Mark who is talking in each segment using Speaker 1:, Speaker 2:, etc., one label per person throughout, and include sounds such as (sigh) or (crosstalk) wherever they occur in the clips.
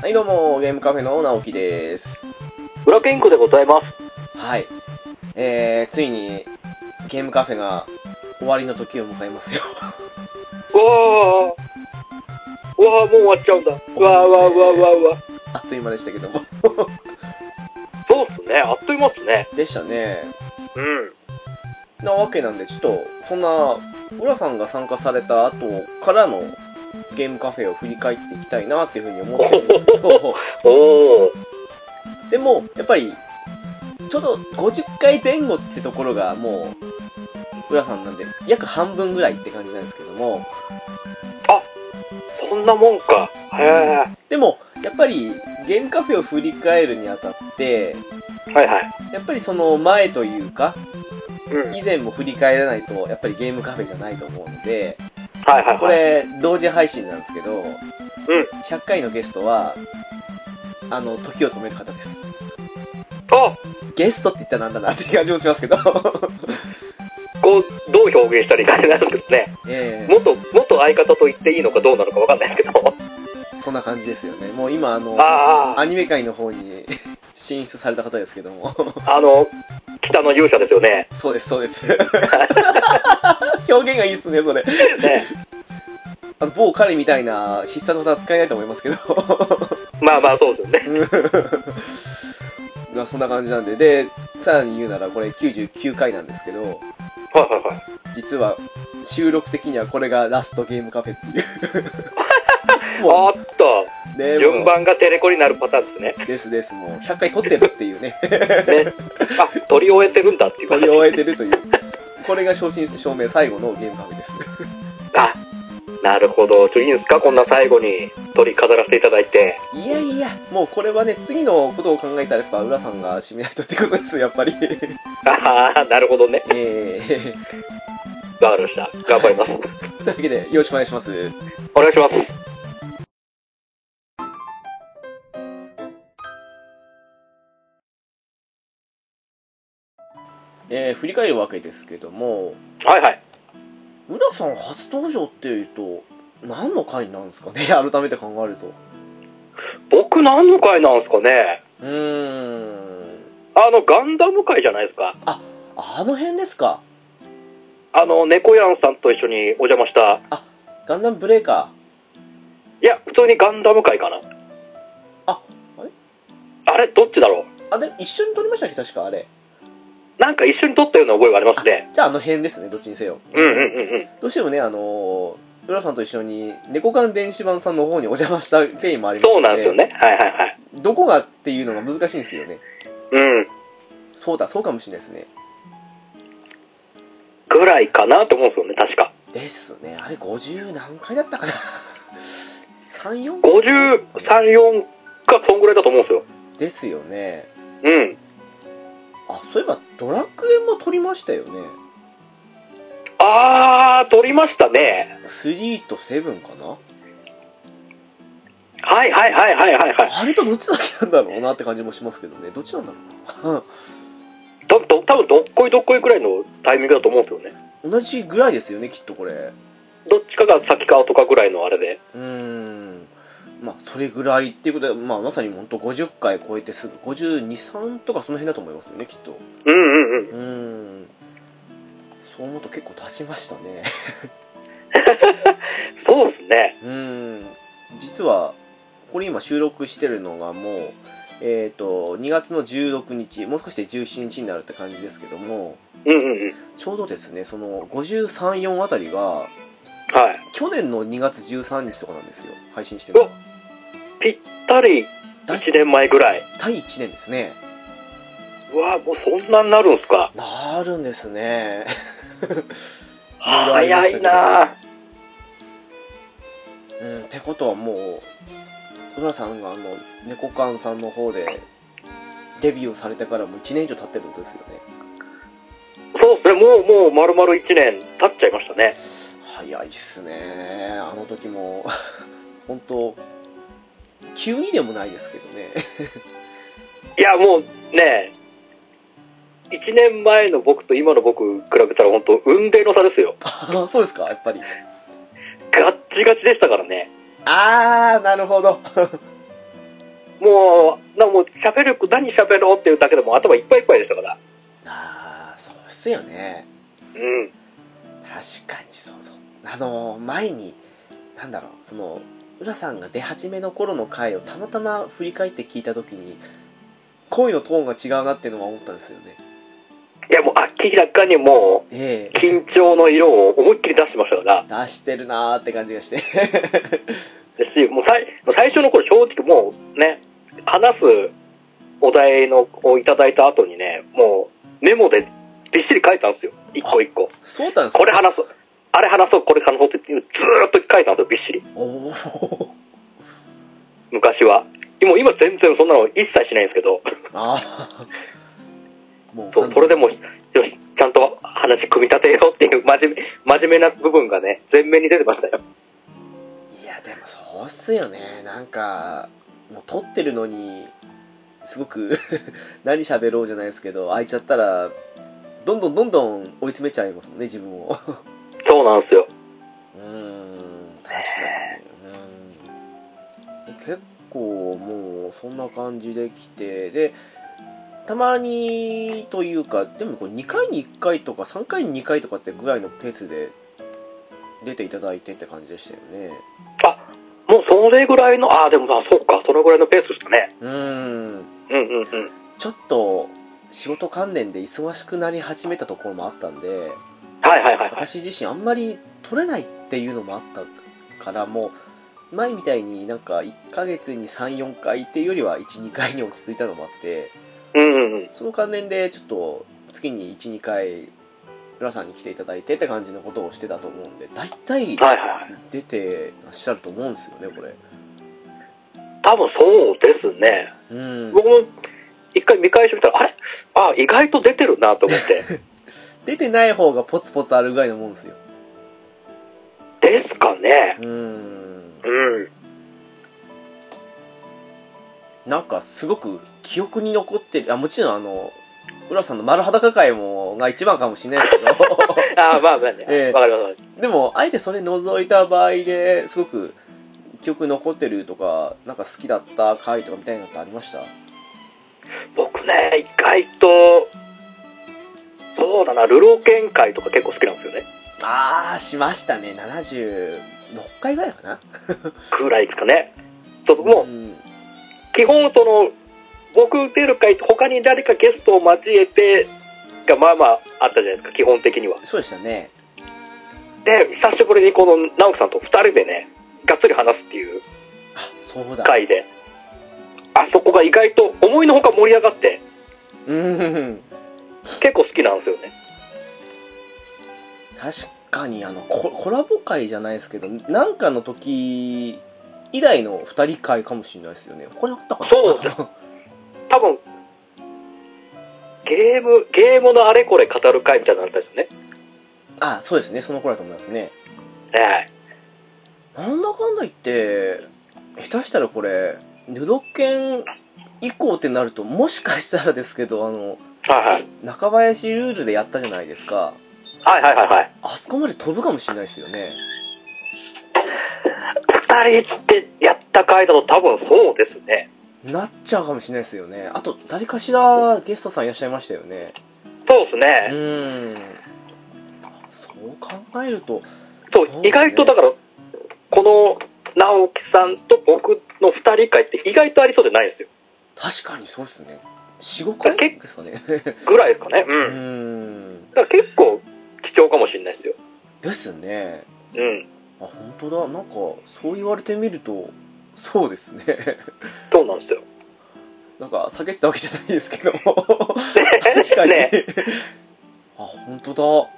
Speaker 1: はいどうもゲームカフェの直樹です
Speaker 2: 裏健康でございます。
Speaker 1: はいえー、ついにゲームカフェが終わりの時を迎えますよ (laughs)
Speaker 2: わあ。わあ、もう終わっちゃうんだ。わあ、わあ、わあ、わあ、わあ。
Speaker 1: あっという間でしたけども
Speaker 2: そうっすね。あっという間っすね。
Speaker 1: でしたね
Speaker 2: うん。
Speaker 1: なわけなんでちょっとそんな浦さんが参加された後からのゲームカフェを振り返っていきたいなっていうふうに思ってるんですけど (laughs)
Speaker 2: おお。
Speaker 1: でもやっぱりちょうど50回前後ってところがもう浦さんなんで約半分ぐらいって感じなんですけども
Speaker 2: そんなもんか。へ
Speaker 1: でもやっぱりゲームカフェを振り返るにあたって
Speaker 2: え。はいはい。
Speaker 1: やっぱりその前というか
Speaker 2: うん。はい
Speaker 1: 以前も振り返らないとやっぱりゲームカフェじゃないと思うので
Speaker 2: はいはい。
Speaker 1: こ。れ同時配信なんですけど、うん、100回のゲストはあの時を止める方です
Speaker 2: あ、
Speaker 1: ゲストって言ったらなんだなって感じもしますけ (laughs) ど
Speaker 2: こう、どう表現したらいいかあれなんですね。
Speaker 1: ええ
Speaker 2: 元、元相方と言っていいのかどうなのかわかんないですけど。
Speaker 1: そんな感じですよねもう今あの
Speaker 2: あ
Speaker 1: アニメ界の方に進出された方ですけども (laughs)
Speaker 2: あ。あの、北の勇者ですよね。
Speaker 1: そうですそうです (laughs) 表現がいいっすねそれ
Speaker 2: ね。
Speaker 1: あの某彼みたいな必殺技は使えないと思いますけど (laughs)
Speaker 2: まあまあ、そうですよね。
Speaker 1: まあそんな感じなんででさらに言うならこれ99回なんですけど
Speaker 2: はいはいはい。
Speaker 1: 実は収録的にはこれがラストゲームカフェっていう (laughs)
Speaker 2: あ
Speaker 1: も
Speaker 2: っと、
Speaker 1: うね
Speaker 2: 順
Speaker 1: も
Speaker 2: 番がテレコになるパターンですね。
Speaker 1: うですですもう100回撮ってるっていうね (laughs)
Speaker 2: ね。あ、撮り終えてるんだっていう
Speaker 1: 撮り終えてるというこれが正真正銘最後のゲームカフェです
Speaker 2: あなるほどちょいいんですかこんな最後に取り飾らせていただいて
Speaker 1: いやいやもうこれはね次のことを考えたらやっぱ浦さんが締めないとってことですよやっぱり (laughs)
Speaker 2: ああなるほどね
Speaker 1: ええ
Speaker 2: わかりました頑張ります
Speaker 1: というわけでよろしくお願いします
Speaker 2: お願いします
Speaker 1: えー振り返るわけですけども
Speaker 2: はいはい
Speaker 1: 浦さん初登場っていうと何の回なんですかね (laughs) 改めて考えると
Speaker 2: 僕何の回なんですかね
Speaker 1: うーん
Speaker 2: あのガンダム会じゃないですか
Speaker 1: あの辺ですか
Speaker 2: あの猫やんさんと一緒にお邪魔した
Speaker 1: ガンダムブレーカ
Speaker 2: いや普通にガンダム会かな
Speaker 1: ああれ
Speaker 2: あれどっちだろ
Speaker 1: ーあでも一緒に撮りましたっけ確かあれ
Speaker 2: うなんか一緒に撮ったような覚えがありますね
Speaker 1: じゃああの辺ですねどっちにせよ
Speaker 2: うんうんうんうん
Speaker 1: どうしてもねあのー浦さんと一緒に猫缶電子版さんの方にお邪魔した経緯もあります
Speaker 2: そうなんですよねはいはいはい
Speaker 1: どこがっていうのが難しいんですよね
Speaker 2: うん
Speaker 1: そうだそうかもしれないですね
Speaker 2: ぐらいかなと思うんですよね確か
Speaker 1: ですねあれ50何回だったかな (laughs) 34
Speaker 2: 534かそんぐらいだと思うんですよ
Speaker 1: ですよね
Speaker 2: うん
Speaker 1: あそういえばドラクエも撮りましたよね
Speaker 2: あー、撮りましたね。
Speaker 1: 3と7かな
Speaker 2: はいはいはいはいはいはい。
Speaker 1: あれとどっちだけなんだろうなって感じもしますけどねどっちなんだろうな
Speaker 2: ど、ど、多分どっこいどっこいくらいのタイミングだと思うんですよね。
Speaker 1: (laughs) 同じぐらいですよねきっとこれ
Speaker 2: どっちかが先か後かぐらいのあれで。
Speaker 1: うーんまあそれぐらいっていうことで、まあ、まさに本当50回超えてすぐ523とかその辺だと思いますよねきっと
Speaker 2: うんうんうん。
Speaker 1: うーんそう思うと結構経ちましたね
Speaker 2: そうですね。
Speaker 1: うーん実はこれ今収録してるのがもうえっ、と2月の16日もう少しで17日になるって感じですけども
Speaker 2: うんうんうん。
Speaker 1: ちょうどですねその534あたりが
Speaker 2: はい。
Speaker 1: 去年の2月13日とかなんですよ配信してるのが
Speaker 2: ぴったり1年前ぐらい。
Speaker 1: 第1年ですね
Speaker 2: うわもうそんなになるんすか。
Speaker 1: なるんです (laughs) ね色々ありま
Speaker 2: 早
Speaker 1: した
Speaker 2: い
Speaker 1: けど
Speaker 2: なあ
Speaker 1: うんってことはもう浦さんがあの猫館さんの方でデビューをされてからもう1年以上経ってることですよね
Speaker 2: そうですね。もうもう丸々1年経っちゃいましたね。
Speaker 1: 早いっすねあの時も (laughs) 本当急にでもないですけどね (laughs)
Speaker 2: いや、もうね、1年前の僕と今の僕比べたら本当運命の差ですよ。
Speaker 1: あそうですかやっぱり
Speaker 2: ガッチガチでしたからね。
Speaker 1: ああなるほど
Speaker 2: もう、なもう喋る、何喋ろうっていうだけでも頭いっぱいいっぱいでしたから。
Speaker 1: (laughs) ああそうっすよね
Speaker 2: うん。
Speaker 1: 確かにそうそうあの前になんだろうその浦さんが出始めの頃の回をたまたま振り返って聞いた時に声のトーンが違うなっていうのは思ったんですよね
Speaker 2: いや、もう明らかにも
Speaker 1: え
Speaker 2: う、緊張の色を思いっきり出してましたから
Speaker 1: え。出してるなーって感じがして (laughs)
Speaker 2: ですし、もう最もう最初の頃正直もうね、話すお題のをいただいた後にね、もうメモでびっしり書いたんですよ。一個一個。
Speaker 1: そうだったんですか
Speaker 2: これ話そう。あれ話そう、これ話そうってずーっと書いたんですよ、びっしり。
Speaker 1: おお
Speaker 2: 昔は。もう今全然そんなの一切しないんですけど、
Speaker 1: ああもう
Speaker 2: そう、それでも、よし、ちゃんと話組み立てようっていう真面目、真面目な部分がね、前面に出てましたよ。
Speaker 1: いやでもそうっすよねなんかもう撮ってるのにすごく (laughs) 何喋ろうじゃないですけど開いちゃったらどんどんどんどん追い詰めちゃいますもんね自分を
Speaker 2: そうなんですよ。
Speaker 1: うーん確かにうーんで結構もうそんな感じで来てでたまにというかでもこれ2回に1回とか3回に2回とかってぐらいのペースで出ていただいてって感じでしたよね
Speaker 2: あ、もうそれぐらいの、あ、でもまあ、そっか、そのぐらいのペースでしたね。
Speaker 1: うーん
Speaker 2: うんうんうん。
Speaker 1: ちょっと仕事関連で忙しくなり始めたところもあったんで
Speaker 2: はいはいはいはい。
Speaker 1: 私自身あんまり取れないっていうのもあったからもう前みたいになんか1ヶ月に34回っていうよりは12回に落ち着いたのもあって
Speaker 2: うんうんうん。
Speaker 1: その関連でちょっと月に12回浦さんに来ていただいてって感じのことをしてたと思うんで大体
Speaker 2: はいはいはい。
Speaker 1: 出てらっしゃると思うんですよねこれ
Speaker 2: 多分そうですね。
Speaker 1: うん
Speaker 2: 僕も一回見返してみたら、あれあ、意外と出てるなと
Speaker 1: (laughs)
Speaker 2: 思って。
Speaker 1: 出てない方がポツポツあるぐらいのもんですよ
Speaker 2: ですかね。
Speaker 1: うん
Speaker 2: うん。
Speaker 1: なんかすごく記憶に残ってるあもちろんあの浦さんの丸裸会もが一番かもしれないですけど
Speaker 2: (laughs) あまあまあね。わ、
Speaker 1: ええ
Speaker 2: かります。
Speaker 1: でもあえてそれ除いた場合ですごく記憶に残ってるとかなんか好きだった回とかみたいなのってありました
Speaker 2: 僕ね、意外と、そうだな、ルロケン会とか結構好きなんですよね。
Speaker 1: ああしましたね76回ぐらいかな
Speaker 2: くらいですかね。そう、もう、
Speaker 1: ん、
Speaker 2: 基本その、僕出る会と他に誰かゲストを交えて、がまあまああったじゃないですか、基本的には。
Speaker 1: そうでしたね
Speaker 2: で、久しぶりにこの直樹さんと二人でね、がっつり話すっていう
Speaker 1: あそうだ
Speaker 2: 回で、あそこが意外と思いのほか盛り上がって、
Speaker 1: うん
Speaker 2: 結構好きなんですよね。
Speaker 1: 確かにあのココラボ会じゃないですけどなんかの時以来の2人会かもしれないですよねこれあったかな
Speaker 2: そうで多分、ゲーム、ゲームのあれこれ語る会みたいなのあったんですよね。
Speaker 1: (laughs) あそうですねその頃だと思いますね
Speaker 2: え
Speaker 1: なんだかんだ言って下手したらこれヌドケン以降ってなるともしかしたらですけどあの
Speaker 2: えはいはい。
Speaker 1: 中林ルールでやったじゃないですか
Speaker 2: はいはいはいはい。
Speaker 1: あそこまで飛ぶかもしれないですよね
Speaker 2: 二人ってやった回だと多分そうですね。
Speaker 1: なっちゃうかもしれないですよねあと誰かしらゲストさんいらっしゃいましたよね
Speaker 2: そうです
Speaker 1: う
Speaker 2: ね。
Speaker 1: ーんそう考えると
Speaker 2: そう
Speaker 1: そう、ね
Speaker 2: 意外とだから、この直樹さんと僕の二人会って意外とありそうでないんですよ。
Speaker 1: 確かにそうですね45回
Speaker 2: け
Speaker 1: ですかね
Speaker 2: ぐらいですかね。う。
Speaker 1: うんーん
Speaker 2: だから結構貴重かもしれないですよ。
Speaker 1: ですね
Speaker 2: うん。
Speaker 1: あ本当だなんかそう言われてみるとそうですね
Speaker 2: そうなんですよ。
Speaker 1: なんか避けてたわけじゃないですけども確かに、
Speaker 2: ね。
Speaker 1: あ本当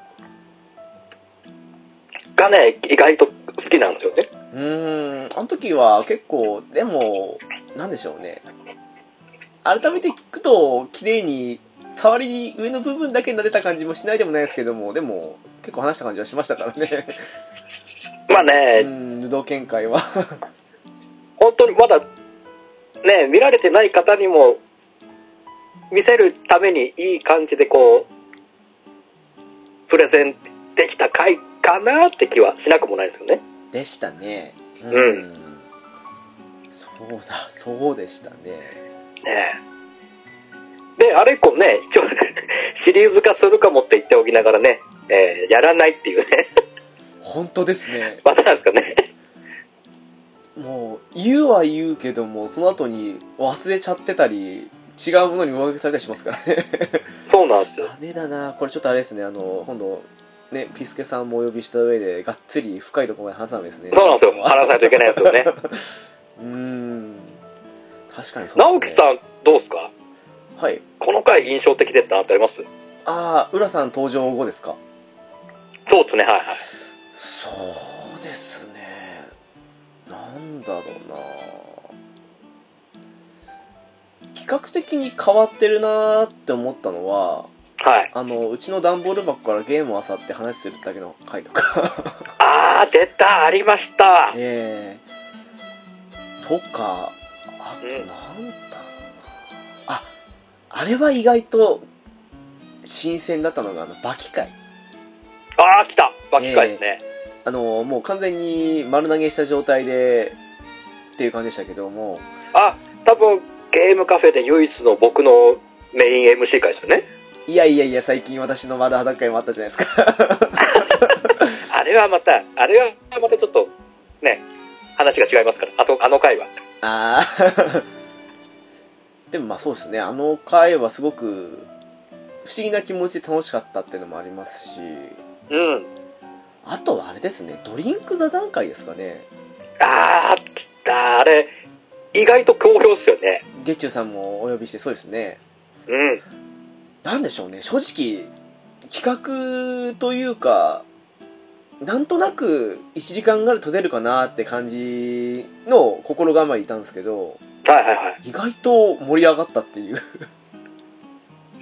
Speaker 2: がね、意外と好きなんですよね。
Speaker 1: だうーんあの時は結構でもなんでしょうね改めて聞くと綺麗に触りに上の部分だけ撫でた感じもしないでもないですけどもでも結構話した感じはしましたからね
Speaker 2: まあ
Speaker 1: う
Speaker 2: ね、
Speaker 1: ん武道見解は
Speaker 2: 本当にまだ、ね、見られてない方にも、見せるためにいい感じでこう、プレゼンできた回かなって気はしなくもないですよね。
Speaker 1: でしたね
Speaker 2: うん
Speaker 1: そうだそうでしたね
Speaker 2: ねえで、あれ以降ね、一応 (laughs) シリーズ化するかもって言っておきながらね、えーやらないっていうね、 (laughs)
Speaker 1: 本当ですね
Speaker 2: またなんですかね。
Speaker 1: もう言うは言うけどもその後に忘れちゃってたり違うものに上書きされたりしますからね
Speaker 2: そうなんですよ。
Speaker 1: ダメだなこれちょっとあれですねあの今度ねピスケさんもお呼びした上でがっつり深いところまで話さないですね
Speaker 2: そうなんですよ。話さないといけないですよ (laughs) ね。
Speaker 1: うーん確かにそう
Speaker 2: 直
Speaker 1: で
Speaker 2: 樹
Speaker 1: すね
Speaker 2: さん、どうですか
Speaker 1: はい
Speaker 2: この回印象的だったなってあります
Speaker 1: ああ浦さん登場後ですか
Speaker 2: そうですね、はいはい。
Speaker 1: そうですねなんだろうな比較的に変わってるなーって思ったのは
Speaker 2: はい。
Speaker 1: あのうちの段ボール箱からゲームを漁って話するだけの回とか
Speaker 2: あー、出た、ありました。
Speaker 1: えー、とかあと
Speaker 2: うん
Speaker 1: なんだろうなああれは意外と新鮮だったのがあのバキ回
Speaker 2: あー、来た。バッキ回ですね。
Speaker 1: あのもう完全に丸投げした状態でっていう感じでしたけども
Speaker 2: あ、多分、ゲームカフェで唯一の僕のメイン MC 回ですよね。
Speaker 1: いやいやいや最近私の丸裸会もあったじゃないですか
Speaker 2: あれはまた、あれはまたちょっと、ね、話が違いますから。あと、あの回は。
Speaker 1: ああ (laughs) でもまあそうですねあの回はすごく不思議な気持ちで楽しかったっていうのもありますし
Speaker 2: うん。
Speaker 1: あとはあれですねドリンク座談会ですかね
Speaker 2: あー、来た。あれ、意外と好評ですよね。
Speaker 1: 月中さんもお呼びしてそうですね
Speaker 2: うん。
Speaker 1: なんでしょうね正直企画というかなんとなく1時間ぐらい取れるかなって感じの心構えいたんですけど
Speaker 2: はいはいはい。
Speaker 1: 意外と盛り上がったっていう (laughs)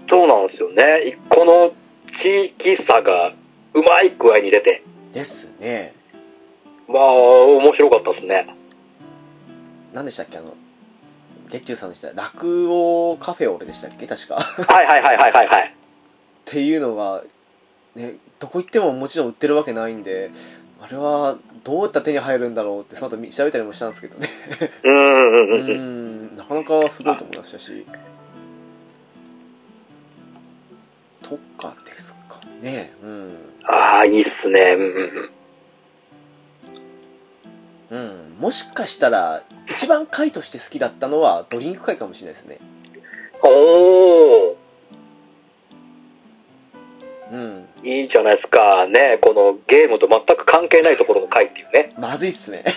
Speaker 2: そうなんですよね。この地域差がうまい具合に出て、
Speaker 1: ですね
Speaker 2: まあ、面白かったですね。
Speaker 1: 何でしたっけあの月中さんの人は落語カフェオレでしたっけ確か (laughs) っ
Speaker 2: はいはいはいはいはいはい。
Speaker 1: ていうのがねどこ行ってももちろん売ってるわけないんであれはどうやったら手に入るんだろうってその後み調べたりもしたんですけどね
Speaker 2: うんうん
Speaker 1: う
Speaker 2: うんうん。
Speaker 1: んなかなかすごいと思いましたしとかですかねうん
Speaker 2: ああ、いいっすね。うんうん
Speaker 1: う
Speaker 2: うん。
Speaker 1: ん、もしかしたら一番回として好きだったのはドリンク会かもしれないですね
Speaker 2: お
Speaker 1: うん
Speaker 2: ー、いいじゃないですか。ね、このゲームと全く関係ないところの回っていうね。
Speaker 1: まずいっすね
Speaker 2: ね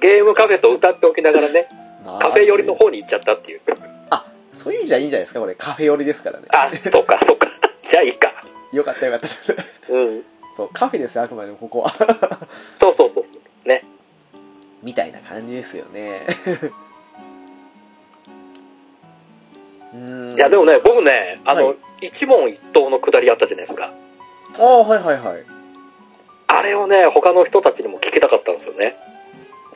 Speaker 2: ゲームカフェと歌っておきながらね、
Speaker 1: まずい
Speaker 2: カフェ寄りの方に行っちゃったっていう。
Speaker 1: そういう意味じゃいいんじゃないですかこれカフェ寄りです (laughs) からね
Speaker 2: あ、そうかそうか。 (laughs) じゃあいいか。
Speaker 1: よかったよかった (laughs) です
Speaker 2: うん。
Speaker 1: そうカフェですよあくまでもここは
Speaker 2: そうそうそう。
Speaker 1: (laughs) みたいな感じですよね (laughs) うーん
Speaker 2: いや、でもね、僕ね、あの、
Speaker 1: はい
Speaker 2: 一問一答のくだりあったじゃないですか。
Speaker 1: ああはいはいはい
Speaker 2: あれをね、他の人たちにも聞きたかったんですよね。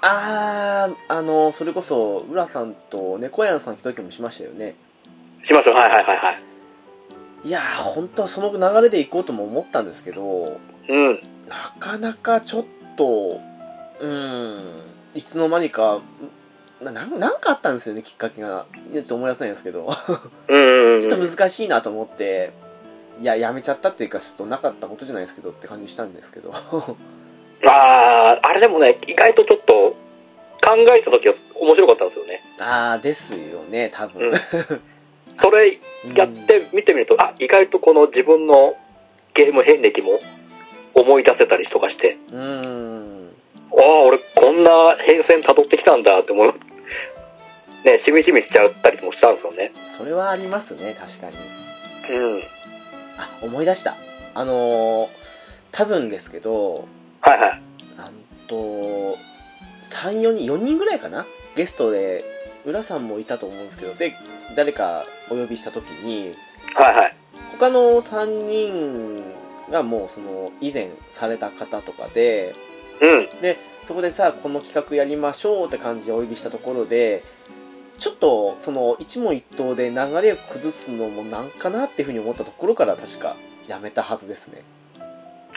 Speaker 1: あーあのそれこそ浦さんと猫やんさん来た時もしましたよね
Speaker 2: しましょう。はいはいはいはい。
Speaker 1: いやー本当はその流れで行こうとも思ったんですけど
Speaker 2: うん。
Speaker 1: なかなかちょっとうーんいつの間にかななんなんかあったんですよねきっかけがいやちょっと思い出せないんですけど
Speaker 2: うんうん
Speaker 1: ちょっ
Speaker 2: うん。
Speaker 1: と難しいなと思って、いや、やめちゃったっていうか、ちょっとなかったことじゃないですけどって感じしたんですけど。
Speaker 2: あー、あれでもね、意外とちょっと、考えた時は面白かったんですよね。
Speaker 1: (laughs) あー、ですよね、多分。
Speaker 2: うんそれやっ
Speaker 1: うん
Speaker 2: て見てみると、あ、意外とこの自分のゲーム遍歴も思い出せたりとかして、
Speaker 1: うーん。
Speaker 2: ああ、俺こんな変遷辿ってきたんだって思う。ね、しみじみしちゃったりもしたんですよね。
Speaker 1: それはありますね、確かに。
Speaker 2: うん。
Speaker 1: あ、思い出した。あのー、多分ですけど、
Speaker 2: はいはい。
Speaker 1: なんと、3、4人、4人ぐらいかなゲストで、浦さんもいたと思うんですけど、で、誰かお呼びした時に、
Speaker 2: はいはい。
Speaker 1: 他の3人がもうその、以前された方とかで、
Speaker 2: うん。
Speaker 1: でそこでさこの企画やりましょうって感じでお呼びしたところでちょっとその一問一答で流れを崩すのもなんかなっていうふうに思ったところから確かやめたはずですね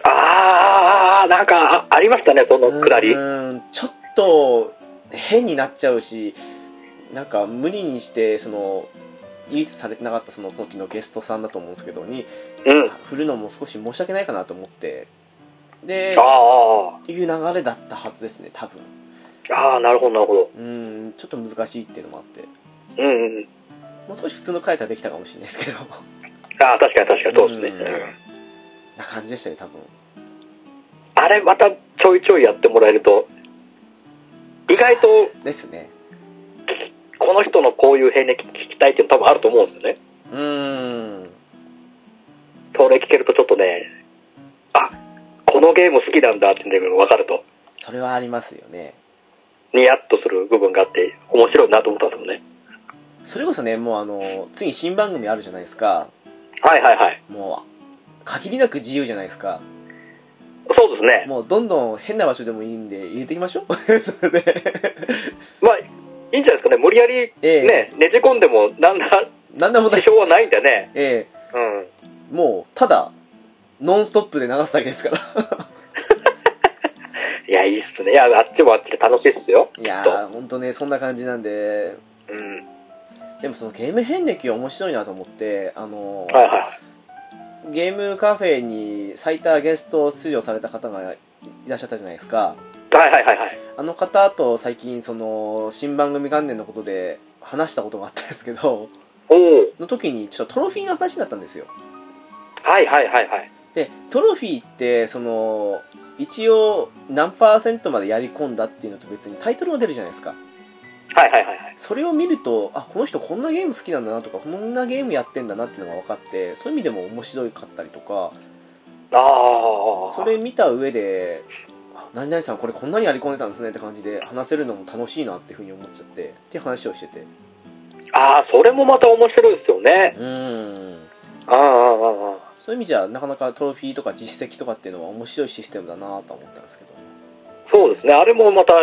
Speaker 2: ああ、なんかあありましたね、そのくだり。
Speaker 1: うーんちょっと変になっちゃうしなんか無理にしてその唯一されてなかったその時のゲストさんだと思うんですけどに
Speaker 2: うん。あ
Speaker 1: 振るのも少し申し訳ないかなと思ってで
Speaker 2: あ
Speaker 1: いう流れだったはずですね多分
Speaker 2: ー、ああ、なるほど、なるほど。
Speaker 1: うんちょっと難しいっていうのもあって
Speaker 2: うんうんうん。
Speaker 1: もう少し普通の回答できたかもしれないですけど
Speaker 2: ああ、確かに確かに、そうですね。
Speaker 1: うん
Speaker 2: うん
Speaker 1: な感じでしたね多分
Speaker 2: あれ、またちょいちょいやってもらえると、意外と
Speaker 1: ですね
Speaker 2: この人のこういう遍歴聞きたいっていうの多分あると思うんですよね。
Speaker 1: うん
Speaker 2: それ聞けるとちょっとね、あ、このゲーム好きなんだっていうのが分かると、
Speaker 1: それはありますよね
Speaker 2: ニヤッとする部分があって、面白いなと思ったんですもんね。
Speaker 1: それこそねもうあのついに新番組あるじゃないですか
Speaker 2: はいはいはい。
Speaker 1: もう限りなく自由じゃないですか
Speaker 2: そうですね。
Speaker 1: もうどんどん変な場所でもいいんで入れていきましょう (laughs) それで
Speaker 2: まあ、いいんじゃないですかね。無理やり
Speaker 1: ええ
Speaker 2: ね、ねじ込んでも、なんら
Speaker 1: なんだもな
Speaker 2: 支
Speaker 1: い
Speaker 2: 障はないんだよね。
Speaker 1: え
Speaker 2: うん。
Speaker 1: えもうただノンストップで流すだけですから
Speaker 2: いや、いいっすね。いや、あっちもあっちで楽しいっすよ。
Speaker 1: いやーほんとねそんな感じなんで
Speaker 2: うん。
Speaker 1: でもそのゲーム遍歴面白いなと思ってあの、
Speaker 2: はいは
Speaker 1: ゲームカフェに最多ゲスト出場された方がいらっしゃったじゃないですか
Speaker 2: い。はいはいはいはい。
Speaker 1: あの方と最近その新番組元年のことで話したことがあったんですけど
Speaker 2: おお。
Speaker 1: の時にちょっとトロフィーの話になったんですよ
Speaker 2: はいはいはいはい。
Speaker 1: でトロフィーってその一応何パーセントまでやり込んだっていうのと別にタイトルも出るじゃないですか
Speaker 2: はいはいはいはい。
Speaker 1: それを見るとあこの人こんなゲーム好きなんだなとかこんなゲームやってんだなっていうのが分かってそういう意味でも面白かったりとか
Speaker 2: ああ。
Speaker 1: それ見た上であ何々さんこれこんなにやり込んでたんですねって感じで話せるのも楽しいなっていうふうに思っちゃってっていう話をしてて
Speaker 2: ああ、それもまた面白いですよね。
Speaker 1: うん
Speaker 2: ああ、ああ、ああ。
Speaker 1: そういう意味じゃなかなかトロフィーとか実績とかっていうのは面白いシステムだなとは思ったんですけど
Speaker 2: そうですね。あれもまた、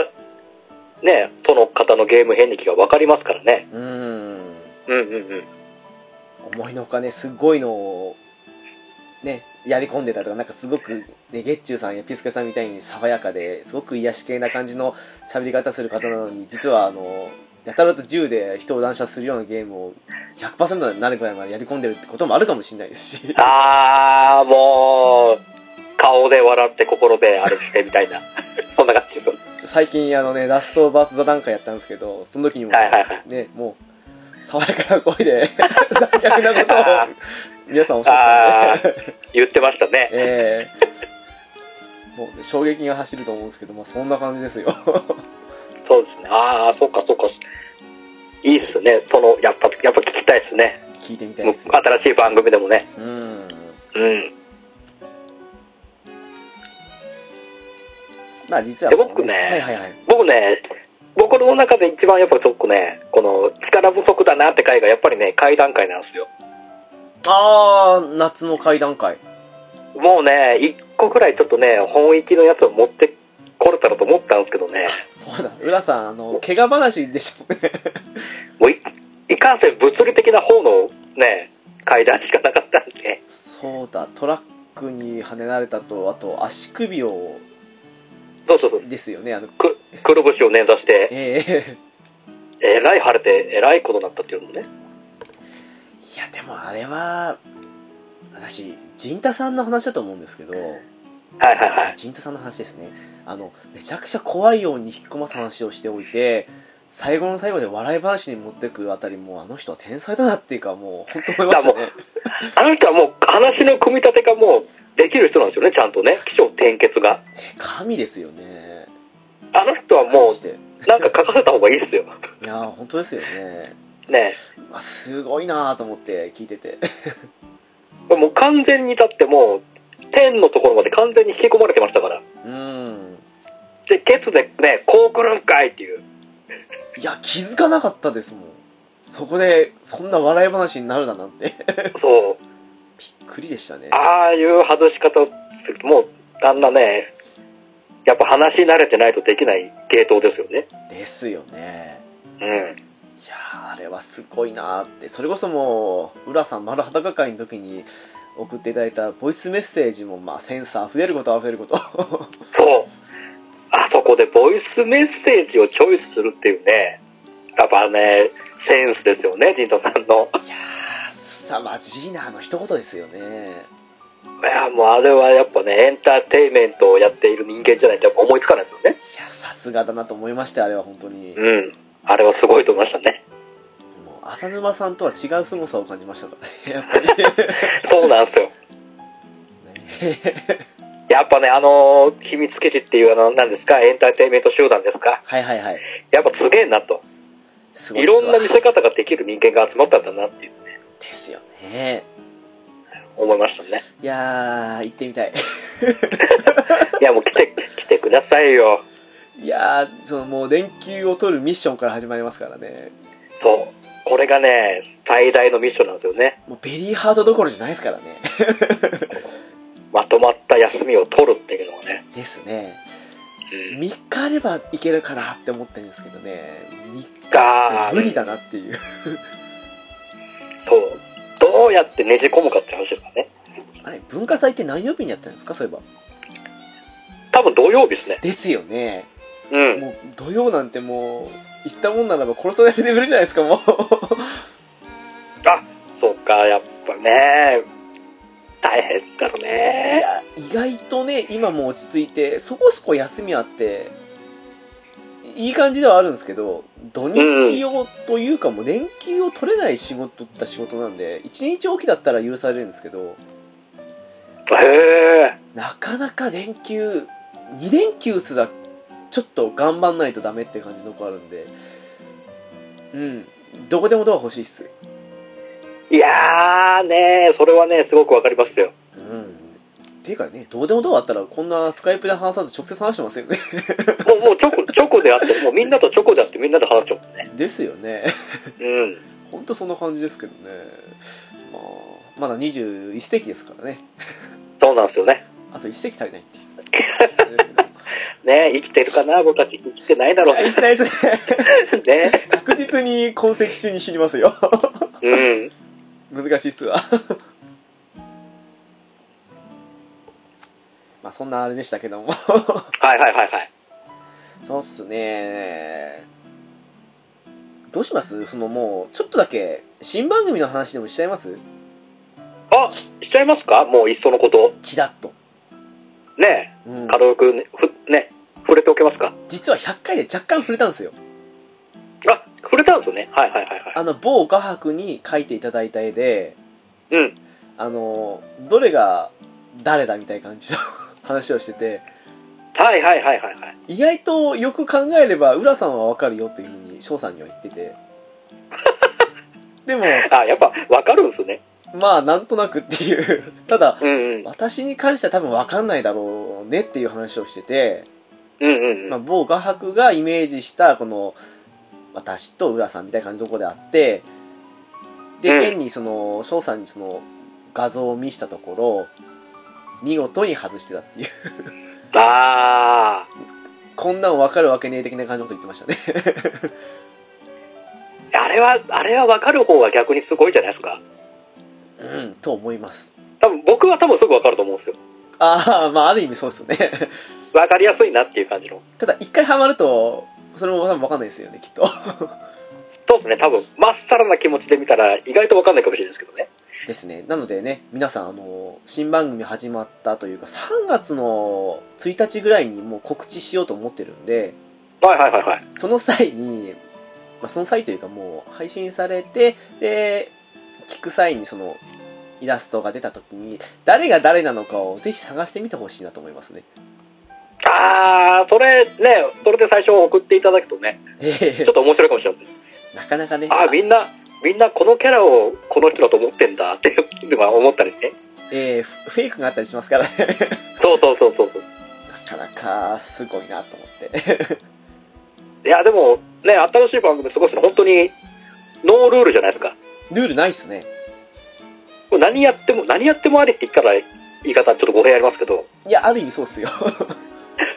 Speaker 2: ね、その方のゲーム遍歴が分かりますからね。
Speaker 1: うん
Speaker 2: うんうんうん。
Speaker 1: 思いのほかねすごいのをねやり込んでたとかなんかすごく、ね、ゲッチューさんやピスケさんみたいに爽やかですごく癒し系な感じの喋り方する方なのに実はあのやたらと銃で人を乱射するようなゲームを100%になるぐらいまでやり込んでるってこともあるかもしれないですし
Speaker 2: ああ、もう、顔で笑って心であれしてみたい (laughs) な。そんな感じですよね。
Speaker 1: 最近あのねラストバース座談会やったんですけどその時にも
Speaker 2: はいはいはい。
Speaker 1: ねもう爽やかな声で (laughs) 残虐なことを
Speaker 2: あ
Speaker 1: 皆さんおっしゃ
Speaker 2: あ
Speaker 1: ってたんで
Speaker 2: ー、言ってましたね。
Speaker 1: ええもうね衝撃が走ると思うんですけど、まあ、そんな感じですよ (laughs)
Speaker 2: そうですね。ああ、そうかそうか。いいっすね。その、やっぱ、やっぱ聞きたいですね。
Speaker 1: 聞いてみたい
Speaker 2: もう
Speaker 1: ですよ
Speaker 2: 新しい番組でもね。
Speaker 1: うん
Speaker 2: うん。
Speaker 1: まあ実は
Speaker 2: で僕ね
Speaker 1: はいはいはい
Speaker 2: 僕ね、僕の中で一番やっぱちょっとね、この力不足だなって回がやっぱりね、会談会なんですよ。
Speaker 1: ああ夏の会談会
Speaker 2: もうね、一個くらいちょっとね、本域のやつを持ってこれたらと思ったんですけどね、
Speaker 1: そうだ浦さんあの怪我話でしたもんね
Speaker 2: もういいかんせん物理的な方のね、階段しかなかったんで、
Speaker 1: そうだトラックに跳ねられたとあと足首を
Speaker 2: そうそうそう、
Speaker 1: ですよねあの
Speaker 2: く黒星を捻挫して、
Speaker 1: ええ
Speaker 2: えらい腫れて、えらいことになったっていうのもね。
Speaker 1: いやでもあれは私陣太さんの話だと思うんですけど
Speaker 2: はいはいはい。
Speaker 1: 陣太さんの話ですねあのめちゃくちゃ怖いように引き込ます話をしておいて最後の最後で笑い話に持ってくあたりもうあの人は天才だなっていうかもう本当思いましたね
Speaker 2: あの人はもう話の組み立てがもうできる人なんですよね、ちゃんとね、起承転結が。
Speaker 1: え神ですよね
Speaker 2: あの人はも
Speaker 1: 感じて
Speaker 2: う、なんか書かせた方がいいっすよ。
Speaker 1: いやー本当ですよね、
Speaker 2: (laughs) ね
Speaker 1: まあ、すごいなーと思って聞いてて
Speaker 2: もう完全にだってもう、天のところまで完全に引き込まれてましたから。
Speaker 1: うん
Speaker 2: で、ケツでね、こう来るんかいっていう。
Speaker 1: いや気づかなかったですもんそこでそんな笑い話になるだなんて
Speaker 2: そう。
Speaker 1: びっくりでしたね
Speaker 2: ああいう外し方をすると、もう、あんなね、やっぱ話し慣れてないとできない系統ですよね。
Speaker 1: ですよね
Speaker 2: うん。
Speaker 1: いやーあれはすごいなーってそれこそもう浦さん丸裸会の時に送っていただい (laughs) たボイスメッセージもまあセンサー溢れることは溢れること
Speaker 2: そう。あそここでボイスメッセージをチョイスするっていうね、やっぱね、センスですよね、ジンタさんの。
Speaker 1: いやーさまじいなあの一言ですよね
Speaker 2: いや、もうあれはやっぱね、エンターテインメントをやっている人間じゃないとやっぱ思いつかないですよね。
Speaker 1: いやさすがだなと思いましてあれは本当に
Speaker 2: うん。あれはすごいと思いましたね。
Speaker 1: もう浅沼さんとは違う凄さを感じましたからねやっぱり
Speaker 2: そうなんですよ。
Speaker 1: (laughs)
Speaker 2: やっぱね、あの秘密基地っていうあの、何ですか、エンターテインメント集団ですか。
Speaker 1: はいはいはい
Speaker 2: やっぱすげえなと。
Speaker 1: すごい
Speaker 2: い
Speaker 1: っすわ
Speaker 2: ろんな見せ方ができる人間が集まったんだなっていうね、
Speaker 1: ですよね
Speaker 2: 思いましたね。
Speaker 1: いやー行ってみたい
Speaker 2: いや、もう来て、 (laughs) 来てくださいよ。
Speaker 1: いやーそのもう連休を取るミッションから始まりますからね
Speaker 2: そう。これがね、最大のミッションなんですよね。
Speaker 1: もうベリーハードどころじゃないですからね
Speaker 2: まとまった休みを取るっていうのはね。
Speaker 1: ですね
Speaker 2: うん。
Speaker 1: 3日あればいけるかなって思ってるんですけどね3
Speaker 2: が
Speaker 1: 日無理だなっていう
Speaker 2: そう。どうやってねじ込むかって話ですからね。
Speaker 1: あれ文化祭って何曜日にやってるんですかそういえば
Speaker 2: 多分土曜日ですね。
Speaker 1: ですよね
Speaker 2: うん。
Speaker 1: もう土曜なんてもう行ったもんならば殺されるレベルじゃないですかもう
Speaker 2: あ、そっか、やっぱね、大変だろう
Speaker 1: い
Speaker 2: ね。
Speaker 1: や意外とね今もう落ち着いてそこそこ休みあっていい感じではあるんですけど土日用というかもう連休を取れない仕事った仕事なんで1日おきだったら許されるんですけど
Speaker 2: へえ。
Speaker 1: なかなか連休2連休すらちょっと頑張んないとダメって感じの子あるんでうんどこでもドア欲しいっす
Speaker 2: いやーね、それはね、すごくわかりますよ。
Speaker 1: うんていうかねどうでもどうあったらこんなスカイプで話さず直接話してますよね (laughs)
Speaker 2: もう、もう、チョコ、チョコであって、もうみんなとチョコであってみんなで話しちゃうもんね。
Speaker 1: ですよね
Speaker 2: うん。
Speaker 1: ほんとそんな感じですけどねまあまだ21世紀ですからね
Speaker 2: そうなんですよね。
Speaker 1: あと1世紀足りないっていうですね (laughs)
Speaker 2: ね生きてるかな、僕たち。生きてないだろう
Speaker 1: いや生きてないですね
Speaker 2: ね。
Speaker 1: 確実に今世紀中に死にますよ
Speaker 2: うん。
Speaker 1: 難しいっすわ (laughs) まあそんなあれでしたけども
Speaker 2: はいはいはいはい。
Speaker 1: (laughs) そうっすねどうしますそのもうちょっとだけ新番組の話でもしちゃいます
Speaker 2: あ、しちゃいますかもういっそのこと。
Speaker 1: チラッと、
Speaker 2: ね
Speaker 1: うん、
Speaker 2: 軽くね、ふ、ね、触れておけますか
Speaker 1: 実は100回で若干触れたんですよ
Speaker 2: あ、触れたんですよね。はいはいはいはい。
Speaker 1: あの某画伯に描いていただいた絵で
Speaker 2: うん。
Speaker 1: あのどれが誰だみたいな感じの (laughs) 話をしてて
Speaker 2: はいはいはいはいはい。
Speaker 1: 意外とよく考えれば浦さんはわかるよというふうに翔さんには言っててでも
Speaker 2: あ、やっぱ、わかるんですね。
Speaker 1: まあなんとなくっていうただ
Speaker 2: うんうん。
Speaker 1: 私に関しては多分わかんないだろうねっていう話をしてて、
Speaker 2: うんうん
Speaker 1: ま
Speaker 2: う
Speaker 1: あ、
Speaker 2: ん。
Speaker 1: 某画伯がイメージしたこの私と浦さんみたいな感じのとこであってで
Speaker 2: うん
Speaker 1: 現にその翔さんにその画像を見したところ見事に外してたっていう
Speaker 2: あ
Speaker 1: こんなん分かるわけねえ的な感じのこと言ってましたね
Speaker 2: (laughs) ー。あれは、あれはわかる方が逆にすごいじゃないですか。
Speaker 1: うんと思います
Speaker 2: 多分、僕は多分すぐわかると思うんですよ。
Speaker 1: ああまあある意味そうですよね (laughs)
Speaker 2: わかりやすいなっていう感じの。
Speaker 1: ただ一回ハマるとそれも多分分かんないですよねきっと (laughs)
Speaker 2: そうですね、多分、まっさらな気持ちで見たら、意外とわかんないかもしれないですけどね。
Speaker 1: ですねなのでね皆さんあの新番組始まったというか3月の1日ぐらいにもう告知しようと思ってるんで
Speaker 2: はいはいはいはい。
Speaker 1: その際に、まあ、その際というかもう配信されて、で、聞く際にそのイラストが出た時に、誰が誰なのかをぜひ探してみてほしいなと思いますね。
Speaker 2: あー、それね、それで最初送っていただくとね、
Speaker 1: え
Speaker 2: ちょっと面白いかもしれません。
Speaker 1: え (laughs) なかなかね、
Speaker 2: あー、みんな、みんなこのキャラをこの人だと思ってんだ (laughs) っていうのが思ったりね。
Speaker 1: ええフフェイクがあったりしますからね。
Speaker 2: そうそうそうそうそう。
Speaker 1: なかなかすごいなと思って。 (laughs)
Speaker 2: いや、でも、ね、新しい番組過ごすの本当に、ノールールじゃないですか。
Speaker 1: ルールないっすね。
Speaker 2: これ何やっても、何やってもありって言ったら、言い方ちょっと語弊ありますけど。
Speaker 1: いや、ある意味そうっすよ。 (laughs)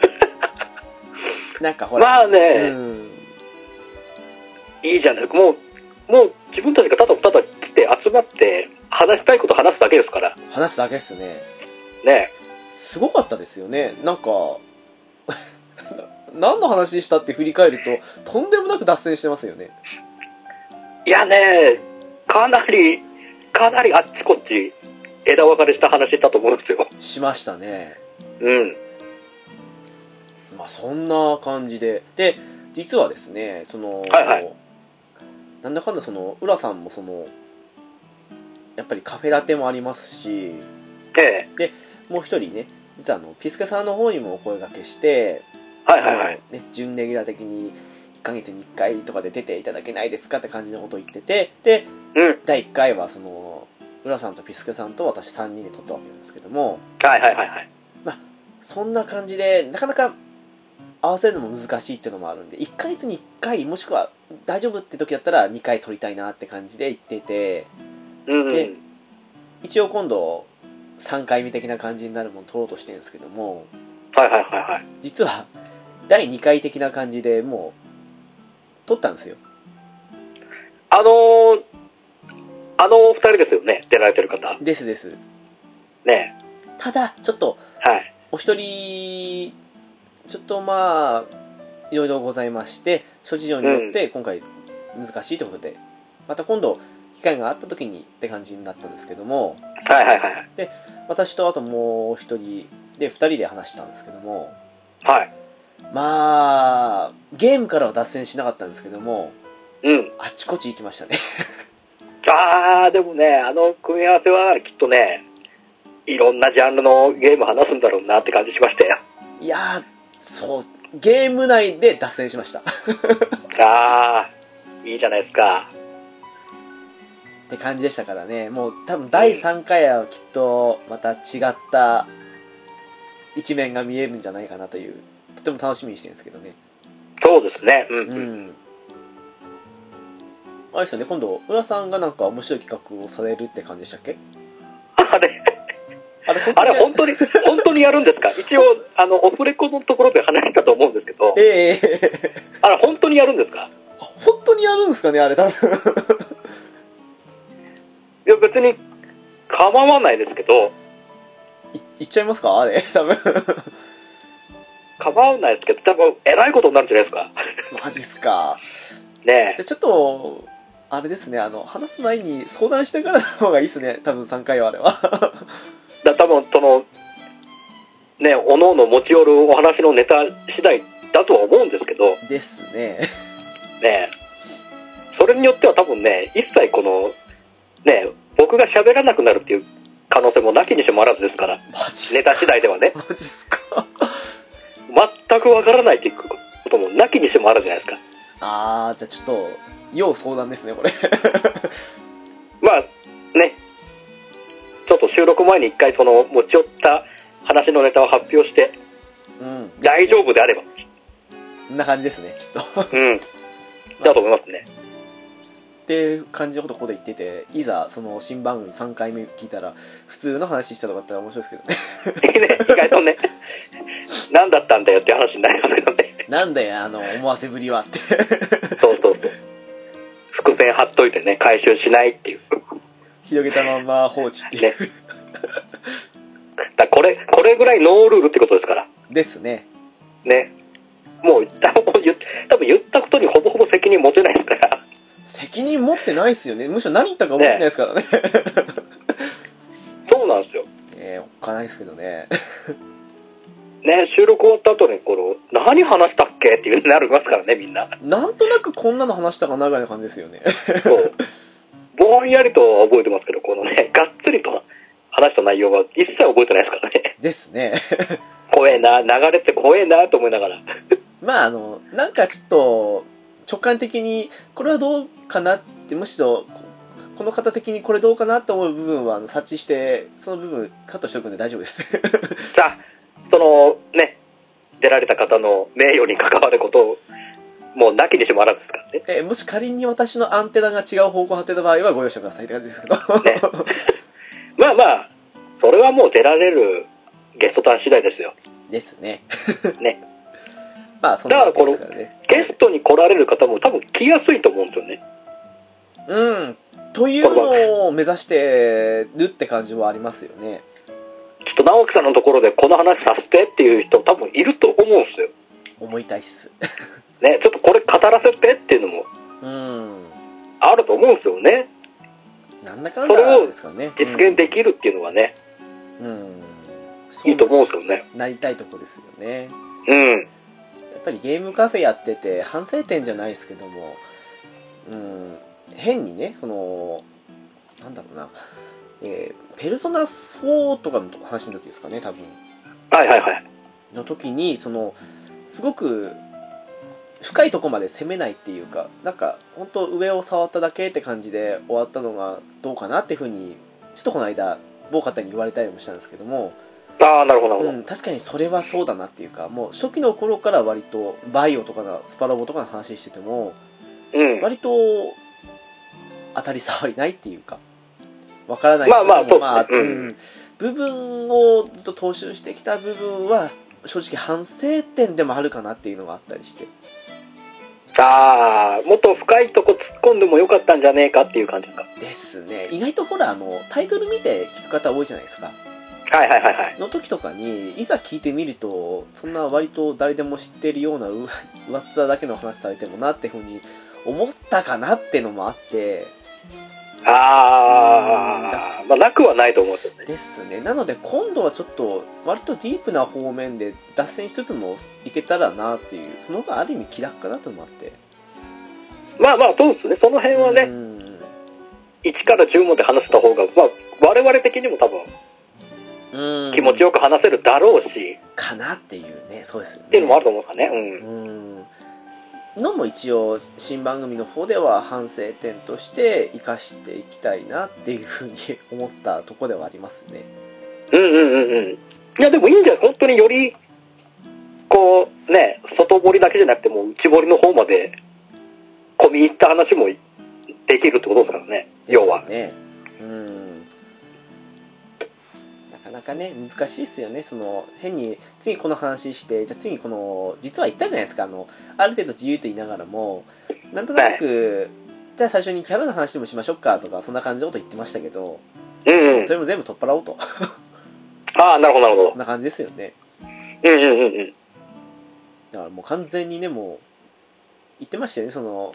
Speaker 1: なんかほら、
Speaker 2: まあね、
Speaker 1: うん。
Speaker 2: いいじゃないですか。もう、もう自分たちがただただ来て集まって、話したいこと話すだけですから。
Speaker 1: 話すだけっすね。
Speaker 2: ね。
Speaker 1: (laughs) すごかったですよねなんかな何の話でしたって振り返るととんでもなく脱線してますよね
Speaker 2: いやね、かなり、かなりあっちこっち、枝分かれした話だと思うんですよ。
Speaker 1: しましたね
Speaker 2: うん。
Speaker 1: まあそんな感じでで実はですねその、
Speaker 2: はいはい
Speaker 1: なんだかんだその浦さんもそのやっぱりカフェラテもありますし
Speaker 2: ええ。
Speaker 1: もう一人ね実はあのピスケさんの方にもお声掛けして
Speaker 2: はいはいはい。
Speaker 1: ね、準レギュラー的に1ヶ月に1回とかで出ていただけないですかって感じのことを言っててで
Speaker 2: うん。
Speaker 1: 第1回はその浦さんとピスケさんと私3人で撮ったわけなんですけども
Speaker 2: はいはいはいはい。
Speaker 1: そんな感じでなかなか合わせるのも難しいっていうのもあるんで1ヶ月に1回もしくは大丈夫って時だったら2回撮りたいなって感じで言っていて
Speaker 2: うん。
Speaker 1: で一応今度3回目的な感じになるもの撮ろうとしてるんですけども
Speaker 2: はいはいはいはい。
Speaker 1: 実は第2回的な感じでもう撮ったんですよ
Speaker 2: あのー、あのお二人ですよね、出られてる方。
Speaker 1: ですです
Speaker 2: ね
Speaker 1: ただちょっと
Speaker 2: はい。
Speaker 1: お一人ちょっとまあいろいろございまして諸事情によって今回難しいということで、また今度機会があった時にって感じになったんですけども
Speaker 2: はいはいはいはい。
Speaker 1: 私とあともう一人で二人で話したんですけども
Speaker 2: はい。
Speaker 1: まあゲームからは脱線しなかったんですけども
Speaker 2: うん。
Speaker 1: あちこち行きましたね
Speaker 2: あー、でもね、あの組み合わせはきっとね、いろんなジャンルのゲーム話すんだろうなって感じしましたよ。
Speaker 1: いやーそうゲーム内で脱線しました (laughs) っ
Speaker 2: あー、いいじゃないですか。
Speaker 1: て感じでしたからねもう多分第3回はきっとまた違った一面が見えるんじゃないかなというとても楽しみにしてるんですけどね
Speaker 2: そうですね。うん。
Speaker 1: う
Speaker 2: うん
Speaker 1: んあれですよね今度浦さんがなんか面白い企画をされるって感じでしたっけ
Speaker 2: (laughs) あれ、
Speaker 1: あれ
Speaker 2: あれ
Speaker 1: 本
Speaker 2: 本当に、本当にやるんですか一応、あの、オフレコのところで話したと思うんですけど
Speaker 1: 当、にええええ
Speaker 2: あれ本当にやるんですか
Speaker 1: 本当にやるんですかねあれ多分
Speaker 2: いや、別に構わないですけど、
Speaker 1: いいっちゃいますかあれ多分 (laughs)
Speaker 2: 構わないですけど、多分、えらいことになるんじゃないですか。
Speaker 1: マジっすか
Speaker 2: ね
Speaker 1: でちょっとあれですねあの話す前に相談してからの方がいいですね多分3回はあれは
Speaker 2: え。だ多分、その、ねえ、おのおの持ち寄るお話のネタ次第だとは思うんですけど、ね
Speaker 1: ですね
Speaker 2: え。それによっては多分ね、一切この、ねえ、僕が喋らなくなるっていう可能性もなきにしもあらずですから、
Speaker 1: マジ
Speaker 2: ネ
Speaker 1: っすか
Speaker 2: タ次第ではね。
Speaker 1: マジっすか
Speaker 2: 全くわからないっていうこともなきにしてもあるじゃないですか。
Speaker 1: あーじゃあちょっと要相談ですねこれ
Speaker 2: まあね、ちょっと収録前に一回その持ち寄った話のネタを発表して、
Speaker 1: うん
Speaker 2: 大丈夫であれば、
Speaker 1: こんな感じですねきっとっ
Speaker 2: うん、だと思いますね。 (laughs)
Speaker 1: て感じのことここで言ってていざその新番組3回目聞いたら普通の話したとかだったら面白いですけどね
Speaker 2: ね意外とね、何だったんだよっていう話になりますけどね。
Speaker 1: なんだよあの思わせぶりはって
Speaker 2: そうそうそう。伏線貼っといてね、回収しないっていう。
Speaker 1: (laughs) 広げたまんま放置っていう
Speaker 2: ね。だこれ、これぐらいノールールってことですから。
Speaker 1: ですね
Speaker 2: ね。もう、多分言多分言ったことにほぼほぼ責任持てないですから。 (laughs)
Speaker 1: 責任持ってないっすよねむしろ何言ったか覚えてないですからね
Speaker 2: そうなんですよ。
Speaker 1: えー、おっかないですけどね (laughs)
Speaker 2: ね、収録終わった後に、この、何話したっけっていうになりますからね、みんな。
Speaker 1: なんとなくこんなの話したかなぐらいの感じですよね (laughs)
Speaker 2: そう。ぼんやりとは覚えてますけど、このね、がっつりと話した内容は一切覚えてないですからね。 (laughs)
Speaker 1: ですね (laughs)
Speaker 2: 怖えな、流れって怖えなと思いながら。
Speaker 1: まああのなんかちょっと直感的にこれはどうかなってむしろここの方的にこれどうかなって思う部分はあの察知してその部分カットしておくんで大丈夫です (laughs)
Speaker 2: さあ、その、ね、出られた方の名誉に関わることを、もうなきにしもあらずですからね。
Speaker 1: えもし仮に私のアンテナが違う方向を張ってた場合はご容赦くださいって感じですけど
Speaker 2: ね
Speaker 1: (laughs)
Speaker 2: まあまあ、それはもう出られるゲストさん次第ですよ。
Speaker 1: ですね
Speaker 2: ね。
Speaker 1: (laughs) まあそんなことですからね
Speaker 2: ゲストに来られる方も多分来やすいと思うんですよね。
Speaker 1: うんというのを目指してるって感じはありますよね
Speaker 2: ちょっと直樹さんのところでこの話させてっていう人多分いると思うんですよ。
Speaker 1: 思いたいっす
Speaker 2: ね、ちょっとこれ語らせてっていうのも
Speaker 1: うん
Speaker 2: あると思うんですよね。
Speaker 1: なんだかん
Speaker 2: それ
Speaker 1: だ
Speaker 2: を
Speaker 1: ですからね
Speaker 2: 実現できるっていうのはね、
Speaker 1: うん、うんそう
Speaker 2: いいと思うんですよね。
Speaker 1: なりたいとこですよね
Speaker 2: うん。
Speaker 1: やっぱりゲームカフェやってて反省点じゃないですけども、うん、変にねそのなんだろうな、えーペルソナ4とかの話の時ですかね多分
Speaker 2: はいはいはい。
Speaker 1: の時にそのすごく深いとこまで攻めないっていうかなんか本当上を触っただけって感じで終わったのがどうかなっていうふうにちょっとこの間某方に言われたりもしたんですけども、
Speaker 2: ああ、なるほどなる
Speaker 1: う
Speaker 2: ほど。
Speaker 1: ん、確かにそれはそうだなっていうかもう初期の頃から割とバイオとかのスパロボとかの話してても
Speaker 2: うん。
Speaker 1: 割と当たり障りないっていうかわからない
Speaker 2: まあまあ
Speaker 1: けど
Speaker 2: そうですねうん
Speaker 1: うん部分をずっと踏襲してきた部分は正直反省点でもあるかなっていうのがあったりして
Speaker 2: ああ、もっと深いとこ突っ込んでもよかったんじゃねえかっていう感じですか。
Speaker 1: ですね意外とほらあのタイトル見て聞く方多いじゃないですか
Speaker 2: はいはいはいはい。
Speaker 1: の時とかにいざ聞いてみるとそんな割と誰でも知ってるようなう噂だけの話されてもなってふうに思ったかなってのもあって
Speaker 2: ああ、まあなくはないと思うんですよね。
Speaker 1: ですねなので今度はちょっと割とディープな方面で脱線しつつもいけたらなっていうその方がある意味気楽かなと思って
Speaker 2: まあまあ、そうですね。その辺は
Speaker 1: う
Speaker 2: ね、
Speaker 1: ん
Speaker 2: 1から10問で話した方が、まあ、我々的にも多分
Speaker 1: うん
Speaker 2: 気持ちよく話せるだろうし、っ
Speaker 1: かなっていうねそうですよね
Speaker 2: ていうのもあると思うんですかね。うん。
Speaker 1: うんのも一応新番組の方では反省点として生かしていきたいなっていうふうに思ったとこではありますね
Speaker 2: うんうんうんうん。いや、でもいいんじゃない本当により、こう、ね、外堀だけじゃなくて、もう内堀の方まで、込み入った話もできるってことですからね、
Speaker 1: です
Speaker 2: 要は。
Speaker 1: ねうんなかなかね難しいですよねその変に次この話してじゃあ次この実は言ったじゃないですかあのある程度自由と言いながらもなんとなく、じゃあ最初にキャラの話でもしましょうかとかそんな感じのこと言ってましたけど、
Speaker 2: うん、うん
Speaker 1: そ。れも全部取っ払おうと
Speaker 2: ああ、なるほど、なるほ
Speaker 1: そ
Speaker 2: ど
Speaker 1: ん。な感じですよね
Speaker 2: うんうんうんうん。
Speaker 1: だからもう完全にねもう言ってましたよねその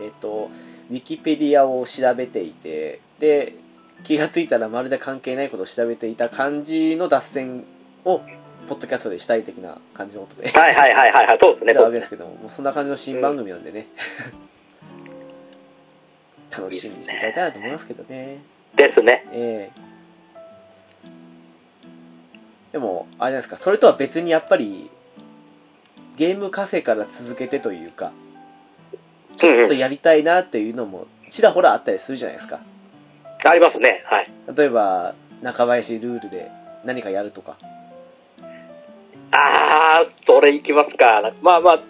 Speaker 1: えっ、とウィキペディアを調べていてで気がついたらまるで関係ないことを調べていた感じの脱線をポッドキャストでしたい的な感じのことで
Speaker 2: はいはいはいはいはい、そうです
Speaker 1: や
Speaker 2: ね、
Speaker 1: った
Speaker 2: そう
Speaker 1: わけで
Speaker 2: で
Speaker 1: すすけどももうそんな感じの新番組なんでね、楽しみにしていただいたらと思いますけどね
Speaker 2: ね。ですね。
Speaker 1: ええでもあれじゃないですかそれとは別にやっぱりゲームカフェから続けてというか
Speaker 2: うん
Speaker 1: ちょっ
Speaker 2: う
Speaker 1: と
Speaker 2: ん。
Speaker 1: やりたいなっていうのもちらほらあったりするじゃないですか
Speaker 2: ありますね、はい。
Speaker 1: 例えば中林ルールで何かやるとか
Speaker 2: ああ、それいきますか。まあまあ、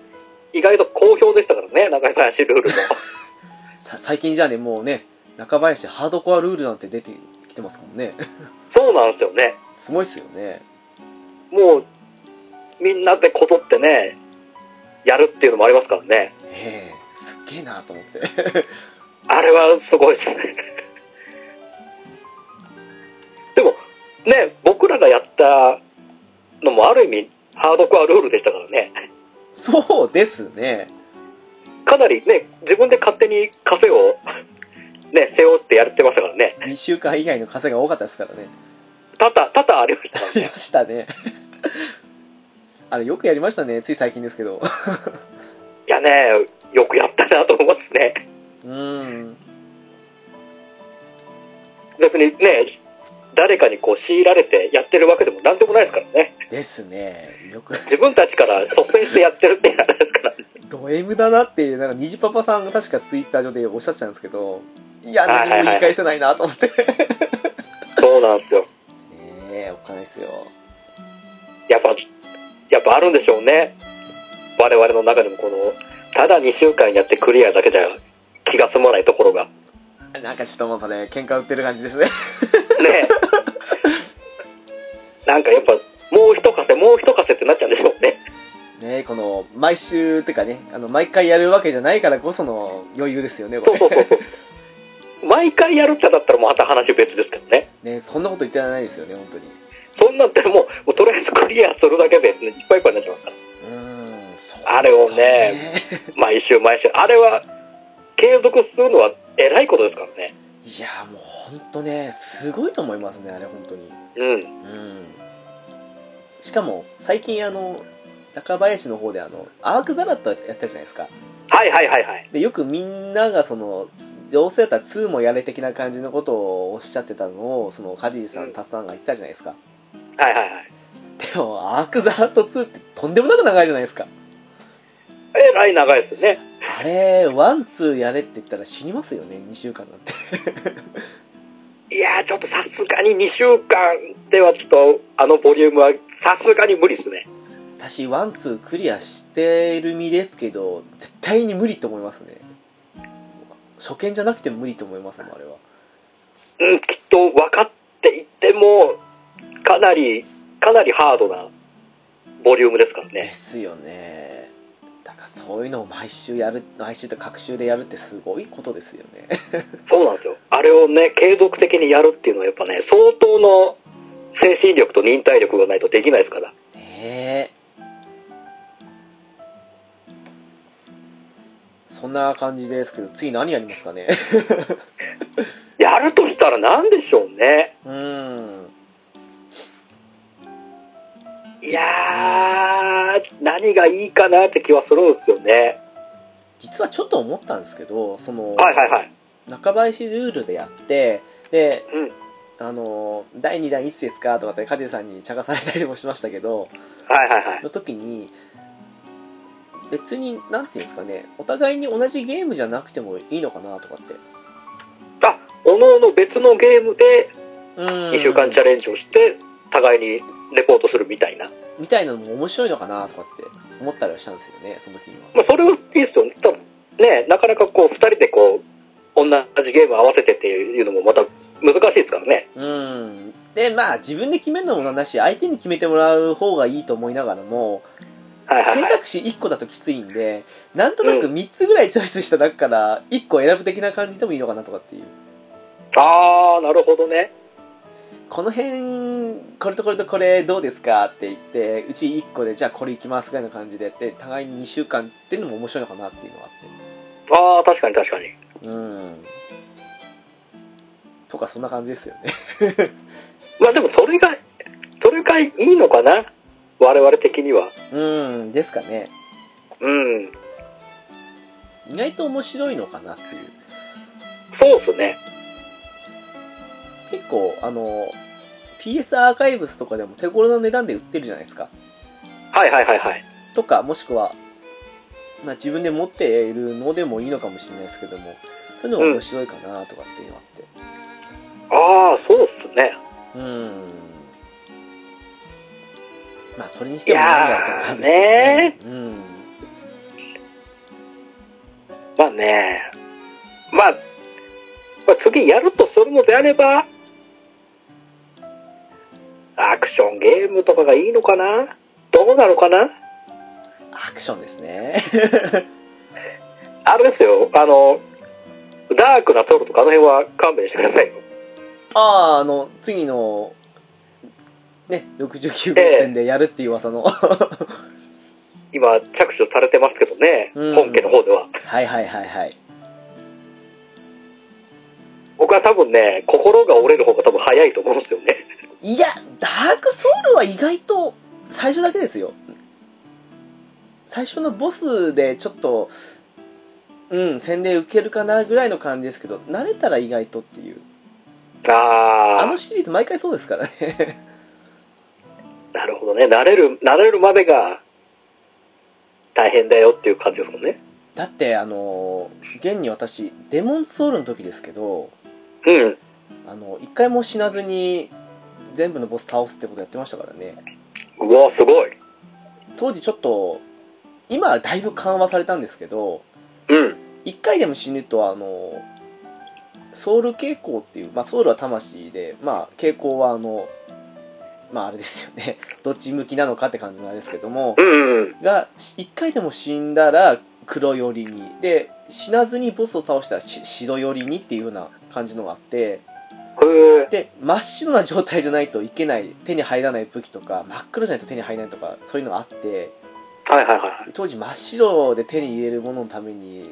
Speaker 2: 意外と好評でしたからね、中林ルー
Speaker 1: (laughs)
Speaker 2: ルも。
Speaker 1: さ最近じゃねもうね中林ハードコアルールなんて出てきてますもんね (laughs)
Speaker 2: そうなんですよね。
Speaker 1: すごいっすよね
Speaker 2: もう、みんなでこぞってね、やるっていうのもありますからね。
Speaker 1: へえすっげえなと思って (laughs)
Speaker 2: あれはすごいですね。 (laughs) でも、ね、僕らがやったのもある意味、ハードコアルールでしたからね。
Speaker 1: そうですね
Speaker 2: かなりね、自分で勝手に枷を、ね、背負ってやってましたからね。
Speaker 1: 2週間以外の稼が多かったですからね
Speaker 2: 多々、多々ありまし
Speaker 1: (laughs)
Speaker 2: た。
Speaker 1: やりましたねあれよくやりましたねつい最近ですけど
Speaker 2: いやね、よくやったなと思いますね。
Speaker 1: うん
Speaker 2: 別にね、誰かにこう強いられてやってるわけでも何でもないですからね。
Speaker 1: ですねよく
Speaker 2: 自分たちから率先してやってるっていう話ですから。
Speaker 1: ド M だなっていうなんか虹パパさんが確かツイッター上でおっしゃってたんですけどいや
Speaker 2: はいはい
Speaker 1: 何
Speaker 2: はい
Speaker 1: も言い返せないなと思ってね
Speaker 2: そうなんですよ。
Speaker 1: えおっかないっすよ
Speaker 2: やっぱ、やっぱあるんでしょうね。我々の中でもこの、ただ2週間やってクリアだけじゃ気が済まないところが。ね
Speaker 1: なんかちょっともうそれ喧嘩売ってる感じですね
Speaker 2: え (laughs) なんかやっぱ、もう一稼、もう一稼ってなっちゃうんでしょうね。
Speaker 1: ねえこの毎週ってかねあの毎回やるわけじゃないからこその余裕ですよねこ
Speaker 2: そう
Speaker 1: れ
Speaker 2: そうそうそう。 (laughs) 毎回やるってだったらまた話別ですけどね。
Speaker 1: ねえそんなこと言ってられないですよね本当に
Speaker 2: そんなんってもう、もうとりあえずクリアするだけで、いっぱいいっぱいになっちゃいますから。
Speaker 1: うーんそう
Speaker 2: あれをね、毎週毎週、あれは継続するのは偉いことですからね。
Speaker 1: いやもう本当ねすごいと思いますねあれ本当に
Speaker 2: うん。
Speaker 1: うんしかも最近あの中林の方であのアークザラットやったじゃないですか
Speaker 2: はいはいはいはい。
Speaker 1: でよくみんながそのどうせやったら2もやれ的な感じのことをおっしゃってたのをそのカジーさ
Speaker 2: うんん
Speaker 1: タスさんが言ってたじゃないですか
Speaker 2: はいはいはい。
Speaker 1: でもアークザラット2ってとんでもなく長いじゃないですか
Speaker 2: えらい長いですよね。
Speaker 1: あれワンツーやれって言ったら死にますよね2週間なんて
Speaker 2: いやー、ちょっとさすがに2週間ではちょっと、あのボリュームはさすがに無理ですね。
Speaker 1: 私ワンツークリアしてる身ですけど絶対に無理と思いますね初見じゃなくても無理と思いますもんあれは
Speaker 2: うん、きっと分かっていても、かなり、かなりハードなボリュームですから
Speaker 1: で
Speaker 2: ね。
Speaker 1: すよねだからそういうのを毎週やる毎週って各週でやるってすごいことですよね
Speaker 2: そうなんですよ。あれをね、継続的にやるっていうのはやっぱね、相当の精神力と忍耐力がないとできないですから。
Speaker 1: ねえそんな感じですけど次何やりますかね
Speaker 2: やるとしたら何でしょうね。
Speaker 1: うーん
Speaker 2: いやー、何がいいかなって気はするんですよね。
Speaker 1: 実はちょっと思ったんですけどその、
Speaker 2: はいはいはい。
Speaker 1: 中林ルールでやってで
Speaker 2: うん。
Speaker 1: あの第2弾いつですかとかってカジュさんに茶化されたりもしましたけど
Speaker 2: はいはいはい。
Speaker 1: の時に別になんていうんですかねお互いに同じゲームじゃなくてもいいのかなとかって
Speaker 2: あ、おのおの別のゲームで
Speaker 1: うん
Speaker 2: 2週間チャレンジをして、互いにレポートするみたいな。
Speaker 1: みたいなのも面白いのかなとかって思ったりはしたんですよねその時には
Speaker 2: まあ、それはいいですよね。ただね、なかなかこう、二人でこう、同じゲーム合わせてっていうのもまた難しいですからね。
Speaker 1: うんでまあ自分で決めるのもなんだし相手に決めてもらう方がいいと思いながらも
Speaker 2: はいは
Speaker 1: (laughs)
Speaker 2: い
Speaker 1: 選
Speaker 2: はい。
Speaker 1: 択肢1個だときついんでなんとなく3つぐらいチョイスした中から1個選ぶ的な感じでもいいのかなとかっていう
Speaker 2: あー、なるほどね。
Speaker 1: この辺これとこれとこれどうですかって言ってうち1個でじゃあこれいきますぐらいの感じでやって互いに2週間っていうのも面白いのかなっていうのがあ
Speaker 2: あー、確かに確かに。
Speaker 1: ってうんとかそんな感じですよね (laughs)
Speaker 2: まあでもそれが、それがいいのかな我々的には。
Speaker 1: うんですかね
Speaker 2: うん。
Speaker 1: 意外と面白いのかなっていう
Speaker 2: そうですね。
Speaker 1: 結構あの PS アーカイブスとかでも手頃な値段で売ってるじゃないですか
Speaker 2: はいはいはいはい。
Speaker 1: とかもしくは、まあ、自分で持っているのでもいいのかもしれないですけどもそういうのが面白いかなとかっていうのがあって、
Speaker 2: あー、そうっすね。
Speaker 1: うーんまあそれにし
Speaker 2: い
Speaker 1: ても何やるか
Speaker 2: や
Speaker 1: って
Speaker 2: ー
Speaker 1: 感じ
Speaker 2: ね
Speaker 1: ですよねうん
Speaker 2: まあね。まあ、まあ、次やるとするのであれば、アクションゲームとかがいいのかなどうなのかな
Speaker 1: アクションですね (laughs)
Speaker 2: あれですよ、あの、ダークなトルとかあの辺は勘弁してくださいよ。
Speaker 1: あああの次のね69号店でやるっていう噂の (laughs) は
Speaker 2: 今、着手されてますけどね、
Speaker 1: うん
Speaker 2: 本家の方では。
Speaker 1: いはいはいはい
Speaker 2: 僕は多分ね、心が折れる方が多分早いと思うんですよね。
Speaker 1: いやダークソウルは意外と最初だけですよ最初のボスでちょっとうん洗礼受けるかなぐらいの感じですけど慣れたら意外とっていうあ
Speaker 2: あ
Speaker 1: のシリーズ毎回そうですからね (laughs)
Speaker 2: あ、なるほどね。慣れる、慣れるまでが大変だよっていう感じですもんね。
Speaker 1: だってあの現に私デモンズソウルの時ですけど
Speaker 2: うん。
Speaker 1: あの一回も死なずに全部のボス倒すってことやってましたからね
Speaker 2: うわすごい
Speaker 1: 当時ちょっと今はだいぶ緩和されたんですけど
Speaker 2: うん
Speaker 1: 一回でも死ぬとあのソウル傾向っていう、まあ、ソウルは魂で、まあ、傾向はあのまああれですよね (laughs) どっち向きなのかって感じなんですけども
Speaker 2: うんうん
Speaker 1: が一回でも死んだら黒寄りにで死なずにボスを倒したらし白寄りにっていうような感じのがあって
Speaker 2: へえ
Speaker 1: で真っ白な状態じゃないといけない手に入らない武器とか真っ黒じゃないと手に入らないとかそういうのがあって
Speaker 2: はいはいはい
Speaker 1: 当時真っ白で手に入れるもののために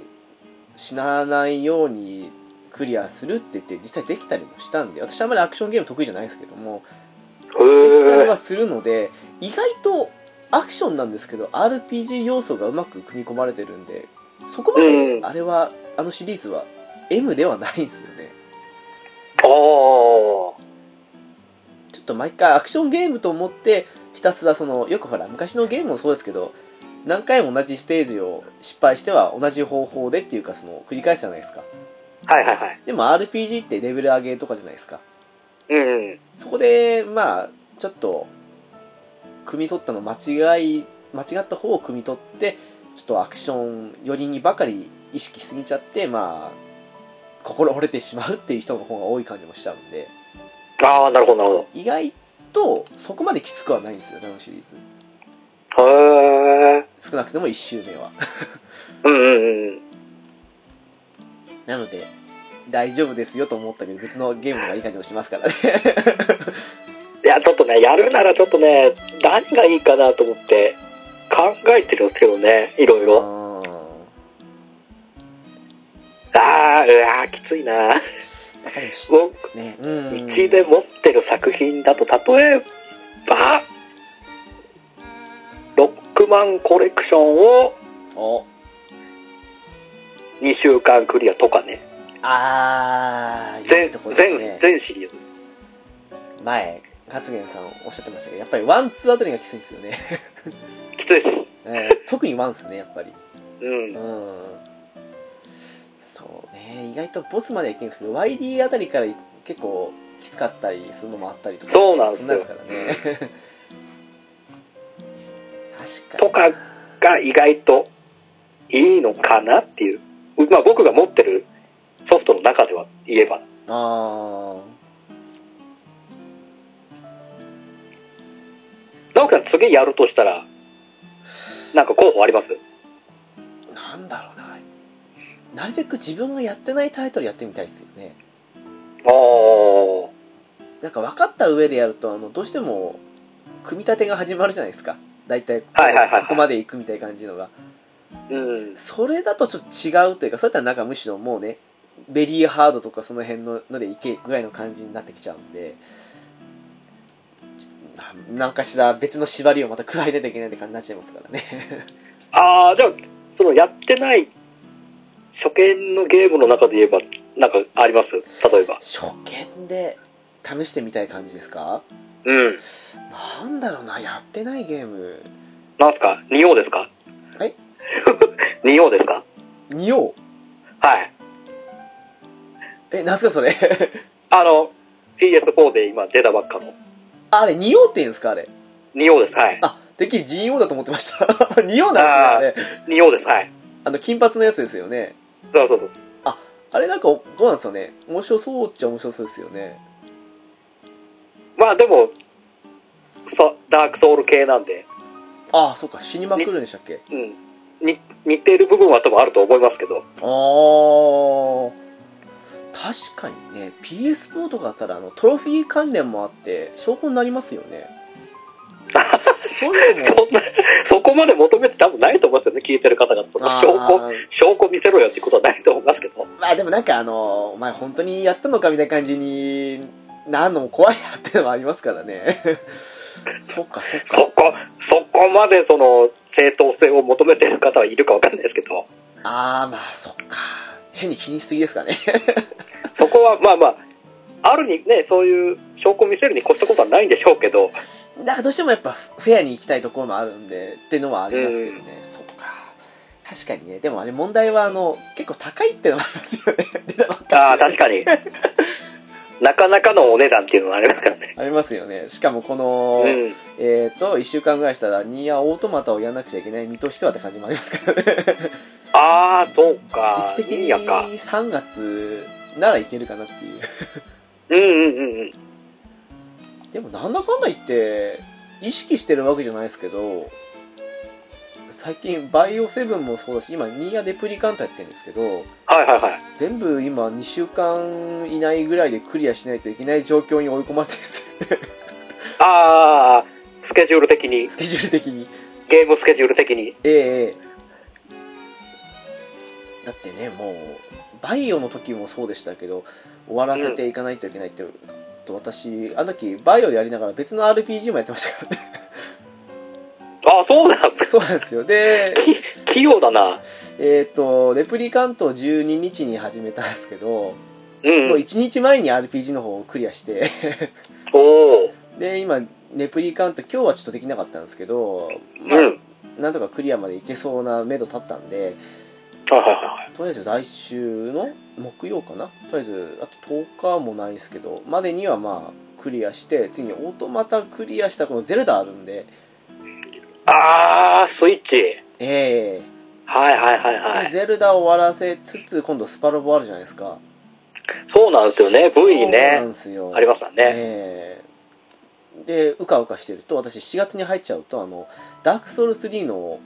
Speaker 1: 死なないようにクリアするって言って実際できたりもしたんで私あんまりアクションゲーム得意じゃないですけどもできたり
Speaker 2: へ
Speaker 1: は
Speaker 2: え
Speaker 1: するので意外とアクションなんですけど RPG 要素がうまく組み込まれてるんでそこまで
Speaker 2: うん
Speaker 1: あれは、あのシリーズは M ではないんですよねち
Speaker 2: ああ
Speaker 1: ょっと毎回アクションゲームと思ってひたすらそのよくほら昔のゲームもそうですけど何回も同じステージを失敗しては同じ方法でっていうかその繰り返しじゃないですか
Speaker 2: はいはいはい
Speaker 1: でも RPG ってレベル上げとかじゃないですか
Speaker 2: うん
Speaker 1: そこでまあちょっと汲み取ったの間違い間違った方を汲み取ってちょっとアクション寄りにばかり意識しすぎちゃってまあ心折れてしまうっていう人の方が多い感じもしちゃうんで
Speaker 2: ああなるほどなる
Speaker 1: 意外とそこまできつくはないんですよねあのシリーズ
Speaker 2: ほどへえ
Speaker 1: 少なくとも1周目は (laughs)
Speaker 2: うんうんうん
Speaker 1: なので大丈夫ですよと思ったけど別のゲームの方がいい感じもしますからね
Speaker 2: いやちょっとねやるならちょっとね何がいいかなと思って考えてるんですけどねいろいうろ
Speaker 1: (laughs) ん
Speaker 2: ああうわーきついな
Speaker 1: だからしですねうん
Speaker 2: うちで持ってる作品だと例えばロックマンコレクションを
Speaker 1: お
Speaker 2: 2週間クリアとかね
Speaker 1: あーいい
Speaker 2: 全
Speaker 1: とこです
Speaker 2: 全
Speaker 1: ね
Speaker 2: 全シリーズ
Speaker 1: 前勝元さんおっしゃってましたけどやっぱりワンツーあたりがきついんですよね、 (laughs)
Speaker 2: きついです
Speaker 1: えー特にワンっすねやっぱり
Speaker 2: うん
Speaker 1: うんそうね意外とボスまではいけるんですけど YD あたりから結構きつかったりするのもあったりとか
Speaker 2: そうなんですよ
Speaker 1: からね確か
Speaker 2: と
Speaker 1: に
Speaker 2: かが意外といいのかなっていう、まあ、僕が持ってるソフトの中では言えば
Speaker 1: あ
Speaker 2: 直樹さん次やるとしたらなんか候補あります
Speaker 1: あなんだろうななるべく自分がやってないタイトルやってみたいですよね
Speaker 2: ああ
Speaker 1: なんか分かった上でやるとあのどうしても組み立てが始まるじゃないですか大体ここ,、
Speaker 2: はいはいはいはい
Speaker 1: ここまで行くみたいな感じのが
Speaker 2: うん
Speaker 1: それだとちょっと違うというかそういったらなんかむしろもうねベリーハードとかその辺ののでいけぐらいの感じになってきちゃうんでちょななんかしら別の縛りをまた加えないといけないって感じになっちゃいますからね
Speaker 2: ああじゃあそのやってない初見のゲームの中で言えばなんかあります例えば
Speaker 1: 初見で試してみたい感じですか
Speaker 2: うん
Speaker 1: なんだろうなやってないゲーム
Speaker 2: なんすか仁王ですか
Speaker 1: はい
Speaker 2: (laughs) 仁王ですか
Speaker 1: におう
Speaker 2: はい
Speaker 1: えなんすかそれ (laughs)
Speaker 2: あの PS4 で今出たばっかの
Speaker 1: あれにおうって言うんですかあれ
Speaker 2: 仁王ですはい
Speaker 1: あ、てっきり人王だと思ってました。 (laughs) 人王なんですね、あれ。
Speaker 2: 仁王ですはい
Speaker 1: あの、金髪のやつですよね。
Speaker 2: そうそうそう
Speaker 1: あれなんか、どうなんですかね。面白そうっちゃ面白そうですよね。
Speaker 2: まあでもそダークソウル系なんで、
Speaker 1: ああ、そうか、死にまくるんでしたっけ。
Speaker 2: うん、に似てる部分は多分あると思いますけど
Speaker 1: あー。確かにね、PS4 とかだったら、あの、トロフィー関連もあって、証拠になりますよね。そういうのも、
Speaker 2: そんな (laughs) そこまで求めて多分ないと思いますよね聞いてる方がその証拠
Speaker 1: あー
Speaker 2: 証拠見せろよっていうことはないと思いますけど
Speaker 1: まあでもなんかあの、お前本当にやったのかみたいな感じになんのも怖いなってのもありますからね。 (laughs) そっかそっか。
Speaker 2: そこそこまでその正当性を求めてる方はいるかわかんないですけど
Speaker 1: あー、まあ、そっか。変に気にしすぎですかね。
Speaker 2: そこはまあまああるにねそういう証拠見せるに越したことはないんでしょうけど
Speaker 1: なんかどうしてもやっぱフェアに行きたいところもあるんで、ってのはありますけどね。そっか。確かにね。でもあれ問題は、あの、結構高いってのもありますよね。出たばっか
Speaker 2: ああ確か (laughs) になかなかのお値段っていうのがありますからね
Speaker 1: りありますよね。し (laughs) かもこの、
Speaker 2: うん
Speaker 1: えっ、と、1週間ぐらいしたら、ニアオートマタをやらなくちゃいけない身としてはって感じもありますからね。
Speaker 2: ああそう
Speaker 1: 時
Speaker 2: か
Speaker 1: 期的
Speaker 2: いい
Speaker 1: に
Speaker 2: やか
Speaker 1: 3月ならいけるかなっていう。
Speaker 2: うんうんうんうん
Speaker 1: でもなんだかんだ言って意識してるわけじゃないですけど最近バイオセブンもそうだし今ニーヤデプリカントやってるんですけど
Speaker 2: はいはいはい
Speaker 1: 全部今2週間以内ぐらいでクリアしないといけない状況に (laughs) 追い込まれてるんですよ
Speaker 2: ああスケジュール的に
Speaker 1: スケジュール的に
Speaker 2: ゲームスケジュール的に。
Speaker 1: ええええだってねもうバイオの時もそうでしたけど終わらせていかないといけないって、と私あの時バイオやりながら別の RPG もやってましたからね (laughs)
Speaker 2: ああ、そうなんです。
Speaker 1: そうなんですよで
Speaker 2: き器用だな。
Speaker 1: えっ、とレプリカントを12日に始めたんですけど、
Speaker 2: う。
Speaker 1: もうん1日前に RPG の方をクリアして
Speaker 2: おお。
Speaker 1: で今レプリカント今日はちょっとできなかったんですけど、まあ
Speaker 2: うん。
Speaker 1: なんとかクリアまでいけそうな目処立ったんで
Speaker 2: はいはいはい。
Speaker 1: とりあえず来週の木曜かなとりあえずあと10日もないですけどまでにはまあクリアして次にオートマタクリアしたこのゼルダあるんで
Speaker 2: ああ、スイッチ。
Speaker 1: え
Speaker 2: はいはいはい
Speaker 1: え
Speaker 2: はい。
Speaker 1: ゼルダを終わらせつつ今度スパロボあるじゃないですか
Speaker 2: そうなんですよね。V
Speaker 1: そうなん
Speaker 2: ね。
Speaker 1: ですよ
Speaker 2: ありましたね。
Speaker 1: ええでうかうかしてると私4月に入っちゃうとあのダークソウル3の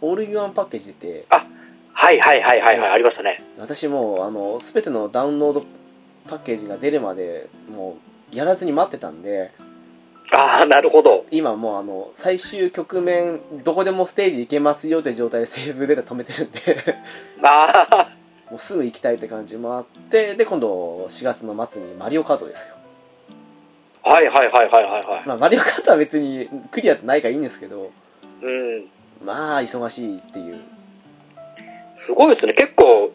Speaker 1: オールインワンパッケージ出て
Speaker 2: はいはいはいはいはい。ありましたね。
Speaker 1: 私もうあの全てのダウンロードパッケージが出るまでもうやらずに待ってたんで
Speaker 2: ああ、なるほど。
Speaker 1: 今もうあの最終局面どこでもステージ行けますよという状態で (laughs) セーブデータ止めてるんで (laughs)
Speaker 2: ああ。
Speaker 1: もうすぐ行きたいって感じもあってで今度4月の末にマリオカートですよ、
Speaker 2: (laughs) はいはいはいはいはいはい。
Speaker 1: まあ、マリオカートは別にクリアってないからいいんですけど
Speaker 2: うん。
Speaker 1: まあ忙しいっていう
Speaker 2: すごいですね。結構、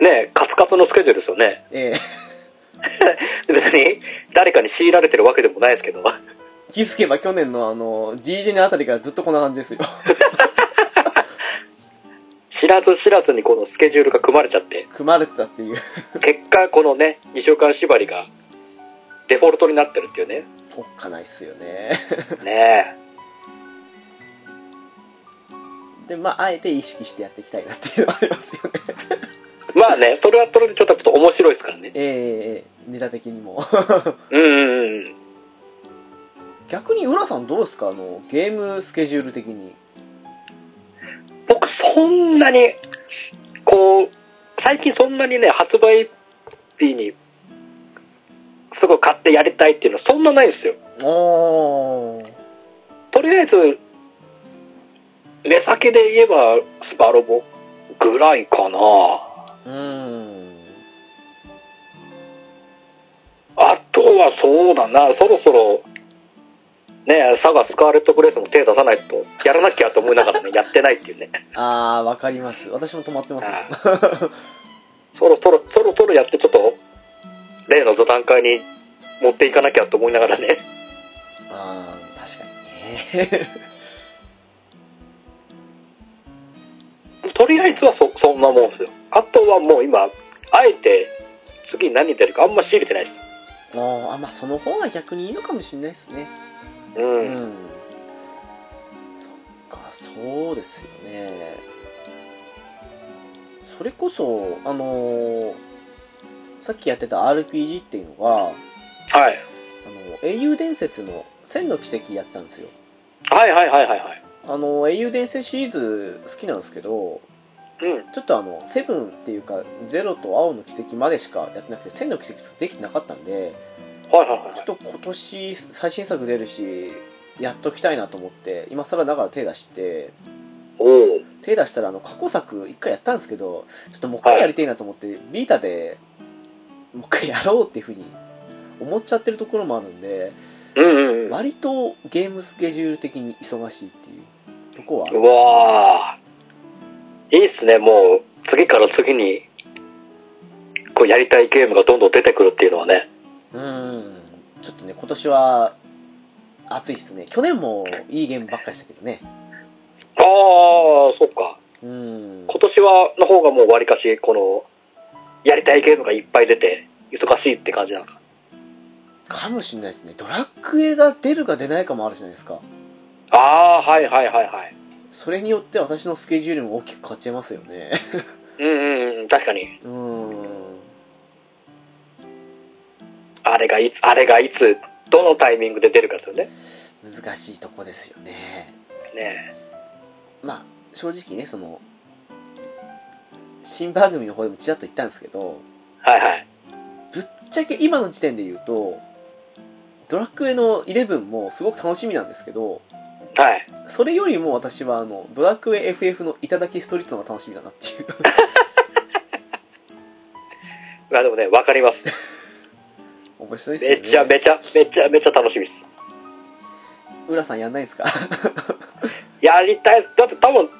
Speaker 2: ね、カツカツのスケジュールですよね。
Speaker 1: ええ (laughs)
Speaker 2: で別に、誰かに強いられてるわけでもないですけど。 (laughs)
Speaker 1: 気づけば去年のあの GJ のあたりからずっとこんな感じですよ (laughs)
Speaker 2: 知らず知らずにこのスケジュールが組まれちゃって、
Speaker 1: 組まれてたっていう
Speaker 2: 結果このね、2週間縛りが、デフォルトになってるっていうね。
Speaker 1: おっかないっすよね
Speaker 2: ね
Speaker 1: でまああえて意識してやっていきたいなっていうのはありますよね
Speaker 2: え。まあね、それはそれでちょっとちょっと面白いですからね。
Speaker 1: (laughs) ええええネタ的にも (laughs)
Speaker 2: うんうんうん。
Speaker 1: 逆に浦さんどうですかあのゲームスケジュール的に
Speaker 2: 僕そんなにこう最近そんなにね発売日にすごい買ってやりたいっていうのはそんなないんですよ
Speaker 1: おー
Speaker 2: とりあえず目先で言えばスパロボぐらいかな
Speaker 1: うーん
Speaker 2: あとはそうだなそろそろねサガスカーレット・グレースも手出さないとやらなきゃと思いながらねやってないっていうね
Speaker 1: あーわかります私も止まってますよ
Speaker 2: あそろそろそろそろやってちょっと例の座談会に持っていかなきゃと思いながらね
Speaker 1: (laughs) あー確かにね (laughs)
Speaker 2: とりあえずはそそんなもんですよあとはもう今あえて次何出るかあんま仕入れてないです
Speaker 1: あーあまあその方が逆にいいのかもしれないですね
Speaker 2: うん
Speaker 1: う、んそっかそうですよねそれこそあのーさっきやってた RPG っていうのが
Speaker 2: はい、
Speaker 1: あの英雄伝説の「千の奇跡」やってたんですよ
Speaker 2: はいはいはいはいはい
Speaker 1: あの英雄伝説シリーズ好きなんですけど
Speaker 2: うん
Speaker 1: ちょっとあの「セブン」っていうか「ゼロ」と「青の奇跡」までしかやってなくて「千の奇跡」できてなかったんで
Speaker 2: はいはいはい
Speaker 1: ちょっと今年最新作出るしやっときたいなと思って今更ながら手出して
Speaker 2: おお
Speaker 1: 手出したらあの過去作一回やったんですけどちょっともう一回やりたいなと思って、ビータでもう一回やろうっていうふうに思っちゃってるところもあるんで
Speaker 2: うんうんうん
Speaker 1: 割とゲームスケジュール的に忙しいっていうとこはある
Speaker 2: うわーいいっすねもう次から次にこうやりたいゲームがどんどん出てくるっていうのはね
Speaker 1: うんちょっとね今年は暑いっすね去年もいいゲームばっかりしたけどね
Speaker 2: ああそっか
Speaker 1: うん
Speaker 2: 今年はの方がもうわりかしこのやりたいゲームがいっぱい出て忙しいって感じなのか
Speaker 1: かもしれないですねドラクエが出るか出ないかもあるじゃないですか
Speaker 2: ああーはいはいはいはい
Speaker 1: それによって私のスケジュールも大きく変わっちゃいますよね
Speaker 2: うんうんうん、確かに。
Speaker 1: うん
Speaker 2: あれがいつ、あれがいつ、どのタイミングで出るかですよね。
Speaker 1: 難しいとこですよね
Speaker 2: ね
Speaker 1: まあ正直ねその新番組の方でもちらっと言ったんですけど
Speaker 2: えはいはい。
Speaker 1: ぶっちゃけ今の時点で言うとドラクエの11もすごく楽しみなんですけど
Speaker 2: はい。
Speaker 1: それよりも私はあのドラクエ FF の頂きストリートの方が楽しみだなっていう (laughs)
Speaker 2: まあでもね、わかります。
Speaker 1: 面白いですよ
Speaker 2: め
Speaker 1: ね
Speaker 2: ちゃめちゃ、めちゃめちゃ楽しみです。
Speaker 1: 浦さんやんないですか (laughs)
Speaker 2: やりたいです。だって多分、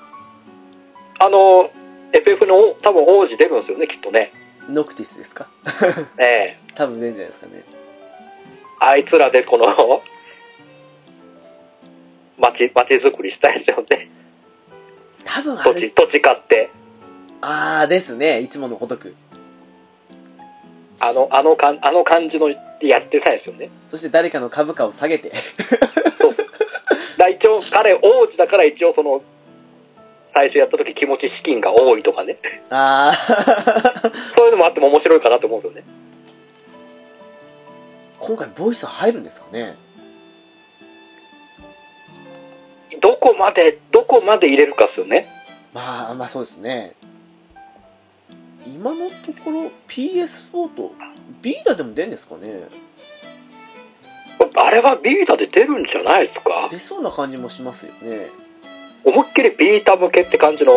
Speaker 2: あの、FF の多分王子出るんですよね、きっとね。
Speaker 1: ノクティスですか
Speaker 2: ええ
Speaker 1: 多分出るんじゃないですかね
Speaker 2: あいつらでこの、街、街づくりしたいですよね。
Speaker 1: 多分あ
Speaker 2: 土
Speaker 1: れ
Speaker 2: 地、土地買って。
Speaker 1: ああですねいつものごとく
Speaker 2: あの、あのかん、あの感じのやってたいですよね。
Speaker 1: そして誰かの株価を下げて
Speaker 2: だ一応、彼王子だから一応その、最初やった時気持ち資金が多いとかね。
Speaker 1: ああ
Speaker 2: そういうのもあっても面白いかなと思うんですよね。
Speaker 1: 今回ボイス入るんですかね
Speaker 2: どこまで、どこまで入れるかっすよね。
Speaker 1: まあまあそうですね今のところ PS4 とビータでも出るんですかね
Speaker 2: あれはビータで出るんじゃないですか
Speaker 1: 出そうな感じもしますよね
Speaker 2: 思いっきりビータ向けって感じの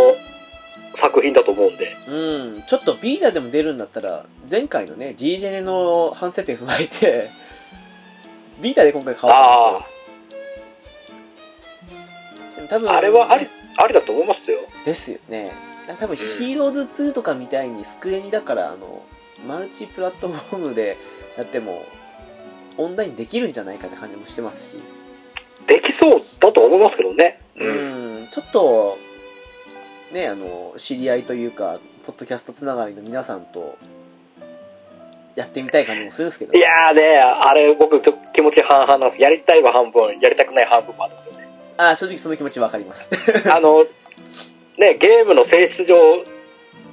Speaker 2: 作品だと思うんで。
Speaker 1: うんちょっとビータでも出るんだったら前回のね G ジェネの反省点踏まえてビータで今回変わ
Speaker 2: あ
Speaker 1: ったんですよでも多分
Speaker 2: あ、あれはあり、ありだと思いますよ。
Speaker 1: ですよね多分ヒーローズ2とかみたいにスクエニだからあのマルチプラットフォームでやってもオンラインできるんじゃないかって感じもしてますし
Speaker 2: できそうだと思いますけどね。
Speaker 1: うんちょっとねあの知り合いというかポッドキャストつながりの皆さんとやってみたい感じもするんですけど
Speaker 2: いやーね、あれ僕ちょっと気持ち半々なんです。やりたいは半分、やりたくない半分もあるんですよね。
Speaker 1: あー正直その気持ちわかります
Speaker 2: (laughs)
Speaker 1: (laughs)
Speaker 2: あの、ね、ゲームの性質上、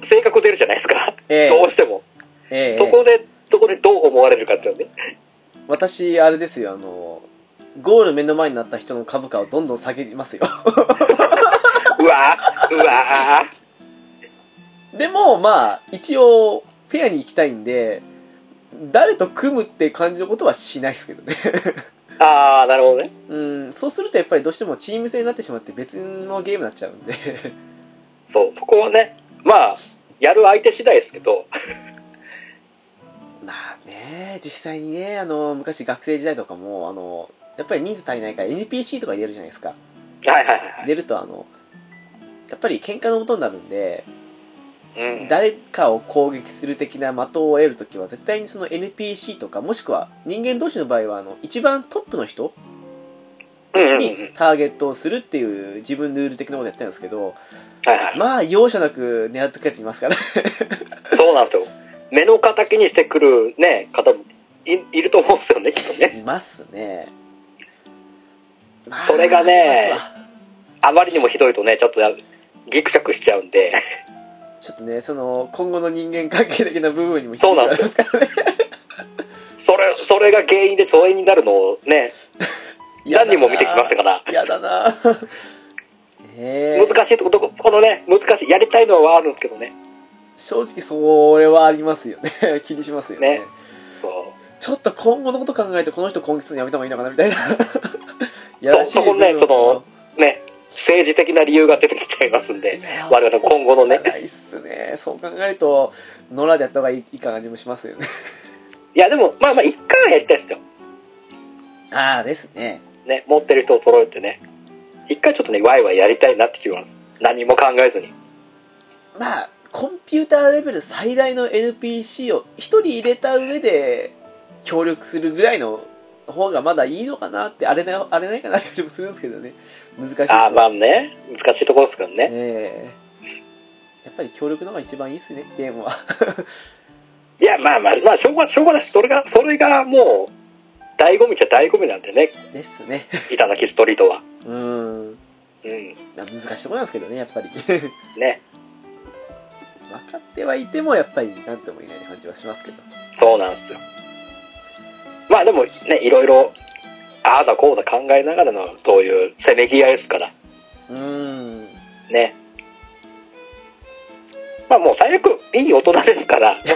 Speaker 2: 性格出るじゃないですか。
Speaker 1: ええ
Speaker 2: どうしても。
Speaker 1: ええ
Speaker 2: そこで、そこでどう思われるかっていうのね。
Speaker 1: 私あれですよあのゴール目の前になった人の株価をどんどん下げますよ
Speaker 2: うわー、うわー。
Speaker 1: でもまあ一応フェアに行きたいんで誰と組むって感じのことはしないですけどね (laughs)
Speaker 2: あー、なるほどね。
Speaker 1: うんそうするとやっぱりどうしてもチーム戦になってしまって別のゲームになっちゃうんで (laughs)
Speaker 2: そう、そこはね、まあ、やる相手次第ですけど、
Speaker 1: まあね実際にねあの昔学生時代とかもあのやっぱり人数足りないから NPC とか入れるじゃないですか
Speaker 2: はいはいはい。
Speaker 1: 出るとあのやっぱり喧嘩のことになるんで
Speaker 2: うん、
Speaker 1: 誰かを攻撃する的な的を得るときは絶対にその NPC とかもしくは人間同士の場合はあの一番トップの人
Speaker 2: うんうんうん
Speaker 1: にターゲットをするっていう自分ルール的なことやってるんですけど
Speaker 2: はいはい。
Speaker 1: まあ容赦なく狙ってくやつい
Speaker 2: (laughs)
Speaker 1: ますから
Speaker 2: そうなんですよ。目の敵にしてくるね、方もいいると思うんですよね、きっとね。
Speaker 1: いますねまあ
Speaker 2: それがね
Speaker 1: いますわ
Speaker 2: あまりにもひどいとね、ちょっとやギクシャクしちゃうんで。 (laughs)
Speaker 1: ちょっとねその今後の人間関係的な部分にも
Speaker 2: そうなんです
Speaker 1: 響きがありますからね
Speaker 2: それ、それが原因で疎遠になるのをね、
Speaker 1: 嫌だ
Speaker 2: 何
Speaker 1: な
Speaker 2: 人も見てきましたから。
Speaker 1: 嫌だなえー
Speaker 2: 難しいとこ、どこ、このね、難しい、やりたいのはあるんですけどね。
Speaker 1: 正直それはありますよね (laughs) 気にしますよね
Speaker 2: ねそ
Speaker 1: ちょっと今後のこと考えてこの人今月のやめた方がいいのかなみたいなや
Speaker 2: そうそこね
Speaker 1: 部分も
Speaker 2: う。ね、政治的な理由が出てきちゃいますんで、我々の今後のね。
Speaker 1: ないっすねそう考えると野良でやった方がいいいい感じもしますよね
Speaker 2: いや、でも、まあまあ、一回はやりたいですよ。
Speaker 1: ああですね
Speaker 2: ね、持ってる人を揃えてね。一回ちょっとね、ワイワイやりたいなって気は何も考えずに。
Speaker 1: まあコンピューターレベル最大の NPC を1人入れた上で協力するぐらいの方がまだいいのかなってあれなあれないかなって感じもするんですけどね難しいっす
Speaker 2: ああ、
Speaker 1: よ
Speaker 2: まあね、難しいところですけどね。
Speaker 1: ええやっぱり協力の方が一番いいっすねゲームは
Speaker 2: いや、まあまあ、まあ、しょうが、しょうがないです。それが、それがもう、醍醐味っちゃ醍醐味なん
Speaker 1: (laughs)
Speaker 2: でね、
Speaker 1: (laughs) ですね
Speaker 2: いただきストリートは。
Speaker 1: うん
Speaker 2: うん。
Speaker 1: まあ難しいところなんですけどねやっぱり (laughs)
Speaker 2: ね。
Speaker 1: 分かってはいてもやっぱりなんとも言えない感じはしますけど
Speaker 2: そうなんですよ。まあでもね、いろいろ、ああだこうだ考えながらの、そういうせめぎ合いですから、
Speaker 1: うん
Speaker 2: ね。まあもう最悪、いい大人ですから、
Speaker 1: (laughs)
Speaker 2: もし、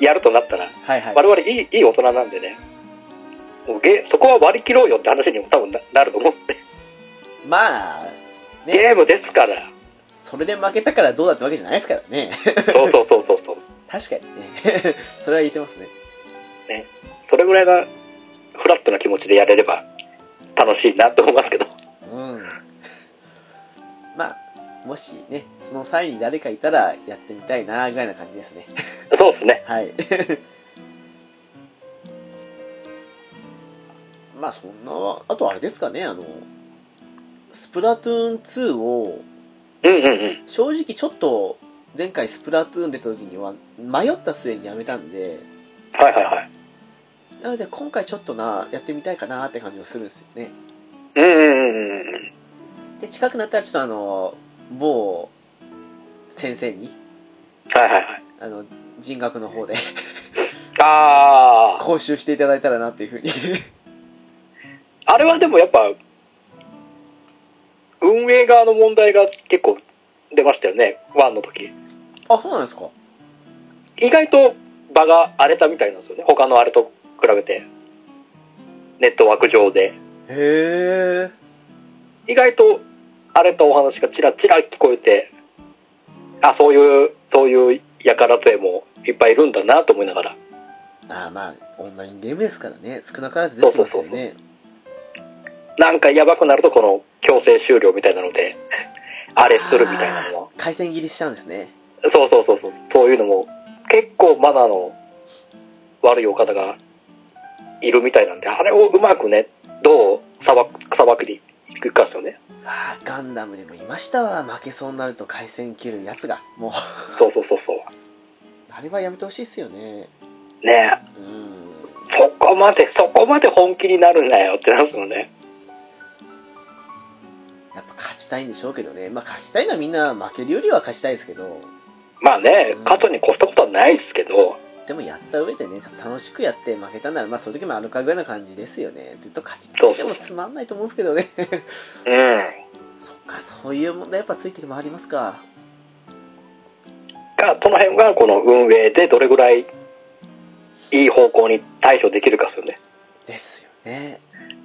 Speaker 2: やるとなったら、
Speaker 1: はいはい、
Speaker 2: 我々いい、いい大人なんでね。もうゲそこは割り切ろうよって話にも多分ななると思うんで。
Speaker 1: まあ、ね、
Speaker 2: ゲームですから。
Speaker 1: それで負けたからどうだってわけじゃないですからね。
Speaker 2: そうそうそうそうそう。
Speaker 1: (laughs) 確かにね。 (laughs) それは言ってますね。
Speaker 2: それぐらいのフラットな気持ちでやれれば楽しいなと思いますけど。
Speaker 1: うん。まあ、もしね、その際に誰かいたらやってみたいな、ぐらいな感じです (laughs) ね。
Speaker 2: そうですね。
Speaker 1: はい。 (laughs) まあそんな、あとあれですかね、あの、スプラトゥーン2を、
Speaker 2: うんうんうん。
Speaker 1: 正直ちょっと、前回スプラトゥーン出た時には、迷った末にやめたんで、
Speaker 2: はいはいはい。
Speaker 1: なので今回ちょっとな、やってみたいかなって感じもするんですよね。
Speaker 2: うんうんうんうんうん。
Speaker 1: で、近くなったらちょっとあの、某、先生に、
Speaker 2: はいはいはい。
Speaker 1: あの、人学の方で
Speaker 2: ああ。
Speaker 1: 講習していただいたらなっていうふうに
Speaker 2: あれはでもやっぱ、運営側の問題が結構出ましたよね。ワンの時。
Speaker 1: あ、そうなんですか
Speaker 2: 意外と場が荒れたみたいなんですよね。他のあれと比べて。ネットワーク上で。
Speaker 1: へえ。
Speaker 2: 意外と荒れたお話がちらちら聞こえて、あ、そういう、そういうやから勢もいっぱいいるんだなと思いながら。
Speaker 1: あーまあオンラインゲームですからね少なからず出てますよね
Speaker 2: なんかやばくなるとこの強制終了みたいなので、 (laughs) あれするみたいなのは。
Speaker 1: 回線切りしちゃうんですね
Speaker 2: そうそうそうそう。そういうのも結構マナーの悪いお方がいるみたいなんで、あれをうまくね、どうさばさばくでいくかですよね。
Speaker 1: あーガンダムでもいましたわ負けそうになると回線切るやつがもう
Speaker 2: そうそうそうそう。
Speaker 1: あれはやめてほしいっすよね
Speaker 2: ねえ
Speaker 1: うん
Speaker 2: そこまで、そこまで本気になるなよってなるんですよね。
Speaker 1: やっぱ勝ちたいんでしょうけどねまあ勝ちたいのはみんな負けるよりは勝ちたいですけど
Speaker 2: まあね
Speaker 1: うん、
Speaker 2: 過去に越したことはないですけど、
Speaker 1: でもやった上でねた楽しくやって負けたならまあその時もあるかぐらいの感じですよねずっと勝ち続けてもつまんないと思うんですけどね
Speaker 2: うん。
Speaker 1: (laughs) そっかそういう問題やっぱついて回りますか
Speaker 2: が、その辺がこの運営でどれぐらいいい方向に対処できるかですよね。
Speaker 1: ですよね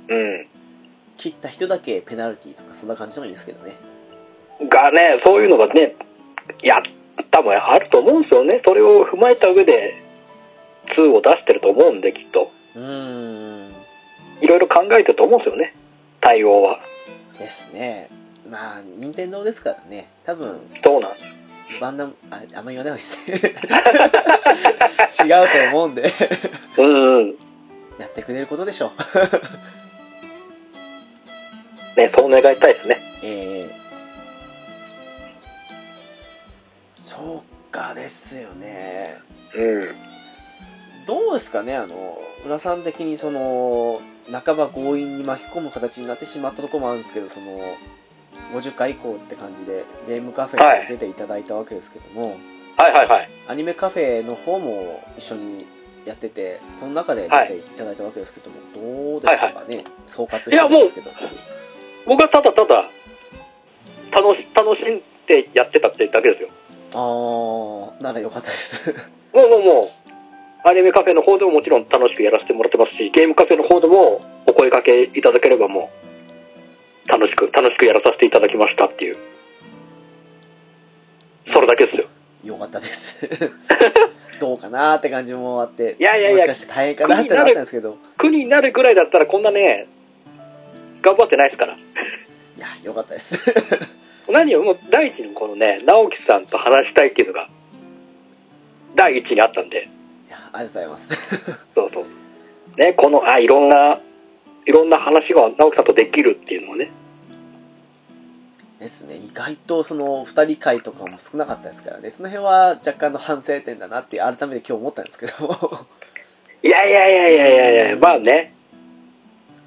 Speaker 2: う
Speaker 1: 切った人だけペナルティとかそんな感じでもいいですけどね
Speaker 2: ん。がね、そういうのがね、やったもあると思うんですよね。それを踏まえた上で、2を出してると思うんで、きっと。
Speaker 1: うーん
Speaker 2: いろいろ考えてると思うんですよね。対応は。
Speaker 1: ですねまあ任天堂ですからね多分
Speaker 2: そうなんです。
Speaker 1: バンダムああんま言わない方がいい (laughs) ですね違うと思うんで
Speaker 2: うんうん。
Speaker 1: やってくれることでしょう
Speaker 2: ね、そう願いたいですね。
Speaker 1: えー、そうかですよね
Speaker 2: うん。
Speaker 1: どうですかねあの浦さん的にその半ば強引に巻き込む形になってしまったところもあるんですけどその50回以降って感じでゲームカフェに出ていただいたわけですけども、
Speaker 2: はいはいはい。
Speaker 1: アニメカフェの方も一緒にやっててその中で出ていただいたわけですけども、どうでしたかね、総括してるんですけど
Speaker 2: 僕はただただ楽し楽しんでやってたってだけですよ
Speaker 1: ああなら良かったです
Speaker 2: もうもうもうアニメカフェの方でももちろん楽しくやらせてもらってますしゲームカフェの方でもお声掛けいただければもう楽しく楽しくやらさせていただきましたっていうそれだけですよ
Speaker 1: 良かったです (laughs) どうかなーって感じもあって
Speaker 2: いやいやいや
Speaker 1: もしかして大変かなってなったんですけど
Speaker 2: 苦になるぐらいだったらこんなね頑張ってないですから
Speaker 1: いや良かったです
Speaker 2: 何よりも第一にこのね直樹さんと話したいっていうのが第一にあったんで
Speaker 1: いやありがとうございます
Speaker 2: そうそう。ね、この、あ、いろんな、いろんな話が直樹さんとできるっていうのはね。
Speaker 1: ですね意外とその2人会とかも少なかったですからねその辺は若干の反省点だなって改めて今日思ったんですけど (laughs) も
Speaker 2: いやいやいやいやいやいや、まあね、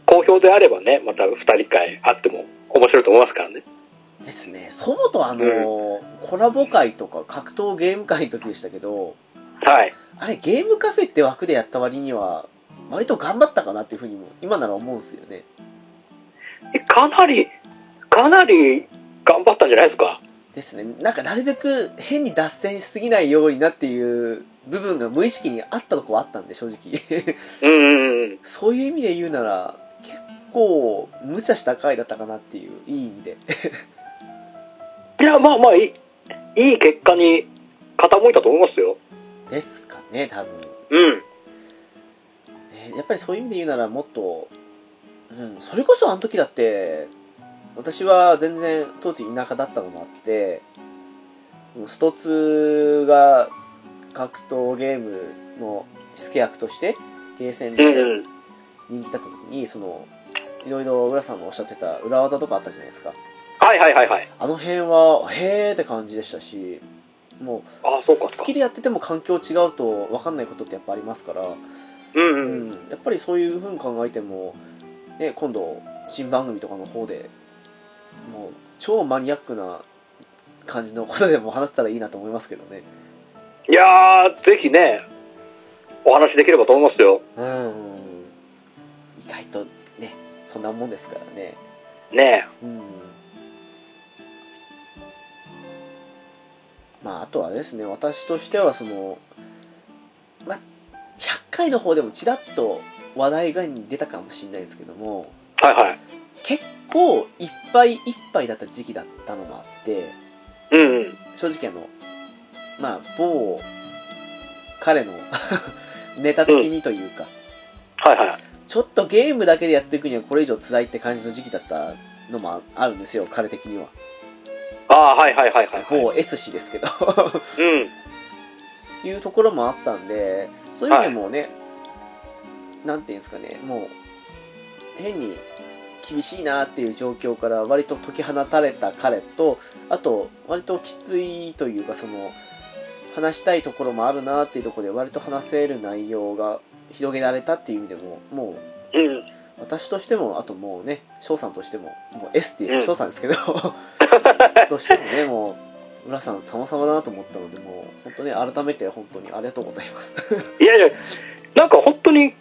Speaker 2: 好評であればね、また二人会あっても面白いと思いますからね。
Speaker 1: ですね祖母とあの、コラボ会とか格闘ゲーム会の時でしたけど
Speaker 2: はい。
Speaker 1: あれゲームカフェって枠でやった割には割と頑張ったかなっていうふうにも今なら思うんですよね
Speaker 2: かなり、かなり頑張ったんじゃないですか。
Speaker 1: ですねなんかなるべく変に脱線しすぎないようになっていう部分が無意識にあったとこはあったんで正直 (laughs)
Speaker 2: うんうんうん。
Speaker 1: そういう意味で言うなら結構無茶した回だったかなっていういい意味で (laughs)
Speaker 2: いや、まあまあ、いい、いい結果に傾いたと思いますよ。
Speaker 1: ですかね多分ね
Speaker 2: うん。
Speaker 1: やっぱりそういう意味で言うならもっと、うん、それこそあの時だって私は全然当時田舎だったのもあってそのスト2が格闘ゲームの火付け役としてゲーセン
Speaker 2: う
Speaker 1: で
Speaker 2: ん。
Speaker 1: 人気だった時にそのいろいろ浦さんのおっしゃってた裏技とかあったじゃないですか
Speaker 2: はいはいはいはい。
Speaker 1: あの辺はへーって感じでしたしもう
Speaker 2: ああ、そうか
Speaker 1: 好
Speaker 2: そうか
Speaker 1: き。でやってても環境違うと分かんないことってやっぱありますから、
Speaker 2: うん
Speaker 1: う
Speaker 2: う
Speaker 1: ん、
Speaker 2: ん。
Speaker 1: やっぱりそういうふうに考えても、ね、今度新番組とかの方でもう超マニアックな感じのことでも話せたらいいなと思いますけどね
Speaker 2: いやー、ぜひね、お話できればと思いますよ。
Speaker 1: うん意外とねそんなもんですからね
Speaker 2: ね
Speaker 1: うんまああとはですね私としてはそのまあ100回の方でもちらっと話題が出たかもしれないですけども
Speaker 2: え。はいはい。
Speaker 1: 結構いっぱいいっぱいだった時期だったのもあって
Speaker 2: うんうん。
Speaker 1: 正直あのまあ某彼の (laughs) ネタ的にというか、
Speaker 2: はいはい。
Speaker 1: ちょっとゲームだけでやっていくにはこれ以上辛いって感じの時期だったのもああるんですよ彼的には
Speaker 2: ああ、はいはいはいはい、はい。
Speaker 1: 某 S 氏ですけど (laughs)
Speaker 2: うん。
Speaker 1: いうところもあったんでそういう意味でもね、なんていうんですかねもう変に厳しいなっていう状況から割と解き放たれた彼とあと割ときついというかその話したいところもあるなっていうところで割と話せる内容が広げられたっていう意味でももう
Speaker 2: うん。
Speaker 1: 私としてもあともうね翔さんとしてももう S って言え
Speaker 2: う
Speaker 1: ば
Speaker 2: ん
Speaker 1: 翔さんですけ
Speaker 2: (laughs)
Speaker 1: ど、としてもねもう浦さん様々だなと思ったのでもう本当ね改めて本当にありがとうございます (laughs)
Speaker 2: いやいや、なんか本当に、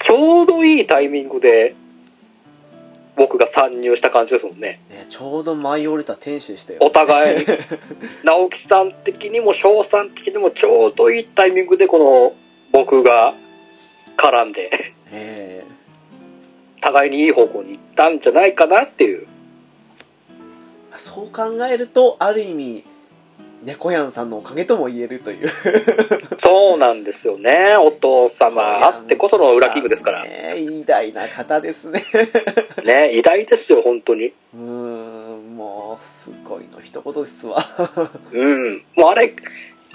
Speaker 2: ちょうどいいタイミングで、僕が参入した感じですもんね。
Speaker 1: ねちょうど舞い降りた天使でしたよ
Speaker 2: お互 (laughs) い、直樹さん的にも翔さん的にもちょうどいいタイミングで、この、僕が絡んで、
Speaker 1: え
Speaker 2: 互いにいい方向に行ったんじゃないかなっていう。
Speaker 1: えそう考えるとある意味猫やんさんのおかげとも言えるという
Speaker 2: そうなんですよね。お父様あってこその裏キングですから。
Speaker 1: ね偉大な方ですね
Speaker 2: ね、偉大ですよ、本当に。
Speaker 1: うーんもうすごいの一言ですわ (laughs)
Speaker 2: うん。もうあれ、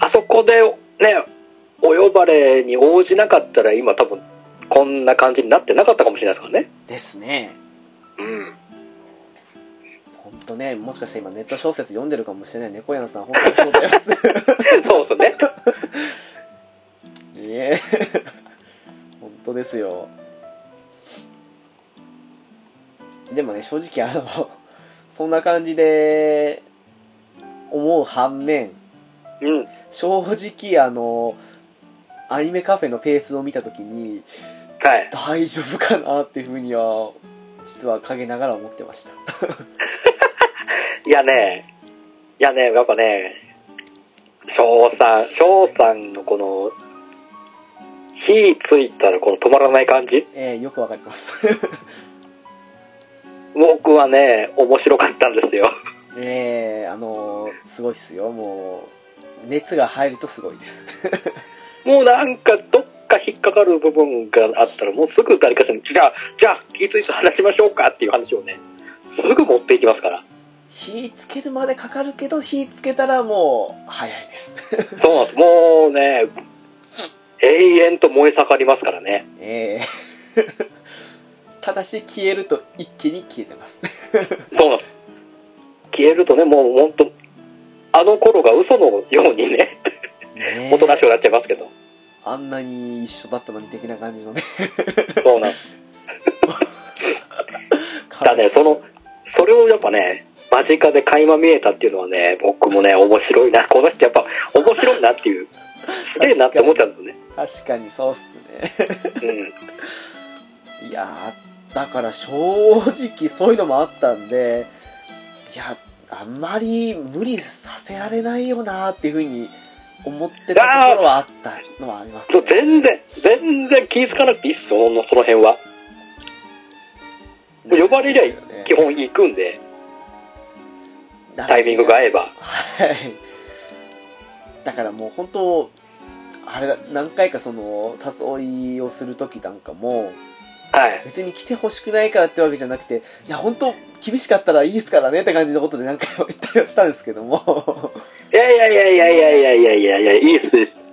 Speaker 2: あそこでね、お呼ばれに応じなかったら今多分こんな感じになってなかったかもしれないですからね。
Speaker 1: ですね
Speaker 2: うん。
Speaker 1: 本当ね、もしかして今ネット小説読んでるかもしれない猫やんさん、本当にありがとうございます。ね
Speaker 2: そうですね。
Speaker 1: え。本当ですよ。でもね、正直あの、そんな感じで、思う反面、
Speaker 2: (laughs) うん。
Speaker 1: 正直あの、アニメカフェのペースを見たときに、
Speaker 2: はい。
Speaker 1: 大丈夫かなっていうふうには、実は陰ながら思ってました。
Speaker 2: いやね、いやね、やっぱね、翔さん、翔さんのこの、火ついたらこの止まらない感じ
Speaker 1: えー、よくわかります。
Speaker 2: 僕はね、面白かったんですよ。
Speaker 1: ええあのーすごいっすよもう熱が入るとすごいです (laughs)
Speaker 2: もうなんかどっか引っかかる部分があったらもうすぐ誰かさんにじゃあじゃあいついつ話しましょうかっていう話をねすぐ持っていきますから
Speaker 1: 火つけるまでかかるけど火つけたらもう早いです (laughs)
Speaker 2: そうなんですもうね永遠と燃え盛りますからね
Speaker 1: ええただし消えると一気に消えてます
Speaker 2: そうなんです消えるとねもう本当あの頃が嘘のようにね
Speaker 1: ね
Speaker 2: おとなしくなっちゃいますけど、
Speaker 1: あんなに一緒だったのに的な感じのね
Speaker 2: そうなんですだねそのそれをやっぱね間近で垣間見えたっていうのはね僕もね面白いなこの人やっぱ面白いなっていうすげえなって思っちゃうんですよね
Speaker 1: 確かにそうっすね
Speaker 2: うん
Speaker 1: いやーだから正直そういうのもあったんでいやあんまり無理させられないよなーっていうふうに思ってたところはあったのはあります
Speaker 2: そう
Speaker 1: ね
Speaker 2: 全然全然気ぃつかなくていいっすよそのその辺はもう呼ばれりゃ基本行くんで、タイミングが合えば。
Speaker 1: はいだからもう本当あれだ何回かその誘いをする時なんかも
Speaker 2: はい。
Speaker 1: 別に来てほしくないからってわけじゃなくていや本当厳しかったらいいですからねって感じのことで何回も言ったりはしたんですけども
Speaker 2: いやいやいやいやいやいやいやいやいや、いいっすいいっす。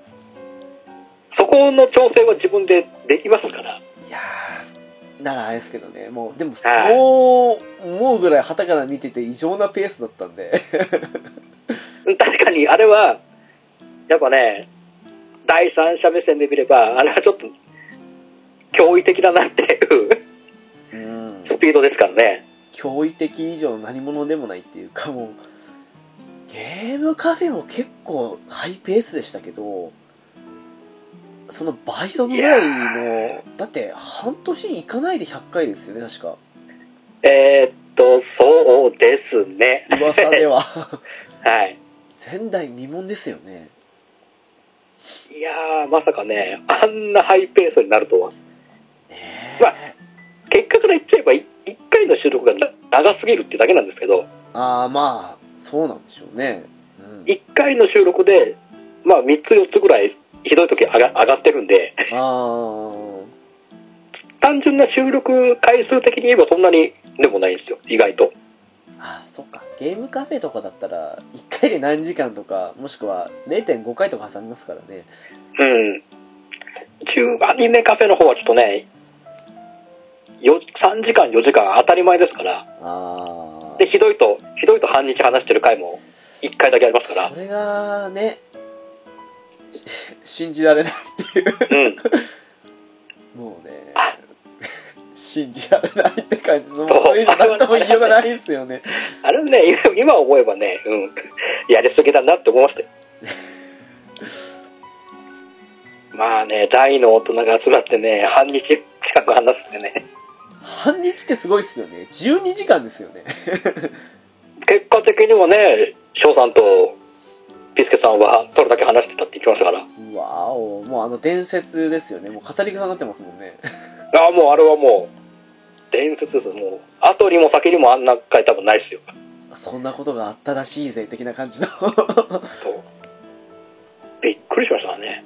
Speaker 2: そこの調整は自分でできますから。
Speaker 1: いやーならあれですけどねもうでもそう思うぐらいはたから見てて異常なペースだったんで
Speaker 2: 確かにあれは、やっぱね、第三者目線で見れば、あれはちょっと、驚異的だなっていう (laughs)
Speaker 1: うん
Speaker 2: スピードですからね。
Speaker 1: 驚異的以上の何者でもないっていうかもうゲームカフェも結構ハイペースでしたけどその倍速ぐらいのだって半年いかないで100回ですよね確か
Speaker 2: えー、っと、そうですね。
Speaker 1: 噂で (laughs) は
Speaker 2: はい。
Speaker 1: 前代未聞ですよね
Speaker 2: いやー、まさかね、あんなハイペースになるとは。
Speaker 1: ね
Speaker 2: まあ
Speaker 1: え
Speaker 2: 結果から言っちゃえば、い一回の収録がな長すぎるってだけなんですけど、
Speaker 1: ああまあそうなんでしょうね、うん、
Speaker 2: 一回の収録で、まあ、三つ四つぐらい、ひどい時上が上がってるんで、
Speaker 1: ああ
Speaker 2: 単純な収録回数的に言えばそんなにでもないんですよ、意外と。
Speaker 1: あそっかゲームカフェとかだったら1回で何時間とかもしくは0.5回とか挟みますからね
Speaker 2: うん。中アニメカフェの方はちょっとね、よ3時間4時間当たり前ですから、
Speaker 1: ああ
Speaker 2: で、ひどいと、ひどいと半日話してる回も1回だけありますから
Speaker 1: そ、れがね (laughs) し信じられないっていう
Speaker 2: うん。
Speaker 1: もうね
Speaker 2: あ
Speaker 1: 信じられないって感じのもう
Speaker 2: そう
Speaker 1: それ以上何とも言いようがないですよね
Speaker 2: あれね、今今思えばね、うん、 (laughs) やりすぎだなって思い (laughs) ましたよ。まあね、大の大人が集まってね、半日近く話すってね、
Speaker 1: 半日ってすごいっすよね12時間ですよね
Speaker 2: 結果的にはね、翔さんとピスケさんはそれだけ話してたって言ってましたから、
Speaker 1: うわおもうあの伝説ですよねもう語り草になってますもんね
Speaker 2: ああ、もうあれはもう、伝説です、もう、後にも先にもあんな回多分ないっす (laughs) よ。
Speaker 1: そんなことがあったらしいぜ的な感じの
Speaker 2: そうびっくりしましたね。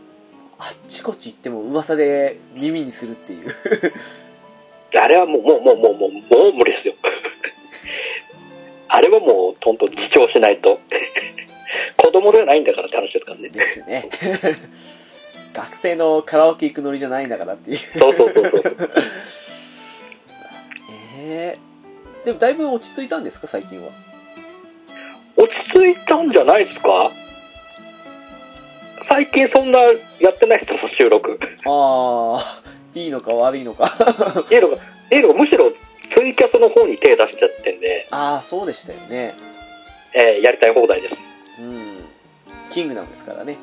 Speaker 1: あっちこっち行っても噂で耳にするっていう
Speaker 2: あれはもう、もう、もう、もう、もう、もう無理っすよ。あれはもう、とんと自重しないと。子供ではないんだからって話ですからね。
Speaker 1: です (laughs) ね学生のカラオケ行くノリじゃないんだからっていう
Speaker 2: そうそうそうそうそう。
Speaker 1: えー、でもだいぶ落ち着いたんですか最近は
Speaker 2: 落ち着いたんじゃないですか最近そんなやってないっすもん、収録。
Speaker 1: ああいいのか悪いのか
Speaker 2: イエロが、イエロがむしろツイキャスの方に手出しちゃってんで、
Speaker 1: (laughs) ああそうでしたよね
Speaker 2: えーやりたい放題です。
Speaker 1: うんキングダムですからね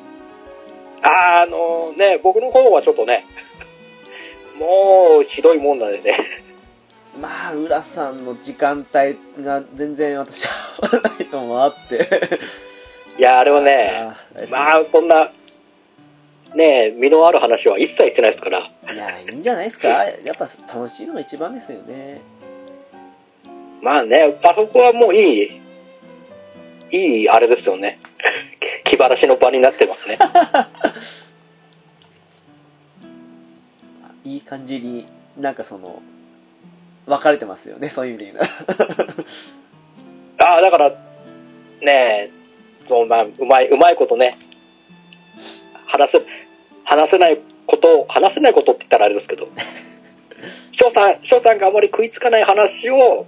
Speaker 2: あーあのね、僕の方はちょっとね、もうひどいもんなんでね。
Speaker 1: まあ浦さんの時間帯が全然私は合わないのもあ (laughs) って
Speaker 2: いや、あれはね、
Speaker 1: あーですね
Speaker 2: まあそんなねえ身のある話は一切してないですから
Speaker 1: いやいいんじゃないですかやっぱ楽しいのが一番ですよね
Speaker 2: まあねあそこはもういいいいあれですよね (laughs) 気晴らしの場になってますね
Speaker 1: いい感じになんかその分かれてますよねそういう意味で言うなら (laughs)
Speaker 2: ああだからねえそう,、まあ、うまいうまいことね話せ話せないことを話せないことって言ったらあれですけど翔さん翔さんがあまり食いつかない話を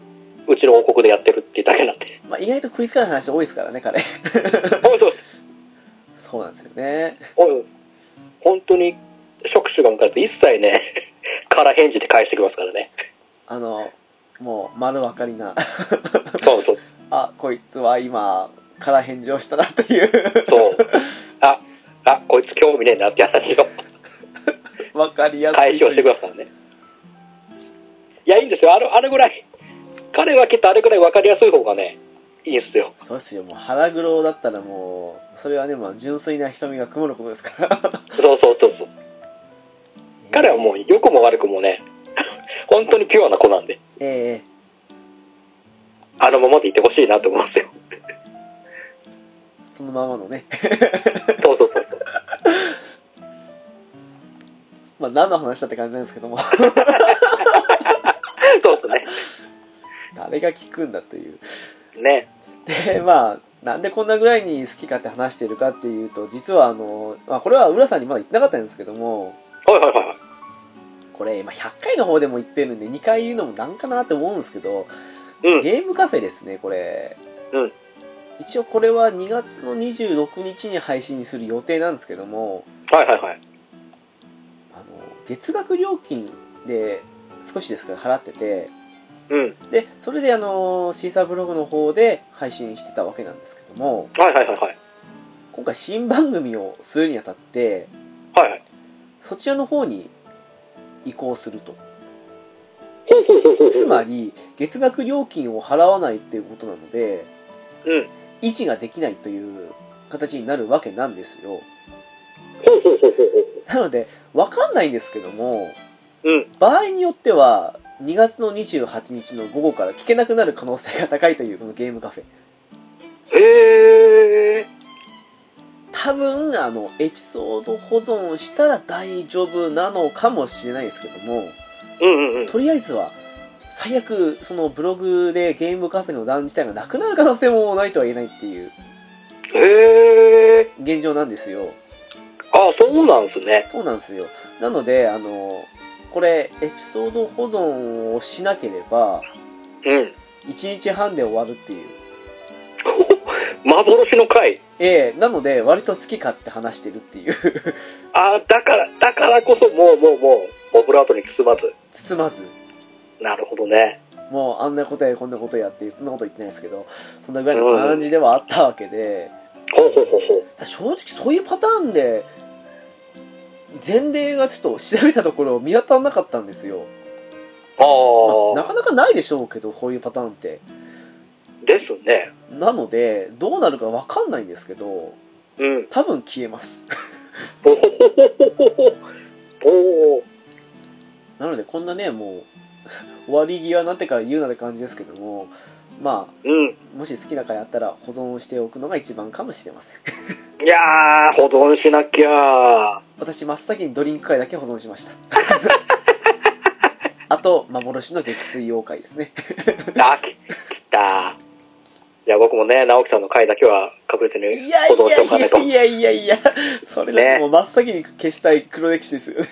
Speaker 2: うちの王国でやってるってだけな
Speaker 1: (laughs)
Speaker 2: んで
Speaker 1: まあ意外と食いつかない話多いですからね彼 (laughs)
Speaker 2: おいどう
Speaker 1: そうなんですよね
Speaker 2: おい本当に触手が向かって一切ね (laughs) 空返事で返してきますからね
Speaker 1: あのもう丸分かりな (laughs)
Speaker 2: そうそう
Speaker 1: あこいつは今から返事をしたなという (laughs)
Speaker 2: そうああこいつ興味ねえなって話を
Speaker 1: 分かりやすい
Speaker 2: 返しをしてくださいねいやいいんですよあれあれぐらい彼はきっとあれぐらい分かりやすい方がねいいんすよ
Speaker 1: そうですよもう腹黒だったらもうそれはねまあ純粋な瞳が曇ることですから
Speaker 2: (laughs) そうそうそうそう (laughs) 彼はもう良くも悪くもね本当にピュアな子なんで
Speaker 1: ええ
Speaker 2: あのままでいてほしいなと思いますよ。
Speaker 1: そのままのね (laughs)
Speaker 2: そうそうそうそう。
Speaker 1: まあ何の話だって感じなんですけども (laughs)
Speaker 2: そうですね。
Speaker 1: 誰が聞くんだという
Speaker 2: ね。
Speaker 1: でまあなんでこんなぐらいに好きかって話してるかっていうと実はあの、まあ、これは浦さんにまだ言ってなかったんですけども
Speaker 2: はいはいはいはい。
Speaker 1: これ、まあ、100回の方でも言ってるんで2回言うのもなんかなって思うんですけど、
Speaker 2: うん
Speaker 1: ゲームカフェですねこれ、
Speaker 2: うん
Speaker 1: 一応これは2月の26日に配信する予定なんですけども
Speaker 2: はいはいはい。
Speaker 1: あの月額料金で少しですけど払ってて
Speaker 2: うん。
Speaker 1: でそれであのシーサーブログの方で配信してたわけなんですけども
Speaker 2: はいはいはいはい。
Speaker 1: 今回新番組をするにあたって
Speaker 2: はいはい。
Speaker 1: そちらの方に移行する
Speaker 2: (laughs)
Speaker 1: と
Speaker 2: ほうほうほうほう。
Speaker 1: つまり月額料金を払わないっていうことなので
Speaker 2: うん。
Speaker 1: 維持ができないという形になるわけなんですよ
Speaker 2: ほうほうほうほうほう。
Speaker 1: なので分かんないんですけども、
Speaker 2: うん
Speaker 1: 場合によっては2月の28日の午後から聞けなくなる可能性が高いというこのゲームカフェ
Speaker 2: へえ。
Speaker 1: 多分あのエピソード保存したら大丈夫なのかもしれないですけども
Speaker 2: うんうんうん。
Speaker 1: とりあえずは最悪そのブログでゲームカフェの欄自体がなくなる可能性もないとは言えないっていう
Speaker 2: へえ。
Speaker 1: 現状なんですよ
Speaker 2: あ、そうなんすね。
Speaker 1: そうなんですよなのであのこれエピソード保存をしなければ
Speaker 2: うん。
Speaker 1: 1日半で終わるっていう
Speaker 2: 幻の回。
Speaker 1: ええなので割と好き勝手話してるっていう (laughs)
Speaker 2: あ、だから、だからこそもうもうもう、オブラートに包まず。
Speaker 1: 包まず
Speaker 2: なるほどね。
Speaker 1: もうあんなことやこんなことやってそんなこと言ってないですけどそんなぐらいの感じではあったわけで、
Speaker 2: ほうほうほうほう。
Speaker 1: ただ正直そういうパターンで前例がちょっと調べたところ見当たらなかったんですよ
Speaker 2: あ
Speaker 1: な
Speaker 2: あ
Speaker 1: かなかないでしょうけどこういうパターンって
Speaker 2: ですね。
Speaker 1: なのでどうなるか分かんないんですけど
Speaker 2: うん。
Speaker 1: 多分消えます (laughs)
Speaker 2: ほほほほほほほおー
Speaker 1: なのでこんなねもう (laughs) 終わり際になってから言うなって感じですけどもま
Speaker 2: うん。
Speaker 1: あもし好きな回あったら保存しておくのが一番かもしれません (laughs)
Speaker 2: いやー、保存しなきゃ
Speaker 1: 私真っ先にドリンク会だけ保存しました (laughs) あと幻の撃墜妖怪ですね
Speaker 2: あ、き、きたいや、僕もね、直樹さんの回だけは確実に
Speaker 1: いやい
Speaker 2: 保存しておかないと。
Speaker 1: やいやいやいやいやそれだ
Speaker 2: ね
Speaker 1: ともう真っ先に消したい黒歴史ですよね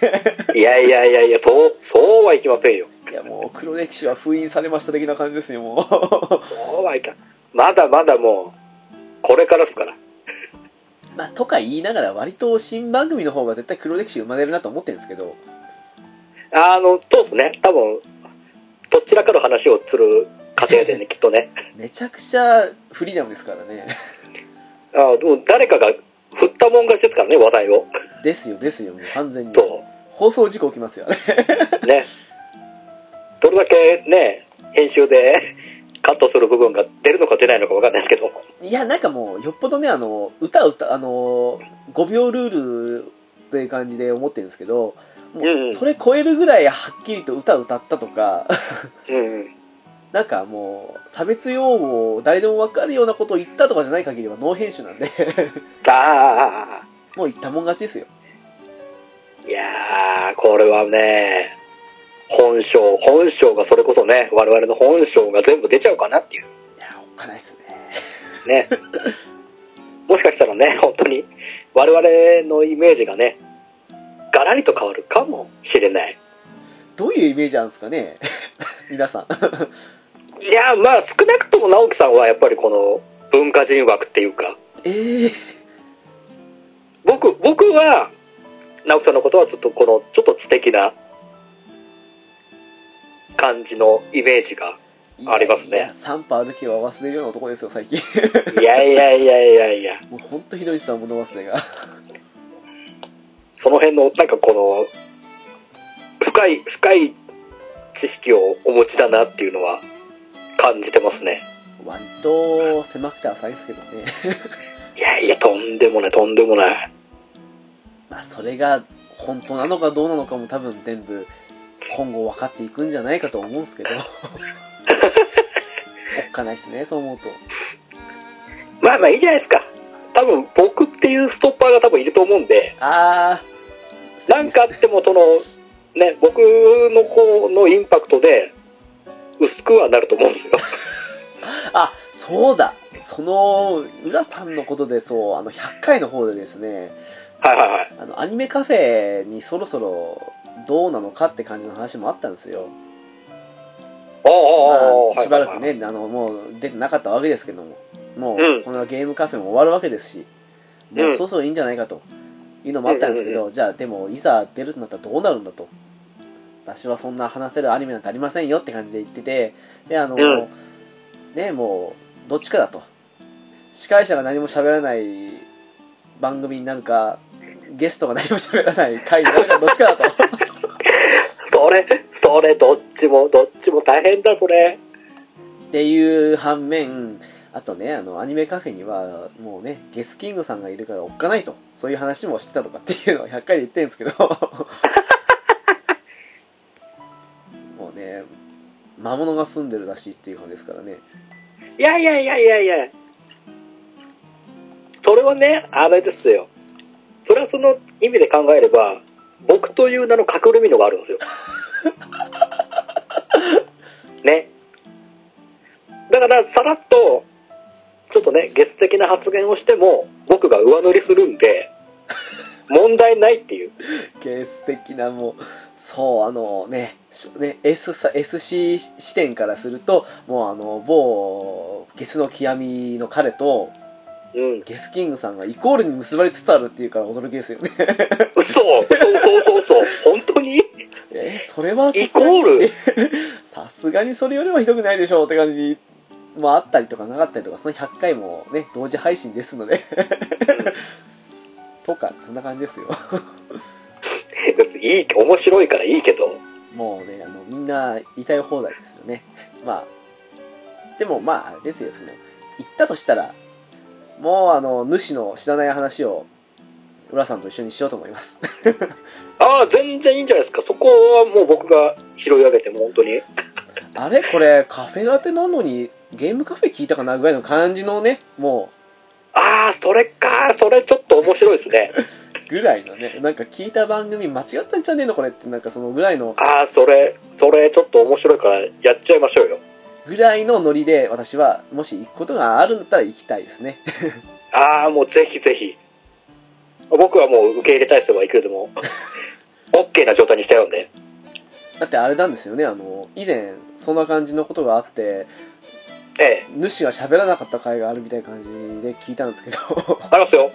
Speaker 2: いやいやいやいや、そう、そうはいきませんよ。
Speaker 1: いやもう黒歴史は封印されました的な感じですよも
Speaker 2: そうはいかん。まだまだもう、これからですから。
Speaker 1: う (laughs) まあとか言いながら割と新番組の方が絶対黒歴史生まれるなと思ってるんですけど
Speaker 2: あの、そうですね。多分、どちらかの話をする過程でね、きっとね。
Speaker 1: めちゃくちゃフリーダムですからね
Speaker 2: あでも誰かが振ったもん勝ちですからね、話題を。
Speaker 1: ですよですよもう完全に
Speaker 2: そ
Speaker 1: 放送事故起きますよね
Speaker 2: う。ね。どれだけね、編集で (laughs) カットする部分が出るのか出ないのかわかんないですけど。
Speaker 1: いやなんかもうよっぽどねあの歌歌あの5秒ルールという感じで思ってるんですけども
Speaker 2: うんう
Speaker 1: うんそれ超えるぐらいはっきりと歌歌ったとか
Speaker 2: うんうん。
Speaker 1: なんかもう差別用語を誰でも分かるようなことを言ったとかじゃない限りはノー編集なんで (laughs)
Speaker 2: あ
Speaker 1: もう言ったもん勝ちですよ
Speaker 2: あ、いやー、これはね、本性、本性がそれこそね、我々の本性が全部出ちゃうかなっていう。
Speaker 1: いやおっかないっすね
Speaker 2: ね。 (laughs) もしかしたらね、本当に、我々のイメージがね、ガラリと変わるかもしれない。
Speaker 1: どういうイメージなんですかね (laughs) 皆さん (laughs)
Speaker 2: いや、まあ、少なくとも直樹さんはやっぱりこの文化人枠っていうか、
Speaker 1: ええ
Speaker 2: 僕、僕は、直樹さんのことはちょっとこの、ちょっと知的な感じのイメージが。
Speaker 1: いや
Speaker 2: ありますね
Speaker 1: いや3歩歩きを合わせるような男ですよ最近 (laughs)
Speaker 2: いやいやいやいやいや。
Speaker 1: もうほんとひどいっすわ物忘れが
Speaker 2: その辺の、なんかこの、深い、深い知識をお持ちだなっていうのは感じてますね。
Speaker 1: 割と狭くて浅いですけどね (laughs)
Speaker 2: いやいや、とんでもない、とんでもない。
Speaker 1: まあそれが本当なのかどうなのかも多分全部 (laughs) 今後分かっていくんじゃないかと思うんですけどおっかないですねそう思うと
Speaker 2: まあまあいいじゃないですか。多分僕っていうストッパーが多分いると思うんで、
Speaker 1: ああ
Speaker 2: (laughs) なんかあってもその、ね、僕の方のインパクトで、薄くはなると思うんですよ。
Speaker 1: あそうだその浦さんのことでそうあの100回の方でですね
Speaker 2: はいはいはい。
Speaker 1: あのアニメカフェにそろそろどうなのかって感じの話もあったんですよ、
Speaker 2: ああ
Speaker 1: ま
Speaker 2: ああああ、
Speaker 1: あ、しばらく
Speaker 2: はいはいはい。
Speaker 1: ねあのもう出てなかったわけですけどももう、
Speaker 2: うん
Speaker 1: このゲームカフェも終わるわけですしもううんそろそろいいんじゃないかというのもあったんですけど、
Speaker 2: うんう
Speaker 1: じゃあでもいざ出るとなったらどうなるんだと私はそんな話せるアニメなんてありませんよって感じで言っててであの、
Speaker 2: うん
Speaker 1: ねもうどっちかだと司会者が何も喋らない番組になるかゲストが何も喋らない回になるかどっちかだと
Speaker 2: それ、それ、どっちも、どっちも大変だ、それ。
Speaker 1: っていう反面あとねあのアニメカフェにはもうねゲスキングさんがいるからおっかないとそういう話もしてたとかっていうのを100回で言ってるんですけどもうね魔物が住んでるらしいっていう感じですからね
Speaker 2: いやいやいやいやいや。それはね、あれですよ。プラスの意味で考えれば、僕という名の隠れみのがあるんですよ。ね。だから、さらっと、ちょっとね、ゲス的な発言をしても、僕が上乗りするんで、問題ないっていう。
Speaker 1: ゲス的なもうそうあのねしね S さ SC 視点からするともうあの某ゲスの極みの彼と
Speaker 2: うん。
Speaker 1: ゲスキングさんがイコールに結ばれつつあるっていうから驚きですよね
Speaker 2: 嘘そうそうそうそう。本当に (laughs)
Speaker 1: えそれはさすがに
Speaker 2: イコール
Speaker 1: (laughs) さすがにそれよりはひどくないでしょうって感じもあったりとかなかったりとかその100回もね同時配信ですので (laughs) とかそんな感じですよ
Speaker 2: いい、面白いからいいけど。
Speaker 1: もうねあのみんな言いたい放題ですよねまあでもまああれですよその言ったとしたらもうあの主の知らない話を浦さんと一緒にしようと思います
Speaker 2: (laughs) ああ、全然いいんじゃないですか。そこはもう僕が拾い上げても本当に。
Speaker 1: あれこれカフェラテなのにゲームカフェ聞いたかなぐらいの感じのねもう
Speaker 2: ああ、それか。それちょっと面白いですね。
Speaker 1: ぐらいのねなんか聞いた番組間違ったんじゃねえのこれってなんかそのぐらいの
Speaker 2: ああ、それ、それちょっと面白いからやっちゃいましょうよ。
Speaker 1: ぐらいのノリで私はもし行くことがあるんだったら行きたいですね (laughs)
Speaker 2: ああ、もうぜひぜひ。僕はもう受け入れ体制はいくらでも、OK な状態にしたようんで。
Speaker 1: だってあれなんですよねあの以前そんな感じのことがあって
Speaker 2: ええ、
Speaker 1: 主が喋らなかった回があるみたいな感じで聞いたんですけど (laughs)
Speaker 2: ありますよ。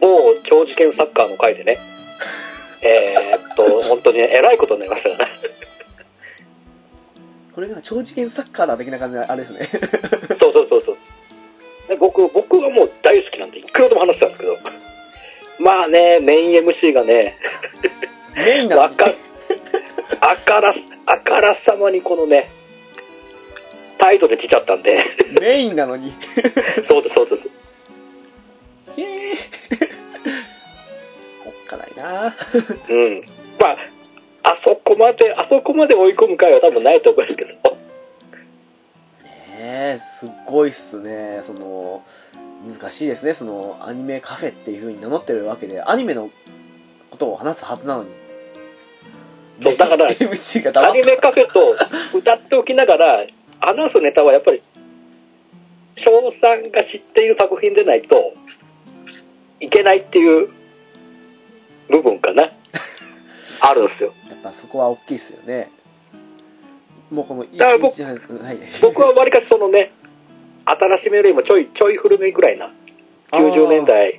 Speaker 2: 某長事件サッカーの回でね。えーっと、本当にね、えらいことになりましたよね。
Speaker 1: これが長次元サッカーだ的な感じのあれですね
Speaker 2: そうそうそうそう。で僕、僕はもう大好きなんで、いくらでも話してたんですけど。まあね、メイン MC がね、
Speaker 1: メインな
Speaker 2: (laughs) わ
Speaker 1: のに
Speaker 2: か、あからす、あからさまにこのね、態度で出ちゃったんで、
Speaker 1: メインなのに
Speaker 2: そうです、そうです。
Speaker 1: ひえー (laughs) おっかないな
Speaker 2: うん。まあ、あそこまで、あそこまで追い込む回は多分ないと思うんですけど。
Speaker 1: ねえすっごいっすねその難しいですねそのアニメカフェっていう風に名乗ってるわけでアニメのことを話すはずなのに
Speaker 2: そうだから
Speaker 1: MC が
Speaker 2: ア
Speaker 1: 黙っ
Speaker 2: ニメカフェと歌っておきながら、話すネタはやっぱり、翔さんが知っている作品でないといけないっていう部分かな。 (laughs) あるんですよ。
Speaker 1: やっぱそこは大きいっすよねもうこの1
Speaker 2: だから僕
Speaker 1: 日の話はい
Speaker 2: 僕はわりかしそのね、新しめよりもちょい、ちょい古めぐらいな、90年代、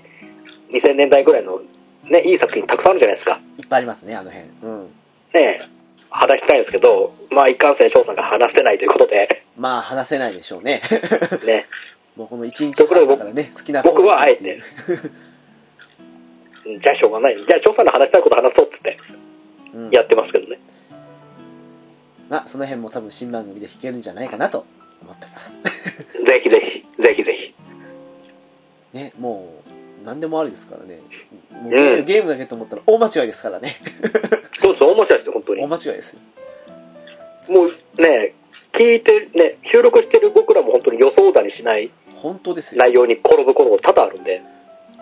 Speaker 2: 2000年代ぐらいのね、いい作品たくさんあるじゃないですか。
Speaker 1: いっぱいありますねあの辺うん
Speaker 2: ねえ、話したいんですけど、まあいかんせん翔さんが話してないということで、
Speaker 1: まあ話せないでしょうね (laughs)
Speaker 2: ね、
Speaker 1: もうこの1日半だからね好きな
Speaker 2: 僕はあえ
Speaker 1: っていう
Speaker 2: て、じゃあしょうがない。じゃあ翔さんの話したいこと話そうっつって
Speaker 1: うん、
Speaker 2: やってますけどね。
Speaker 1: まあその辺も多分新番組で弾けるんじゃないかなと思っております
Speaker 2: ぜひぜひ、ぜひぜひ。
Speaker 1: ねもう何でもありですからねもうゲームゲームだけと思ったら大間違いですからね
Speaker 2: そうそう、面白いですよ、本当に。
Speaker 1: 大
Speaker 2: も
Speaker 1: 間違いですよ
Speaker 2: うね、聞いて、ね、収録してる僕らもも本当に予想だにしない
Speaker 1: 本当ですよ
Speaker 2: 内容に転ぶことも多々あるんで、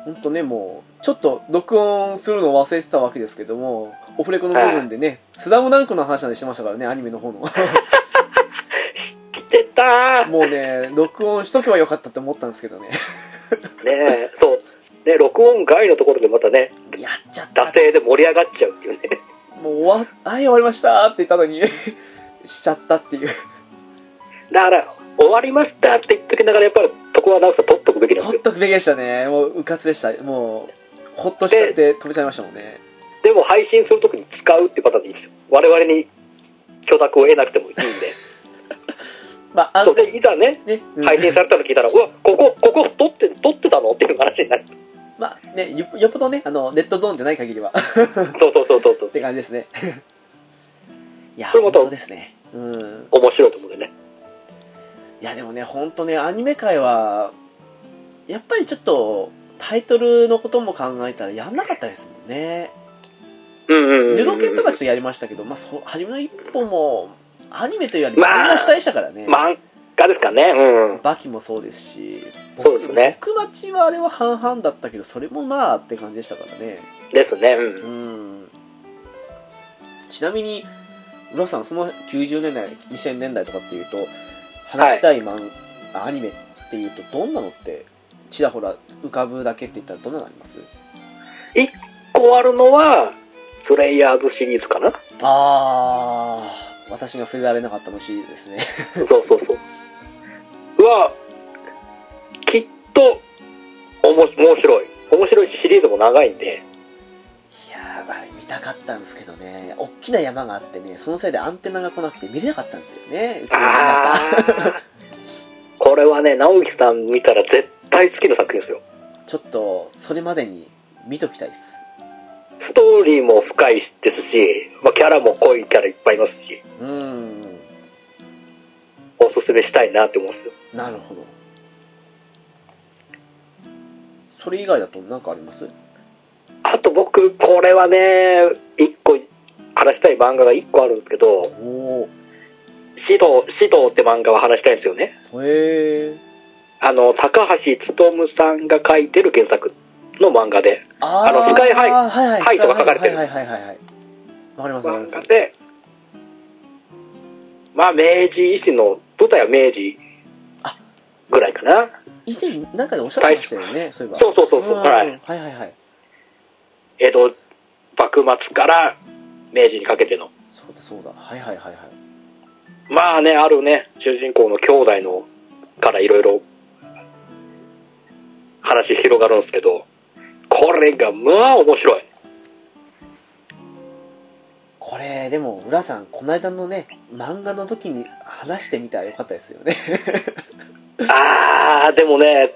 Speaker 1: 本当ねもうちょっと録音するのを忘れてたわけですけどもオフレコの部分でね「スダムダンク」の話なんてしてましたからねアニメの方
Speaker 2: (laughs)
Speaker 1: の
Speaker 2: 来てたー
Speaker 1: もうね録音しとけばよかったって思ったんですけどね
Speaker 2: ねえ、そう。ね、録音外のところでまたね、
Speaker 1: やっちゃった
Speaker 2: 惰性で盛り上がっちゃうっていうね。 (laughs)
Speaker 1: もう終わ「はい終わりました」って言ったのに (laughs) しちゃったっていう
Speaker 2: だから、終わりましたって言っときながら、やっぱり、そこはなんか取っとくべきなんです
Speaker 1: 取っ
Speaker 2: よ。
Speaker 1: とくべきでしたねもううかつでしたもうほっとしちゃって飛びちゃいましたもんね
Speaker 2: でも、配信するときに使うっていうパターンでいいんですよ。我々に許諾を得なく
Speaker 1: (laughs)
Speaker 2: てもいいんで。
Speaker 1: まあ
Speaker 2: そ
Speaker 1: 安
Speaker 2: うで、いざね、
Speaker 1: 全ね、うん
Speaker 2: 配信されたの聞いたら、 (laughs) うわ、ここ、ここ、取って、取ってたのっていう話になる。
Speaker 1: まあねよよっぽどねあのネットゾーンじゃない限りはっ
Speaker 2: そうそうそうそうそう。
Speaker 1: て感じですねいや
Speaker 2: それ
Speaker 1: 本
Speaker 2: また
Speaker 1: 当ですねうん
Speaker 2: 面白いと思うんでね。
Speaker 1: いやでもね本当ねアニメ界はやっぱりちょっとタイトルのことも考えたらやんなかったですもんね
Speaker 2: うんうんうんうん。
Speaker 1: ルロケンとかちょっとやりましたけど、まあ、そ初めの一歩もアニメというよりみん
Speaker 2: まあ
Speaker 1: な主体でしたからね、
Speaker 2: 漫画ですかね。うん。
Speaker 1: バキもそうですし
Speaker 2: そうですね
Speaker 1: 僕待ちはあれは半々だったけどそれもまあって感じでしたからね
Speaker 2: ですね。う。
Speaker 1: うんんちなみに浦さんその90年代2000年代とかっていうと話したい漫、あアニメっていうとどんなのってちらほら浮かぶだけって言ったらどんなのあります
Speaker 2: こうあるのは、スレイヤーズシリーズか (laughs) な。
Speaker 1: ああ私が触れられなかったのシリーズですね
Speaker 2: そうそうそう。うわ、きっと、おも、面白い。面白いし、シリーズも長いんで。
Speaker 1: いやーあれ見たかったんですけどね大きな山があってねそのせいでアンテナが来なくて見れなかったんですよねうちの
Speaker 2: あ
Speaker 1: 田舎
Speaker 2: あ。 (laughs) これはね、直樹さん見たら絶対好きな作品ですよ。
Speaker 1: ちょっとそれまでに見ときたいです
Speaker 2: ストーリーも深いですし、まあ、キャラも濃いキャラいっぱいいますし、
Speaker 1: うーん
Speaker 2: おすすめしたいなって思うんですよ。
Speaker 1: なるほどそれ以外だと何かあります
Speaker 2: あと僕、これはね、一個、話したい漫画が一個あるんですけど、
Speaker 1: お
Speaker 2: 指導、指導って漫画は話したいんですよね。
Speaker 1: おへえ
Speaker 2: あの、高橋勉さんが書いてる原作の漫画で、
Speaker 1: あ
Speaker 2: あのスカイハイ
Speaker 1: あーはいはい
Speaker 2: ハイとか書かれてる
Speaker 1: はいはいはいはいはいわかりますわかりま
Speaker 2: 漫
Speaker 1: す
Speaker 2: 画で、まあ、明治維新の、舞台は明治
Speaker 1: あ
Speaker 2: ぐらいかな。
Speaker 1: 以前なんかでおっしゃってましたよねそういえば
Speaker 2: そうそうそうそう、
Speaker 1: ん
Speaker 2: は
Speaker 1: はい
Speaker 2: い。
Speaker 1: はいはい
Speaker 2: 江戸、幕末から明治にかけての。
Speaker 1: そうだそうだはいはいはいはい
Speaker 2: まあね、あるね、主人公の兄弟の、からいろいろ、話広がるんですけど、これが、まあ面白い。
Speaker 1: これでも浦さんこの間のね漫画の時に話してみたらよかったですよね (laughs)
Speaker 2: あー、でもね、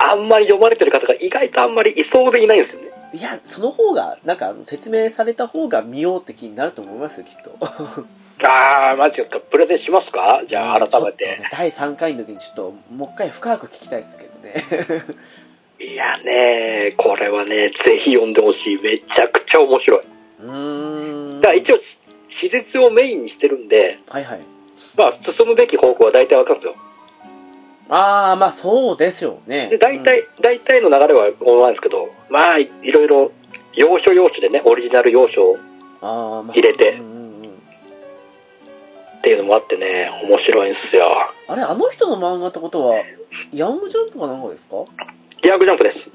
Speaker 2: あんまり読まれてる方が意外とあんまりいそうでいないんですよね。
Speaker 1: いやその方がなんかあの説明された方が見ようって気になると思いますよきっと
Speaker 2: あー、マジですか。プレゼンしますかじゃあ、改め
Speaker 1: ちょっと
Speaker 2: て。
Speaker 1: ね第3回の時にちょっともう一回深く聞きたいですけどね
Speaker 2: (laughs) いやね、これはね、ぜひ読んでほしい。めちゃくちゃ面白い。
Speaker 1: うーん
Speaker 2: だから一応、史実をメインにしてるんで、
Speaker 1: はいはい
Speaker 2: まあ、進むべき方向は大体わかるんですよ。
Speaker 1: ああまあそうですよね
Speaker 2: で、大
Speaker 1: うん
Speaker 2: 体、大体の流れは思わないんですけど、まあ、いいろいろ、要所要所でね、オリジナル要所
Speaker 1: あーまあ
Speaker 2: 入れて
Speaker 1: うんうんうん
Speaker 2: っていうのもあってね、面白いんですよ。
Speaker 1: あれあの人の漫画ってことはヤングジャンプかなんかですか
Speaker 2: ヤングジャンプです。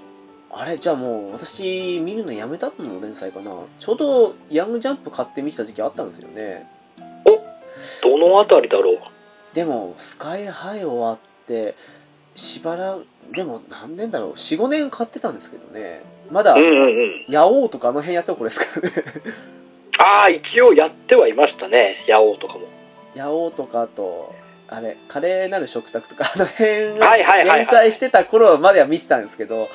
Speaker 1: あれじゃあもう私見るのやめたの連載かなちょうどヤングジャンプ買ってみた時期あったんですよね
Speaker 2: どのあたりだろう
Speaker 1: でもスカイハイ終わってしばらでも何年だろう45年買ってたんですけどねまだ
Speaker 2: うんうんうん。
Speaker 1: ヤオウとかあの辺やってた頃ですからね
Speaker 2: (laughs) ああ、一応やってはいましたね。ヤオウとかも。
Speaker 1: ヤオウとかあとあれ華麗なる食卓とかあの辺を
Speaker 2: はいはいはいはい
Speaker 1: 連載してた頃までは見てたんですけど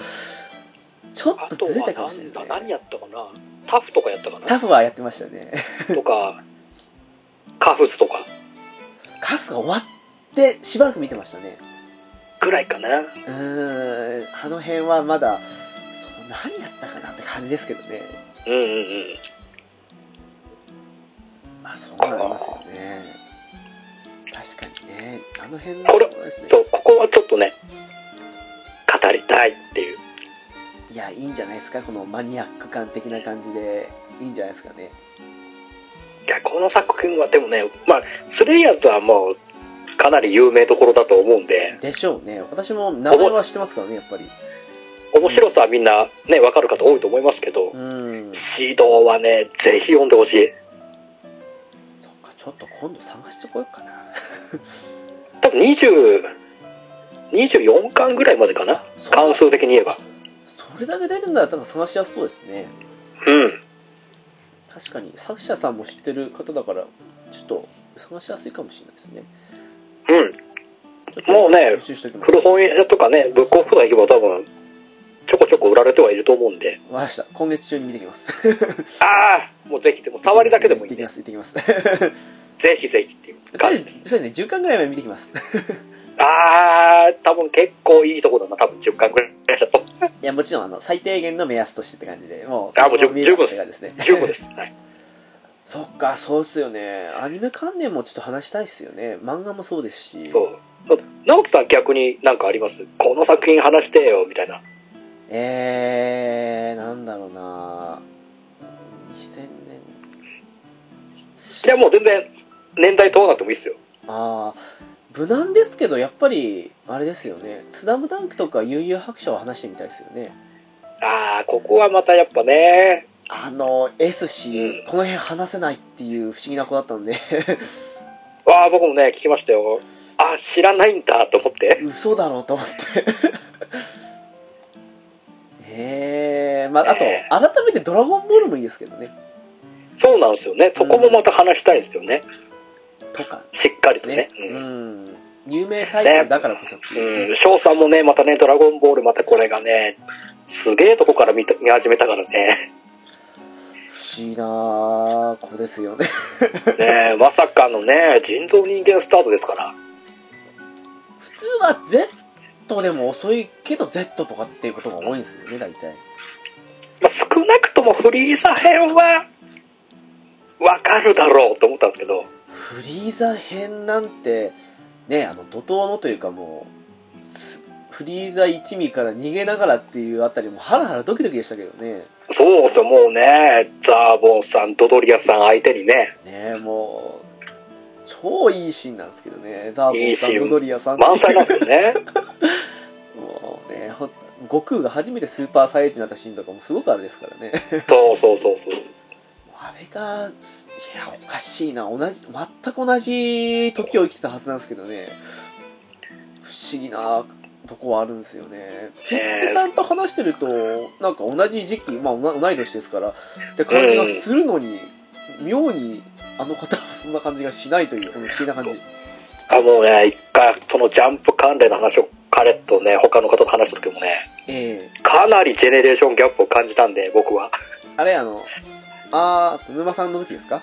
Speaker 1: ちょっ
Speaker 2: あ
Speaker 1: と
Speaker 2: と
Speaker 1: ずれ
Speaker 2: は
Speaker 1: たかもしれ
Speaker 2: 何
Speaker 1: な
Speaker 2: だ
Speaker 1: いですね
Speaker 2: 何やったかなタフとかやったかな
Speaker 1: タフはやってましたね
Speaker 2: とか、カフスとか
Speaker 1: カフスが終わってしばらく見てましたね
Speaker 2: ぐらいかな。
Speaker 1: うーんあの辺はまだそう何やったかなって感じですけどね
Speaker 2: うんうんうん。
Speaker 1: まあそうなりますよね確かにねあの辺
Speaker 2: これ
Speaker 1: そうですね
Speaker 2: そうここはちょっとね語りたいっていう
Speaker 1: いやいいんじゃないですかこのマニアック感的な感じでいいんじゃないですかね
Speaker 2: いやこの作品はでもね、まあ、スレイヤーズはもうかなり有名どころだと思うんで
Speaker 1: でしょうね私も名前は知ってますからねやっぱり
Speaker 2: 面白さはみんなね分かる方多いと思いますけど
Speaker 1: うん
Speaker 2: シードはねぜひ読んでほしい
Speaker 1: そっかちょっと今度探してこようかな
Speaker 2: 多分20 24巻ぐらいまでかな
Speaker 1: そう
Speaker 2: 関数的に言えば
Speaker 1: それだけ出てんだら多分探しやすそうですね
Speaker 2: うん
Speaker 1: 確かに作者さんも知ってる方だからちょっと探しやすいかもしれないですね
Speaker 2: うん
Speaker 1: ちょっと
Speaker 2: もうね
Speaker 1: 復習しておきます
Speaker 2: 古本屋とかねブックオフとか行けば多分ちょこちょこ売られてはいると思うんで
Speaker 1: わかりました今月中に見てきます
Speaker 2: ああもうぜひでも触りだけでもい
Speaker 1: (laughs)
Speaker 2: い
Speaker 1: 行
Speaker 2: ん
Speaker 1: ってき
Speaker 2: で
Speaker 1: ます行ってきますと
Speaker 2: ぜひぜひっていう
Speaker 1: りあ
Speaker 2: 感
Speaker 1: えず
Speaker 2: じです
Speaker 1: そうですね10巻ぐらいまで見てきます (laughs)
Speaker 2: ああ多分結構いいとこだな多分10巻ぐらいだと
Speaker 1: いやもちろんあの最低限の目安としてって感じでもう
Speaker 2: あもう十
Speaker 1: そのまま見るって感じですね
Speaker 2: 15です、 (laughs) はい、
Speaker 1: そっかそうっすよねアニメ関連もちょっと話したいっすよね漫画もそうですし
Speaker 2: そう直樹さん逆になんかありますこの作品話してよみたいな
Speaker 1: えー、なんだろうな2000年
Speaker 2: いやもう全然年代問わなくてもいいっすよ
Speaker 1: ああ無難ですけどやっぱりあれですよね「スダムダンク」とか「悠々白書」を話してみたいですよね
Speaker 2: ああここはまたやっぱね
Speaker 1: あの S 氏この辺話せないっていう不思議な子だったんで (laughs)
Speaker 2: わあ僕もね聞きましたよあー知らないんだと思って
Speaker 1: 嘘だろうと思って (laughs) ええまああと
Speaker 2: ねえ
Speaker 1: 改めて「ドラゴンボール」もいいですけどね
Speaker 2: そうなんですよねそこもまた話したいですよね、
Speaker 1: とか
Speaker 2: しっか
Speaker 1: で
Speaker 2: り
Speaker 1: す
Speaker 2: と
Speaker 1: ね
Speaker 2: ね
Speaker 1: うん有名タイトルだからこそって
Speaker 2: う
Speaker 1: い
Speaker 2: ん
Speaker 1: う、
Speaker 2: うん翔さんもねまたね「ドラゴンボール」またこれがねすげえとこから見た見始めたから (laughs) ね
Speaker 1: 不思議な子ですよね (laughs)
Speaker 2: ねえまさかのね人造人間スタートですから
Speaker 1: 普通は Z でも遅いけど Z とかっていうことが多いんですよね大体
Speaker 2: まあ、少なくともフリーザ編はわかるだろうと思ったんですけど
Speaker 1: フリーザ編なんてねあの怒涛のというかもうすフリーザ一味から逃げながらっていうあたりもハラハラドキドキでしたけどね
Speaker 2: そうですよもうねザーボンさんドドリアさん相手にね
Speaker 1: ねえもう超いいシーンなんですけどねザーボンさ
Speaker 2: い
Speaker 1: ん
Speaker 2: いシー
Speaker 1: ロ
Speaker 2: ン
Speaker 1: ドリアさんっていう
Speaker 2: 満載なんです
Speaker 1: (laughs)
Speaker 2: よね
Speaker 1: もうねほん悟空が初めてスーパーサイヤ人になったシーンとかもすごくあれですからね
Speaker 2: そうそうそうそう
Speaker 1: あれがすいやおかしいな同じ全く同じ時を生きてたはずなんですけどね不思議なとこはあるんですよねピスケさんと話してるとなんか同じ時期まあ同同い年ですからって感じがするのに、妙にあの方はそんな感じがしないというこの不思議な感じ
Speaker 2: あもうね一回そのジャンプ関連の話を彼とね他の方と話した時もね
Speaker 1: ええ
Speaker 2: かなりジェネレーションギャップを感じたんで僕は
Speaker 1: あれあのああ沼さんの時ですか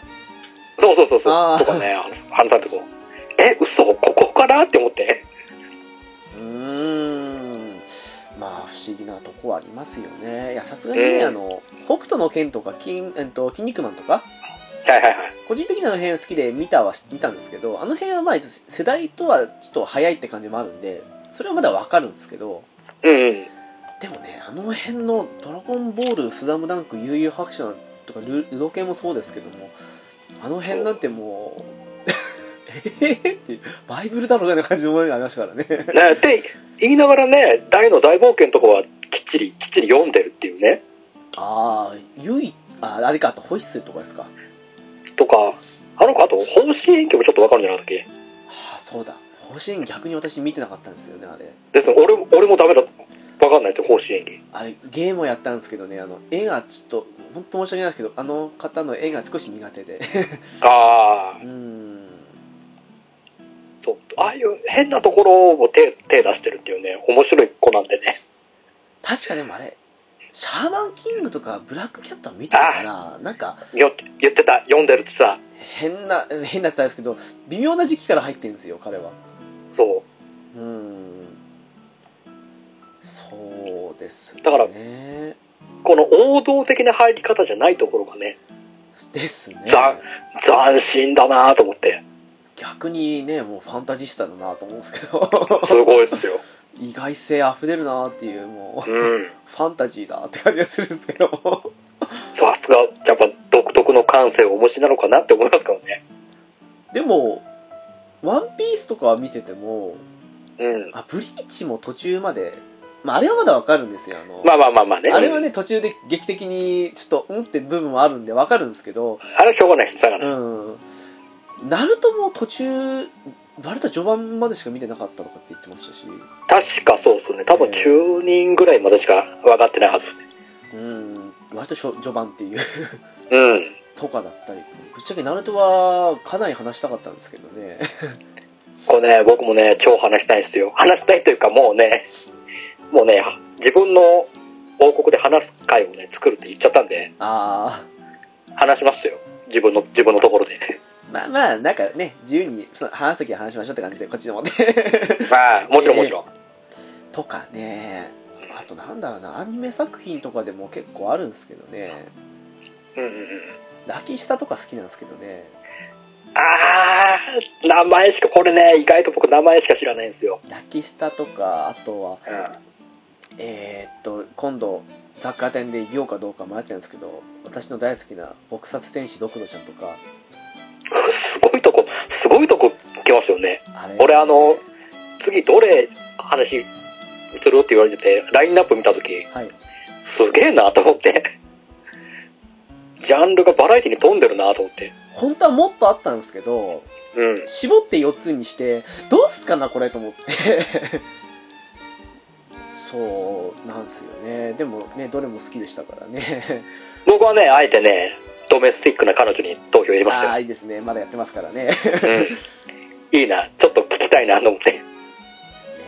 Speaker 2: そうそうそうそ
Speaker 1: あー
Speaker 2: うとかね話したとこえ嘘ここからって思って
Speaker 1: うーんまあ不思議なとこはありますよねいやさすがにね、
Speaker 2: うん
Speaker 1: あの北斗の拳とか筋,、えっと、筋肉マンとか
Speaker 2: はいはいはい
Speaker 1: 個人的にあの辺好きで見たは見たんですけどあの辺はまあ世代とはちょっと早いって感じもあるんでそれはまだわかるんですけど
Speaker 2: うんうん
Speaker 1: でもねあの辺の「ドラゴンボール」「スダムダンク」「悠々白書」とか「ルルドケン」もそうですけどもあの辺なんてもう (laughs) ええっていうバイブルだろうみたいな感じのものがありましたからね
Speaker 2: ね、って言いながらね大の大冒険とかはきっちりきっちり読んでるっていうね
Speaker 1: ああ、ゆい、あ、あれか、あと、ホイッスルとかですか。
Speaker 2: とかあの子あと方針演技もちょっと分かるんじゃなかったっけ
Speaker 1: ああ、そうだ。方針逆に私見てなかったんですよね、あれ。
Speaker 2: です俺も俺もダメだ分かんないですよ方針演技
Speaker 1: あれ、ゲームをやったんですけどね、あの、絵がちょっと、本当申し訳ないですけど、あの方の絵が少し苦手で。 (laughs) う
Speaker 2: ああ
Speaker 1: ーん。
Speaker 2: そうああいう変なところも手手出してるっていうね面白い子なんでね
Speaker 1: 確かでもあれ、シャーマンキングとか、ブラックキャットは見てたかな。なんか、
Speaker 2: よ言ってた読んでるってさ
Speaker 1: 変な、変なやつなんですけど、微妙な時期から入ってるんですよ、彼は。
Speaker 2: そう
Speaker 1: ーん。そうですね。
Speaker 2: だから
Speaker 1: ね。
Speaker 2: うこの王道的な入り方じゃないところがね
Speaker 1: ですね。
Speaker 2: ざ斬新だなと思って
Speaker 1: 逆にねもうファンタジスタだなと思うんですけ (laughs)
Speaker 2: す
Speaker 1: ど
Speaker 2: ごいですよ。
Speaker 1: 意外性あふれるなっていうもう
Speaker 2: うん。
Speaker 1: ファンタジーだって感じがするんですけども
Speaker 2: さすが、やっぱ独特の感性をお持ちなのかなって思いますからね。
Speaker 1: でも「ワンピースとか見てても
Speaker 2: うん。
Speaker 1: あブリーチも途中まで、まあ、あれはまだわかるんですよあの、
Speaker 2: まあまあまあまあね。
Speaker 1: あれはね途中で劇的にちょっとうんって部分もあるんでわかるんですけど
Speaker 2: うん。あれはしょうがないです。だか
Speaker 1: う
Speaker 2: ら。
Speaker 1: んナルトも途中割と序盤までしか見てなかったとかって言ってましたし
Speaker 2: 確かそうですね。多分中人ぐらいまでしか分かってないはずですね。
Speaker 1: うん割としょ序盤っていう
Speaker 2: うん。
Speaker 1: とかだったりぶっちゃけナルトはかなり話したかったんですけどね (laughs)
Speaker 2: これね、僕もね、超話したいんですよ。話したいというかもうね、もうね、自分の王国で話す会をね、作るって言っちゃったんで、
Speaker 1: ああ
Speaker 2: 話しますよ。自分の、自分のところで。
Speaker 1: まあまあなんかね自由にその話す時は話しましょうって感じでこっちで (laughs) もね
Speaker 2: はい。もちろんもちろん。
Speaker 1: とかねあとなんだろうなアニメ作品とかでも結構あるんですけどね
Speaker 2: うんうんうん。
Speaker 1: ラキスタとか好きなんですけどね
Speaker 2: あー、名前しか、これね、意外と僕名前しか知らないんですよ。
Speaker 1: ラキスタとかあとは
Speaker 2: うん。
Speaker 1: えーっと今度雑貨店で言おうかどうか迷ってるんですけど私の大好きな撲殺天使ドクロちゃんとか
Speaker 2: すごいとこ、すごいとこ来ますよね。
Speaker 1: あれ
Speaker 2: 俺あの次どれ話するって言われてて、ラインナップ見たとき、
Speaker 1: はい
Speaker 2: すげえなと思って。ジャンルがバラエティに富んでるなと思って。
Speaker 1: 本当はもっとあったんですけど
Speaker 2: うん。
Speaker 1: 絞って4つにしてどうすっかなこれと思って (laughs) そうなんですよねでもねどれも好きでしたからね
Speaker 2: 僕はね、あえてね、ドメスティックな彼女に投票入れまし
Speaker 1: あ
Speaker 2: た
Speaker 1: あ
Speaker 2: よ。
Speaker 1: いいですねまだやってますからね (laughs)
Speaker 2: うん。いいな。ちょっと聞きたいなと思って。
Speaker 1: ね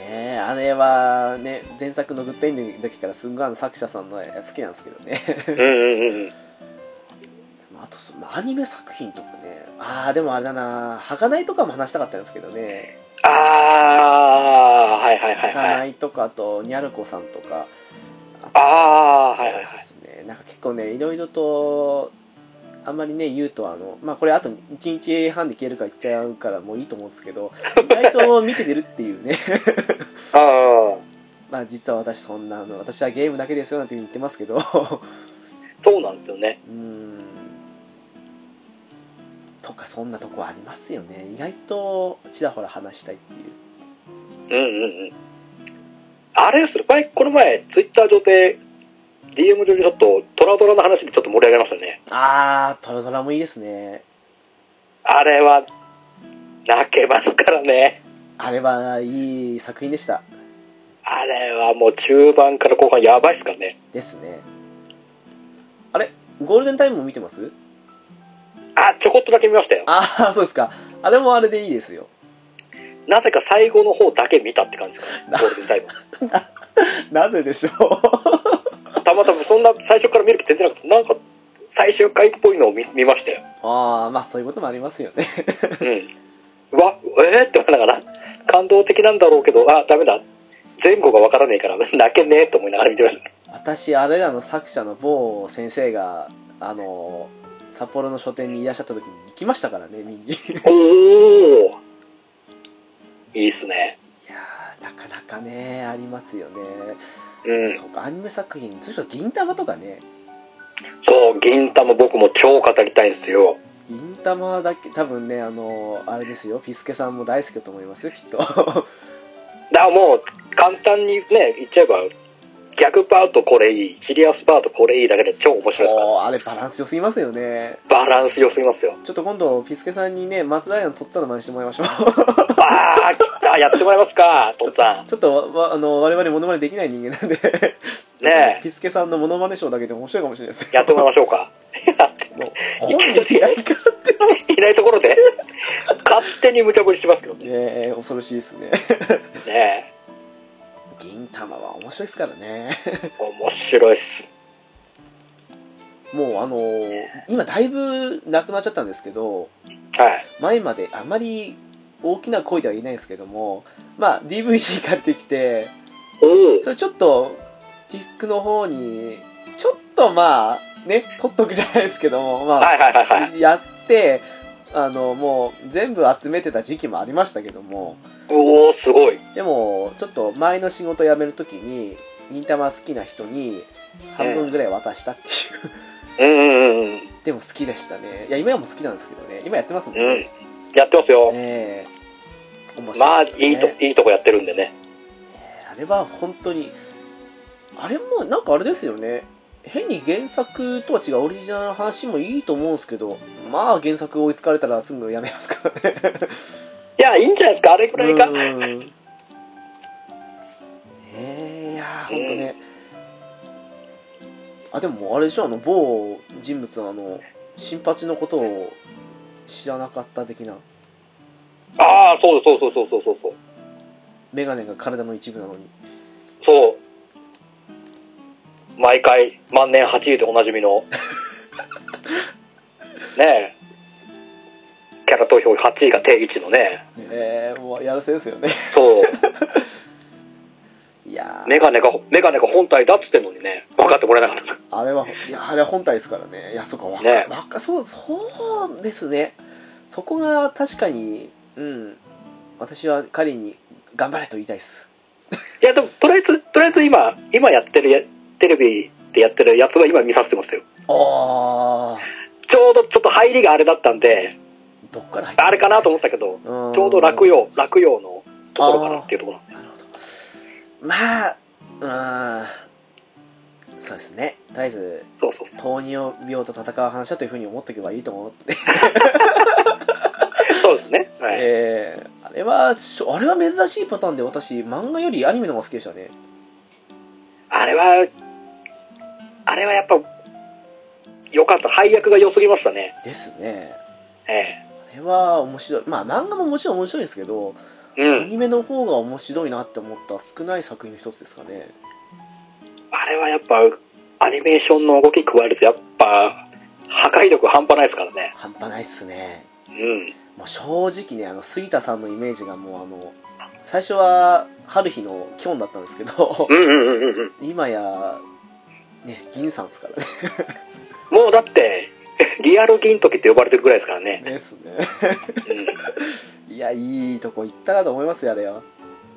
Speaker 1: えあれはね前作のグッドエンドの時からすんごいあの作者さんのやつ好きなんですけどね (laughs)
Speaker 2: うんうんうんうん。
Speaker 1: まああとそのアニメ作品とかねああでもあれだな「はかない」とかも話したかったんですけどね
Speaker 2: あー、はいは
Speaker 1: 「
Speaker 2: いは
Speaker 1: はいかな
Speaker 2: はい。
Speaker 1: い」とかあと「にゃるこさん」とか
Speaker 2: あー、
Speaker 1: そう
Speaker 2: はいはいは
Speaker 1: で
Speaker 2: い。
Speaker 1: すねなんか結構ねいろいろとあんまりね言うとあのまあこれあと1日半で消えるから言っちゃうからもういいと思うんですけ
Speaker 2: (laughs)
Speaker 1: ど意外と見て出るっていうね (laughs)
Speaker 2: あー、
Speaker 1: まあ実は私そんなあの私はゲームだけですよなんていうふうに言ってますけど (laughs)
Speaker 2: そうなんですよね。
Speaker 1: うーんとかそんなとこありますよね意外とちらほら話したいっていう
Speaker 2: うんうんうん。あれですよ、前、この前、ツイッター上で、DM 上でちょっと、トラドラの話でちょっと盛り上がりましたよね。
Speaker 1: あー、トラトラもいいですね。
Speaker 2: あれは、泣けますからね。
Speaker 1: あれはいい作品でした。
Speaker 2: あれはもう中盤から後半やばいっすからね。
Speaker 1: ですね。あれゴールデンタイムも見てます
Speaker 2: あ、ちょこっとだけ見ましたよ。
Speaker 1: あー、そうですか。あれもあれでいいですよ。
Speaker 2: なぜか最後の方だけ見たって感じですかね。ゴールデンタイム。
Speaker 1: なぜでしょう (laughs)
Speaker 2: たまたまそんな最初から見る気全然なくて、なんか、最終回っぽいのを見見ましたよ。
Speaker 1: あー、まあそういうこともありますよね。
Speaker 2: うん。うわ、えー、って思いながら、感動的なんだろうけど、あ、ダメだ。前後がわからねえから、 (laughs) 泣けねえと思いながら見てました。
Speaker 1: 私、あれらの作者の某先生が、あの、札幌の書店にいらっしゃった時に行きましたからね、見に。い (laughs)
Speaker 2: おおいいっすね。
Speaker 1: やー、なかなかね、ありますよね。
Speaker 2: うん。
Speaker 1: そうか、アニメ作品、それから銀玉とかね、
Speaker 2: そう、銀玉僕も超語りたいんですよ。
Speaker 1: 銀玉だけ多分ねあのあれですよピスケさんも大好きだと思いますよきっと
Speaker 2: だからもう、簡単にね、言っちゃえば、逆パートこれいい、シリアスパートこれいいだけで (laughs) 超面白いですから。
Speaker 1: そうあれバランス良すぎますよね
Speaker 2: バランス良すぎますよ。
Speaker 1: ちょっと今度ピスケさんにね松平のとっつぁんの真似してもらいましょう
Speaker 2: あー、きた、やってもらえますか、とっつぁん。
Speaker 1: ちょっとわあの我々モノマネできない人間なんで
Speaker 2: ねえ
Speaker 1: ピスケさんのモノマネショーだけでも面白いかもしれないですよ
Speaker 2: やってもらいましょうか。やって
Speaker 1: もう本人いないから
Speaker 2: いないとこ
Speaker 1: (laughs)
Speaker 2: ろで、勝手に無茶ぶりしますけどね。
Speaker 1: ねえ恐ろしいですね
Speaker 2: ね
Speaker 1: 銀玉は面白いですからね
Speaker 2: 面白いっす。
Speaker 1: もうあの今だいぶなくなっちゃったんですけど
Speaker 2: はい。
Speaker 1: 前まであまり大きな声では言えないんですけども、まあ、DVD 借りてきて
Speaker 2: おお
Speaker 1: それちょっとディスクの方にちょっとまあね取っとくじゃないですけどもまあ、
Speaker 2: はいはいはいはい。
Speaker 1: やってあのもう全部集めてた時期もありましたけども
Speaker 2: うおーすごい
Speaker 1: でもちょっと前の仕事辞める時に忍たま好きな人に半分ぐらい渡したっていう、
Speaker 2: うんうんうんうん
Speaker 1: でも好きでしたねいや今も好きなんですけどね今やってますもん
Speaker 2: うん
Speaker 1: ね、
Speaker 2: やってますよ、
Speaker 1: ええ面
Speaker 2: ま
Speaker 1: 白
Speaker 2: あ
Speaker 1: いですよね
Speaker 2: いいといいとこやってるんでね
Speaker 1: あれは本当にあれもなんかあれですよね変に原作とは違うオリジナルの話もいいと思うんですけどまあ原作追いつかれたらすぐやめますからね
Speaker 2: いやいいんじゃないですかあれくらいが
Speaker 1: うんねえいやーほんとね、あでもあれでしょあの某人物はあの新八のことを知らなかった的な
Speaker 2: ああそうそうそうそうそうそうそう
Speaker 1: 眼鏡が体の一部なのに
Speaker 2: そう毎回万年8位でおなじ
Speaker 1: (laughs)
Speaker 2: みのねえキャラ投票8位が定位置のね
Speaker 1: ええもうやらせですよね
Speaker 2: そう
Speaker 1: いやー
Speaker 2: メガネがメガネが本体だっつってんのにね分かってもらえなかった
Speaker 1: あれは、いや、あれは本体ですからね。いや、そうか、わか、
Speaker 2: ね
Speaker 1: わか、そう、そうですね。そこが確かに、うん、私は彼に頑張れと言いたいです。
Speaker 2: いやでもとりあえずとりあえず今今やってるやテレビでやってるやつは今見させてますよ
Speaker 1: ああ、
Speaker 2: ちょうどちょっと入りがあれだったんで
Speaker 1: どっから入って
Speaker 2: あれかなと思ったけど
Speaker 1: 思
Speaker 2: ちょうど落
Speaker 1: 用。
Speaker 2: 葉落葉のところかなっていうところ
Speaker 1: なるほど。まあ、うん、そうですね。とりあえず、
Speaker 2: そうそうそう
Speaker 1: 糖尿病と戦う話だというふうに思っておけばいいと思
Speaker 2: (laughs)
Speaker 1: って。
Speaker 2: そうですねはい、
Speaker 1: えー、あれはしょ、あれは珍しいパターンで私、漫画よりアニメの方が好きでしたね。
Speaker 2: あれはあれはやっぱ良かった配役が良すぎましたね
Speaker 1: ですね。
Speaker 2: え
Speaker 1: あれは面白いまあ漫画ももちろん面白いですけど、
Speaker 2: えう
Speaker 1: ア
Speaker 2: ん
Speaker 1: ニメの方が面白いなって思った少ない作品の一つですかね
Speaker 2: あれはやっぱアニメーションの動き加えるとやっぱ破壊力半端ないですからね
Speaker 1: 半端ないっすね
Speaker 2: うん
Speaker 1: もう正直ねあの杉田さんのイメージがもうあの最初は春日のキョンだったんですけど
Speaker 2: うんうんうんうんうん
Speaker 1: 今やね銀さんですからね
Speaker 2: もうだって、 (laughs) リアル銀時って呼ばれてるぐらいですからね。
Speaker 1: ですね
Speaker 2: う
Speaker 1: (laughs)
Speaker 2: ん、
Speaker 1: いやいいとこ行ったなと思いますよあれは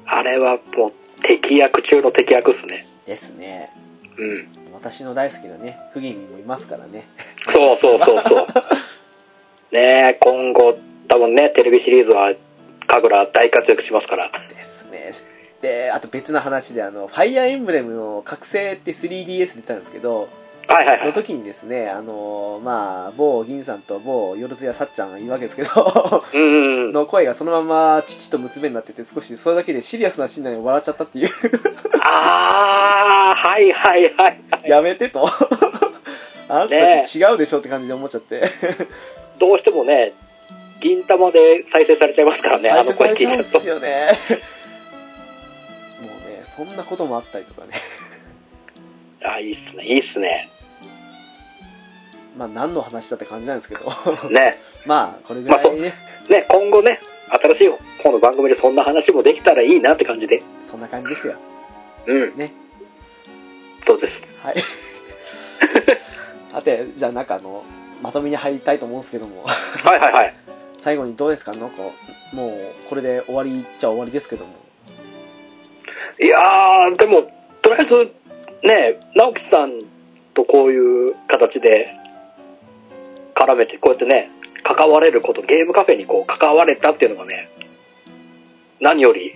Speaker 2: あれはもう、敵役中の敵役っすね。
Speaker 1: ですね
Speaker 2: うん。
Speaker 1: 私の大好きなねクギミもいますからね
Speaker 2: そうそうそう
Speaker 1: (laughs)
Speaker 2: そう。ねえ、今後、多分ね、テレビシリーズは、神楽大活躍しますから。
Speaker 1: ですねであと別の話であの「ファイアーエンブレム」の覚醒って 3DS 出たんですけど
Speaker 2: はいはいは
Speaker 1: の
Speaker 2: い。
Speaker 1: 時にですねあのまあ某銀さんと某よろずやさっちゃんがいるわけですけど (laughs)
Speaker 2: うんうんうん。
Speaker 1: の声がそのまま父と娘になってて少しそれだけでシリアスなシーンなのに笑っちゃったっていう
Speaker 2: あー、はいはいはい。
Speaker 1: やめてと (laughs) あなたたち違うでしょって感じで思っちゃって
Speaker 2: どうしてもね、銀玉で再生されちゃいますからね、あ
Speaker 1: 再
Speaker 2: の
Speaker 1: 生さ
Speaker 2: 声
Speaker 1: れ
Speaker 2: 聞
Speaker 1: ち
Speaker 2: い
Speaker 1: ゃうん
Speaker 2: た
Speaker 1: で
Speaker 2: と
Speaker 1: す。よね (laughs) もうねそんなこともあったりとかね (laughs)
Speaker 2: あー、いいっすね、いいっすね。
Speaker 1: まあ何の話だって感じなんですけど (laughs)
Speaker 2: ね。
Speaker 1: まあこれぐらいね
Speaker 2: ね、今後ね、新しい方の番組でそんな話もできたらいいなって感じで。
Speaker 1: そんな感じですよ
Speaker 2: うん。
Speaker 1: ね。
Speaker 2: そうです。
Speaker 1: はい。 (laughs) さて、じゃあなんかあの、まとめに入りたいと思うんですけども、 (laughs)
Speaker 2: はいはいはい。
Speaker 1: 最後にどうですかなんか、もう、これで終わりっちゃ終わりですけども。
Speaker 2: いやー、でも、とりあえず、ね、直樹さんとこういう形で絡めて、こうやってね、関われること、ゲームカフェにこう関われたっていうのがね、何より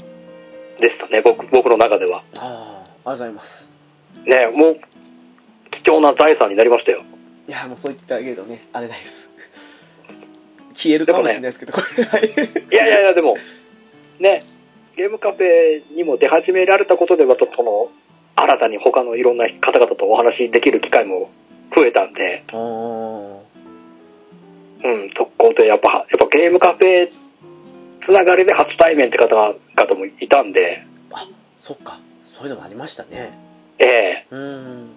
Speaker 2: でしたね、僕僕の中では。
Speaker 1: ああ、ありがとうございます。
Speaker 2: ね、もう、貴重な財産になりましたよ。
Speaker 1: いや、もうそう言っていただけるとね、あれない (laughs) です。消えるかもしれないですけど、これ、はい。 (laughs)
Speaker 2: いやいやいや、でも、ね、ゲームカフェにも出始められたことで、またその、新たに他のいろんな方々とお話しできる機会も増えたんで、
Speaker 1: お
Speaker 2: うん、そこでやっぱ、やっぱゲームカフェつながりで初対面って方々もいたんで、
Speaker 1: そっか、そういうのもありましたね。
Speaker 2: ええ
Speaker 1: うーん。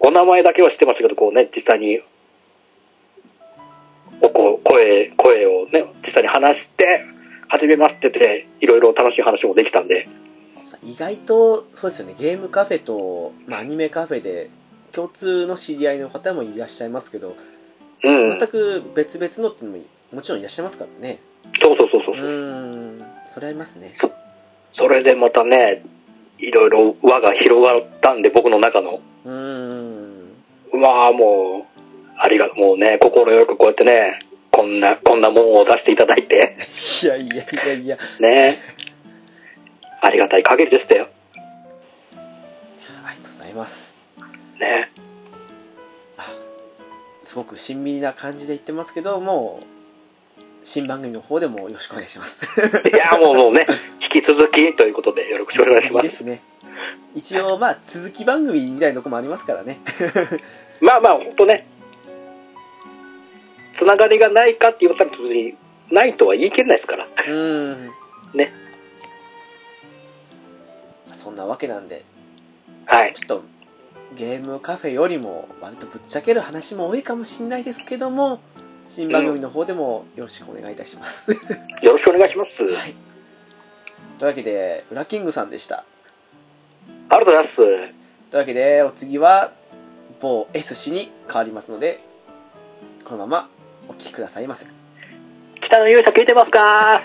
Speaker 2: お名前だけは知ってましたけど、こうね、実際に、おこ声、声をね、実際に話して、初めましてで、いろいろ楽しい話もできたんで、
Speaker 1: 意外と、そうですよね、ゲームカフェと、まあ、アニメカフェで、共通の知り合いの方もいらっしゃいますけど、
Speaker 2: うん。
Speaker 1: 全く別々のっていうのももちろんいらっしゃいますからね
Speaker 2: そうそうそうそううそう、
Speaker 1: ーんそれありますね
Speaker 2: それでまたねいろいろ輪が広がったんで僕の中の
Speaker 1: うーん
Speaker 2: まあもうありがもうね心よくこうやってねこんなこんなもんを出していただいて
Speaker 1: いやいやいやいや
Speaker 2: ねありがたい限りでしたよ
Speaker 1: ありがとうございます
Speaker 2: ね
Speaker 1: すごく親身な感じで言ってますけどもう新番組の方でもよろしくお願いします
Speaker 2: いやもうもうね引き続きということでよろしくお願いしま
Speaker 1: ですすね一応まあ続き番組みたいなとこもありますからね
Speaker 2: まあまあ本当ねつながりがないかって言ったら別にないとは言い切れないですから
Speaker 1: うーん
Speaker 2: ね
Speaker 1: そんなわけなんで
Speaker 2: はい
Speaker 1: ちょっとゲームカフェよりも割とぶっちゃける話も多いかもしれないですけども新番組の方でもよろしくお願いいたします、は
Speaker 2: よろしくお願いします
Speaker 1: いというわけでウラキングさんでした
Speaker 2: ありがとうございます
Speaker 1: というわけでお次は某 S 氏に変わりますのでこのままお聞きくださいませ
Speaker 2: 北の勇者聞いてますか